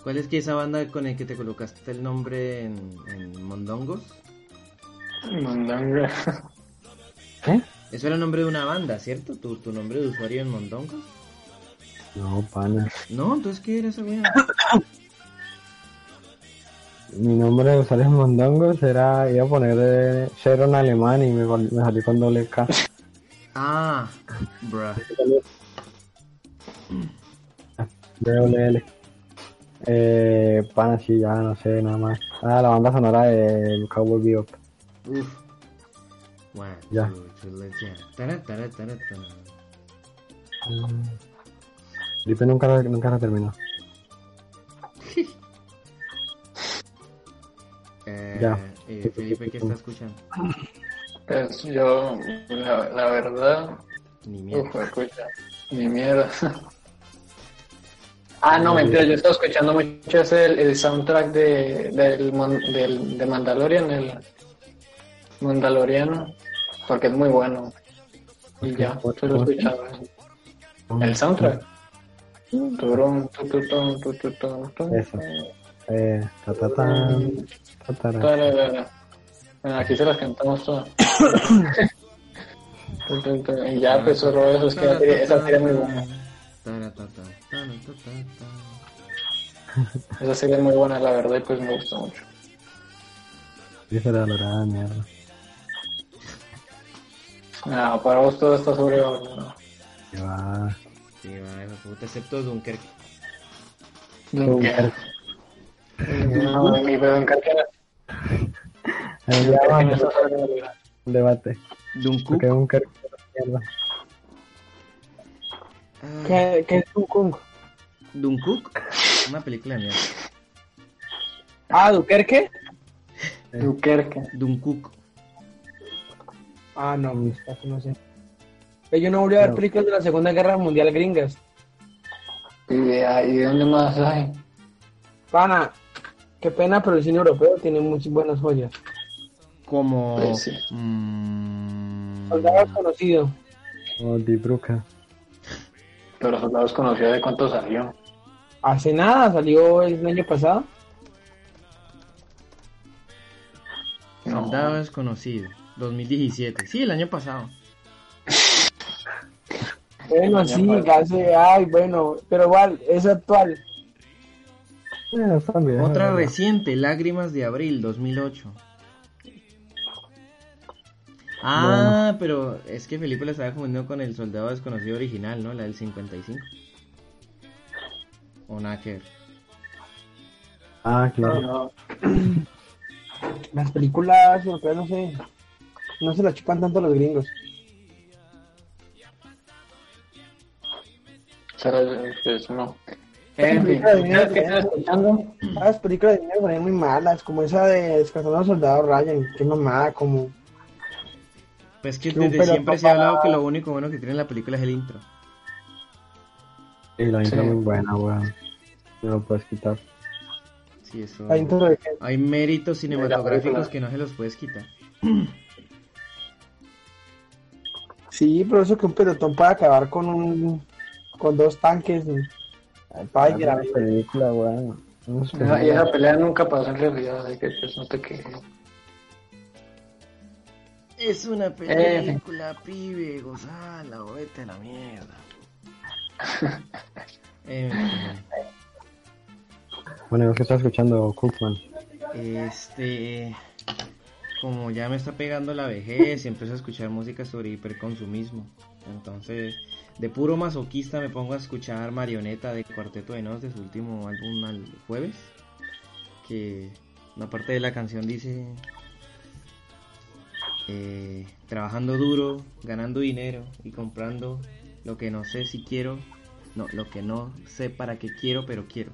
[SPEAKER 3] ¿Cuál es que esa banda con el que te colocaste el nombre en, en Mondongos?
[SPEAKER 4] Mandanga.
[SPEAKER 6] ¿Eh?
[SPEAKER 3] Eso era el nombre de una banda, ¿cierto? ¿Tu, tu nombre de usuario en Mondongos?
[SPEAKER 6] No, pana.
[SPEAKER 3] No, entonces, ¿qué era esa mierda?
[SPEAKER 6] Mi nombre de usuario en Mondongo será. Iba a poner eh, cero en alemán y me, val- me salí con doble K.
[SPEAKER 3] Ah, bruh.
[SPEAKER 6] DWL. Eh, pana, sí, ya no sé, nada más. Ah, la banda sonora de Cowboy Bebop.
[SPEAKER 3] Uf. One,
[SPEAKER 6] Ya.
[SPEAKER 3] two, three, let's jam. Tara, tara, tara, tara.
[SPEAKER 6] Felipe nunca la, nunca la terminó.
[SPEAKER 3] Eh,
[SPEAKER 6] Ya.
[SPEAKER 3] eh, Felipe, ¿qué está escuchando?
[SPEAKER 4] Pues yo, la, la verdad,
[SPEAKER 3] Ni mierda.
[SPEAKER 4] uf, escucha, ni mierda. Ah, no, mentira, yo estaba escuchando mucho ese, el, el soundtrack de, del, mon- del, de Mandalorian, el Mandaloriano, porque es muy bueno. Y ya, solo escuchaba eso. El soundtrack. Turun, tu, tu, tu, tu, tu, tu, tu.
[SPEAKER 6] Eso. Eh, ta, ta, tan, ta,
[SPEAKER 4] Ta,
[SPEAKER 6] ta, ra.
[SPEAKER 4] la, la, la. Ah, Aquí se las cantamos todas. Tu, tu, tu. y ya, pues solo eso, es que esa serie- esa serie es muy buena.
[SPEAKER 3] Tara, ta, ta, tara, ta, ta, ta.
[SPEAKER 4] Esa serie es muy buena, la verdad, y pues me gusta mucho.
[SPEAKER 6] Dice la dorada mierda.
[SPEAKER 4] Ah, para vos todo está sobrevalorado.
[SPEAKER 6] Que va.
[SPEAKER 3] Sí, va, hijo de puta, excepto Dunkerque.
[SPEAKER 4] Dunkerque. No, mi pero Dunkerque
[SPEAKER 6] Ahí ya va
[SPEAKER 4] Dunkerque no
[SPEAKER 6] a empezar
[SPEAKER 4] está sobrevalorado.
[SPEAKER 6] el debate.
[SPEAKER 3] Duncook.
[SPEAKER 6] Porque un car- mierda.
[SPEAKER 3] Ah,
[SPEAKER 2] ¿Qué, qué es tu Kung?
[SPEAKER 3] Duncook. Una película de mierda.
[SPEAKER 2] Ah, ¿Duquerque?
[SPEAKER 4] Dunkerque.
[SPEAKER 3] Duncook.
[SPEAKER 2] Ah, no, mis casos no sé. Eh, Yo no volví a ver
[SPEAKER 6] No.
[SPEAKER 2] películas de la Segunda Guerra Mundial gringas.
[SPEAKER 4] ¿Y de ahí de dónde más hay?
[SPEAKER 2] Pana, qué pena, pero el cine europeo tiene muchas buenas joyas.
[SPEAKER 3] Como.
[SPEAKER 4] Pues sí.
[SPEAKER 3] mm,
[SPEAKER 2] Soldado conocido.
[SPEAKER 6] Como Deep Bruca.
[SPEAKER 4] Pero los soldados conocidos de cuánto salió.
[SPEAKER 2] Hace nada, salió el año pasado.
[SPEAKER 4] No.
[SPEAKER 3] Soldado desconocido. 2017. Sí, el año pasado.
[SPEAKER 2] Bueno,
[SPEAKER 4] año
[SPEAKER 2] sí,
[SPEAKER 4] pasado.
[SPEAKER 2] hace, ay, bueno, pero igual, es actual.
[SPEAKER 6] Eh, están bien,
[SPEAKER 3] Otra
[SPEAKER 6] ¿verdad?
[SPEAKER 3] reciente, Lágrimas de Abril, 2008. Ah, pero es que Felipe la estaba confundiendo con el soldado desconocido original, ¿no? La del 55. O nada que ver.
[SPEAKER 6] Ah,
[SPEAKER 4] No,
[SPEAKER 6] claro.
[SPEAKER 4] no.
[SPEAKER 2] Las películas europeas no sé, no se las chupan tanto los gringos.
[SPEAKER 4] Solo- Pues no. En fin,
[SPEAKER 2] Ay, mira,
[SPEAKER 4] ¿ustedes qué están escuchando?
[SPEAKER 2] Ah, Las películas de mierda son muy malas, como esa de Descansando al Soldado Ryan, qué mamada, como...
[SPEAKER 3] Pues que
[SPEAKER 2] Sí,
[SPEAKER 3] desde
[SPEAKER 2] pero
[SPEAKER 3] siempre se ha
[SPEAKER 2] papá.
[SPEAKER 3] hablado que lo único bueno que tiene la película es el intro.
[SPEAKER 6] Y la intro
[SPEAKER 4] Sí.
[SPEAKER 6] es muy buena, weón. No lo puedes quitar.
[SPEAKER 3] Sí, eso.
[SPEAKER 2] La intro de...
[SPEAKER 3] Hay méritos cinematográficos
[SPEAKER 4] película.
[SPEAKER 3] que no se los puedes quitar.
[SPEAKER 2] Sí, pero eso que un pelotón para acabar con un... con dos tanques. y- Ay, mira,
[SPEAKER 6] Una película, weón. Una
[SPEAKER 4] Esa- y
[SPEAKER 6] película.
[SPEAKER 4] esa pelea nunca pasó en realidad, así que pues, no te quejes.
[SPEAKER 3] Es
[SPEAKER 2] Eh,
[SPEAKER 3] una
[SPEAKER 4] película,
[SPEAKER 3] película, pibe, gozala, vete a la mierda. Eh,
[SPEAKER 6] Bueno, yo que estaba escuchando Cookman.
[SPEAKER 3] este. Como ya me está pegando la vejez y empiezo a escuchar música sobre hiperconsumismo. Entonces, de puro masoquista me pongo a escuchar Marioneta de Cuarteto de Nos de su último álbum al jueves. Que una parte de la canción dice. eh, trabajando duro, ganando dinero y comprando lo que no sé si quiero, no, lo que no sé para qué quiero, pero quiero.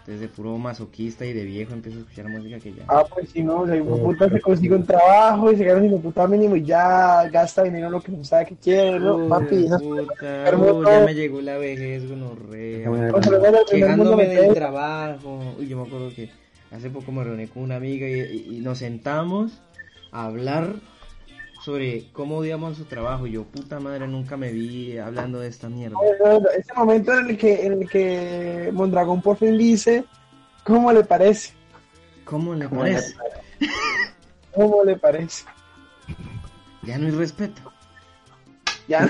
[SPEAKER 3] Entonces de puro masoquista y de viejo empiezo a escuchar música que ya.
[SPEAKER 5] Ah, pues si no, o sea, hijo de puta se consigue un trabajo y se gana un puta mínimo y ya gasta dinero lo que no sabe que quiere, ¿no?
[SPEAKER 3] Uy,
[SPEAKER 5] Papi, esas
[SPEAKER 3] puta,
[SPEAKER 5] hermoso.
[SPEAKER 3] uy, ya me llegó la vejez, gonorrea.
[SPEAKER 6] Déjame ver.
[SPEAKER 5] cosas luego del primer mundo
[SPEAKER 3] Quejándome
[SPEAKER 5] me
[SPEAKER 3] del
[SPEAKER 5] trae-
[SPEAKER 3] trabajo. Uy, yo me acuerdo que hace poco me reuní con una amiga y, y- y nos sentamos a hablar sobre cómo odiamos su trabajo. Y yo, puta madre, nunca me vi hablando de esta mierda.
[SPEAKER 5] Bueno, Ese momento en el que en el que Mondragón por fin dice ¿Cómo le parece?
[SPEAKER 3] ¿Cómo le
[SPEAKER 4] ¿Cómo le
[SPEAKER 3] parece?
[SPEAKER 5] ¿Cómo le parece?
[SPEAKER 3] Ya no hay respeto.
[SPEAKER 5] Ya.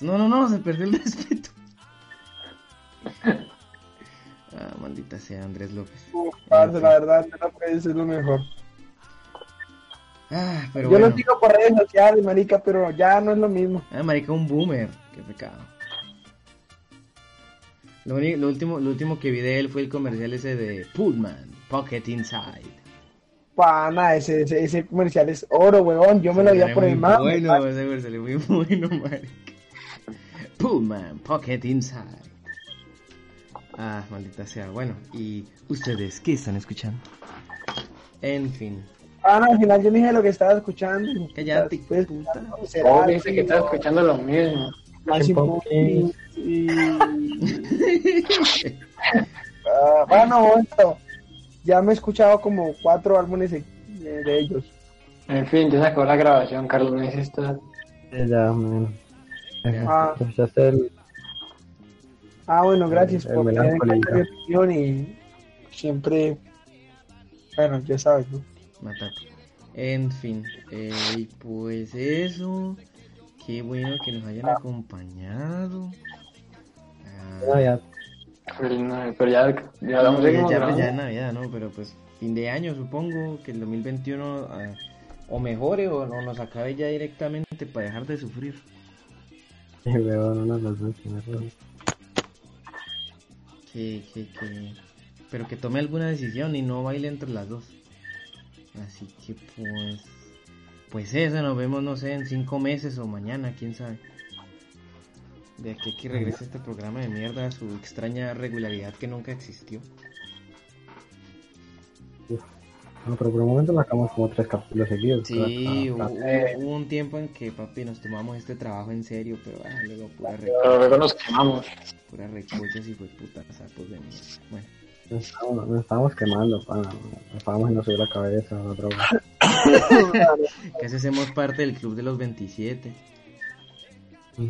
[SPEAKER 3] No, no, no, se perdió el respeto. Ah, maldita sea Andrés López.
[SPEAKER 5] Uf, parce, la verdad, no puede ser lo mejor.
[SPEAKER 3] Ah, pero
[SPEAKER 5] Yo
[SPEAKER 3] bueno.
[SPEAKER 5] lo sigo por redes sociales, marica, pero ya no es lo mismo.
[SPEAKER 3] Ah, marica, un boomer. Qué pecado. Lo, uni- lo último, lo último que vi de él fue el comercial ese de Pullman, Pocket Inside.
[SPEAKER 5] Pana, ese, ese, ese comercial es oro, weón. Yo me lo veía por el mapa.
[SPEAKER 3] Bueno, ese comercial es muy bueno, marica. Pullman, Pocket Inside. Ah, maldita sea. Bueno, ¿y ustedes qué están escuchando? En fin.
[SPEAKER 5] Pana, Ah, al final yo me dije lo que estaba escuchando. Pues,
[SPEAKER 3] Cállate,
[SPEAKER 5] Después,
[SPEAKER 3] puta.
[SPEAKER 4] Oh, dice que estás escuchando lo mismo.
[SPEAKER 5] Smashing
[SPEAKER 6] Pumpkins.
[SPEAKER 5] Pumpkins y- Ah, bueno, esto. Ya me he escuchado como cuatro álbumes de, de- de ellos.
[SPEAKER 4] En fin, ya se acabó la grabación, Carlos, no hiciste.
[SPEAKER 6] Eh, Ya, man. Eh,
[SPEAKER 5] Ah.
[SPEAKER 6] Escuchaste el.
[SPEAKER 5] Ah, bueno, gracias
[SPEAKER 6] El
[SPEAKER 5] por tener en
[SPEAKER 6] Melancholy,
[SPEAKER 5] cuenta mi opinión y siempre. Bueno, ya sabes, ¿no?
[SPEAKER 3] Matate. En fin, eh, y pues eso. Qué bueno que nos hayan acompañado. Ah,
[SPEAKER 6] Ah, ya.
[SPEAKER 4] Pero ya, ya hablamos
[SPEAKER 3] no,
[SPEAKER 4] de
[SPEAKER 3] ya,
[SPEAKER 4] cómo
[SPEAKER 3] ya, pues,
[SPEAKER 4] grabamos.
[SPEAKER 3] ya es Navidad, ¿no? Pero pues fin de año, supongo que el 2021 ah, o mejore o, o nos acabe ya directamente para dejar de sufrir.
[SPEAKER 6] Sí, weón, uno de los dos, weón.
[SPEAKER 3] Que, que, que... Pero que tome alguna decisión y no baile entre las dos. Así que pues... Pues eso, nos vemos, no sé, en cinco meses o mañana, quién sabe. De aquí a que regrese este programa de mierda a su extraña regularidad que nunca existió.
[SPEAKER 6] No, pero por un momento sacamos como tres capítulos seguidos.
[SPEAKER 3] Sí, uh. hubo,
[SPEAKER 6] Ah, ah,
[SPEAKER 3] hubo- hubo un tiempo en que, papi, nos tomamos este trabajo en serio, pero ah, luego pura, re,
[SPEAKER 4] Pero luego nos quemamos.
[SPEAKER 3] pura recochas y fue puta sapos de mierda. Bueno,
[SPEAKER 6] nos, estábamos, nos estábamos quemando, pana. Nos estábamos y nos subió la cabeza. La droga.
[SPEAKER 3] casi hacemos parte del club de los 27.
[SPEAKER 6] Mm.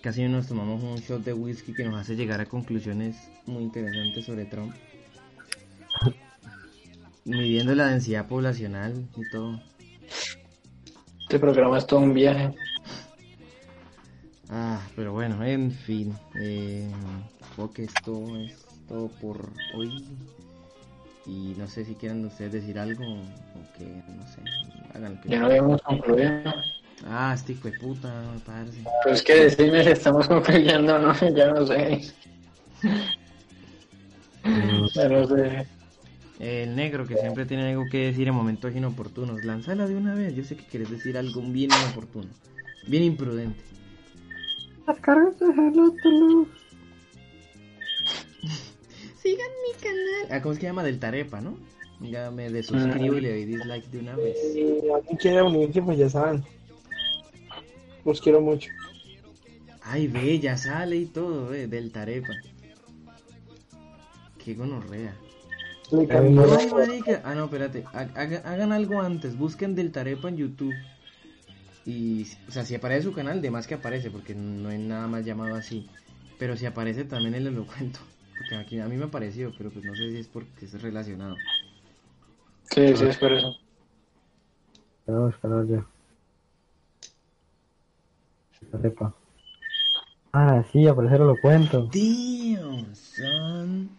[SPEAKER 3] Casi nos tomamos un shot de whisky que nos hace llegar a conclusiones muy interesantes sobre Trump. Midiendo la densidad poblacional y todo.
[SPEAKER 4] Este programa es todo un viaje.
[SPEAKER 3] Ah, pero bueno, en fin. Eh, creo que esto es todo por hoy. Y no sé si quieren ustedes decir algo o o que, no sé, hagan lo que
[SPEAKER 4] Ya no habíamos concluido. Pues,
[SPEAKER 3] Ah, este hijo de puta, parce.
[SPEAKER 4] Pero es que de seis meses estamos concluyendo, ¿no? Ya no sé. Ya no sé.
[SPEAKER 3] El negro que siempre tiene algo que decir en momentos inoportunos. Lanzala de una vez. Yo sé que quieres decir algo bien inoportuno. Bien imprudente. Sigan mi canal. Ah, ¿cómo es que llama? Del Tarepa, ¿no? Ya me desuscribo y le doy dislike de una vez.
[SPEAKER 5] Si alguien quiere unirse, pues ya saben. Los quiero mucho.
[SPEAKER 3] Ay, ve, ya sale y todo, ve, del Tarepa. Qué gonorrea.
[SPEAKER 5] Le
[SPEAKER 6] no.
[SPEAKER 5] cambió
[SPEAKER 4] Eh,
[SPEAKER 3] Ay, marica. Ah, no, espérate. Ha- haga- hagan algo antes. Busquen del Tarepa en YouTube. Y, o sea, si aparece su canal, de más que aparece, porque no hay nada más llamado así. Pero si aparece también el elocuento. Porque aquí a mí me ha parecido, pero pues no sé si es porque es relacionado.
[SPEAKER 4] Sí, sí, es por eso.
[SPEAKER 6] Voy a buscar yo. La cepa. Ah, sí, a parecer lo cuento.
[SPEAKER 3] Damn, son.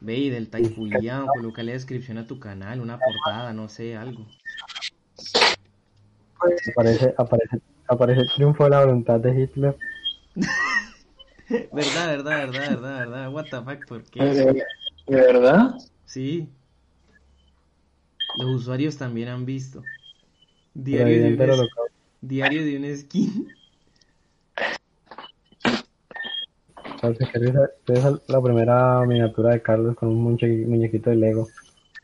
[SPEAKER 3] Ve y del Taifuliao, colócale descripción a tu canal, una portada, no sé, algo.
[SPEAKER 6] Aparece, aparece, aparece el triunfo de la voluntad de Hitler.
[SPEAKER 3] Verdad, verdad, verdad, verdad, verdad. What the fuck, ¿por qué?
[SPEAKER 4] ¿De de verdad?
[SPEAKER 3] Sí. Los usuarios también han visto.
[SPEAKER 6] Pero
[SPEAKER 3] Diario de,
[SPEAKER 6] evidente
[SPEAKER 3] un
[SPEAKER 6] el
[SPEAKER 3] es-
[SPEAKER 6] holocausto.
[SPEAKER 3] Diario de un skin.
[SPEAKER 6] Entonces, que esa- que esa es la primera miniatura de Carlos con un muñequi- muñequito de Lego.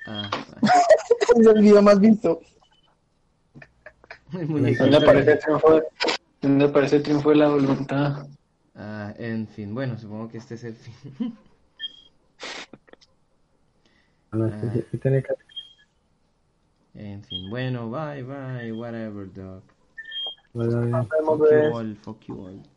[SPEAKER 3] Ah,
[SPEAKER 5] Es el video más visto.
[SPEAKER 3] el muñequito.
[SPEAKER 4] ¿Dónde aparece el triunfo de, dónde aparece el triunfo de la voluntad?
[SPEAKER 3] Ah, en fin, bueno, supongo que este es el fin.
[SPEAKER 6] No, este sí- sí tiene que-
[SPEAKER 3] En fin, bueno, bye, bye, whatever, dog.
[SPEAKER 6] bueno, bien.
[SPEAKER 5] Vemos,
[SPEAKER 3] Fuck you
[SPEAKER 5] pues.
[SPEAKER 3] all, fuck you all.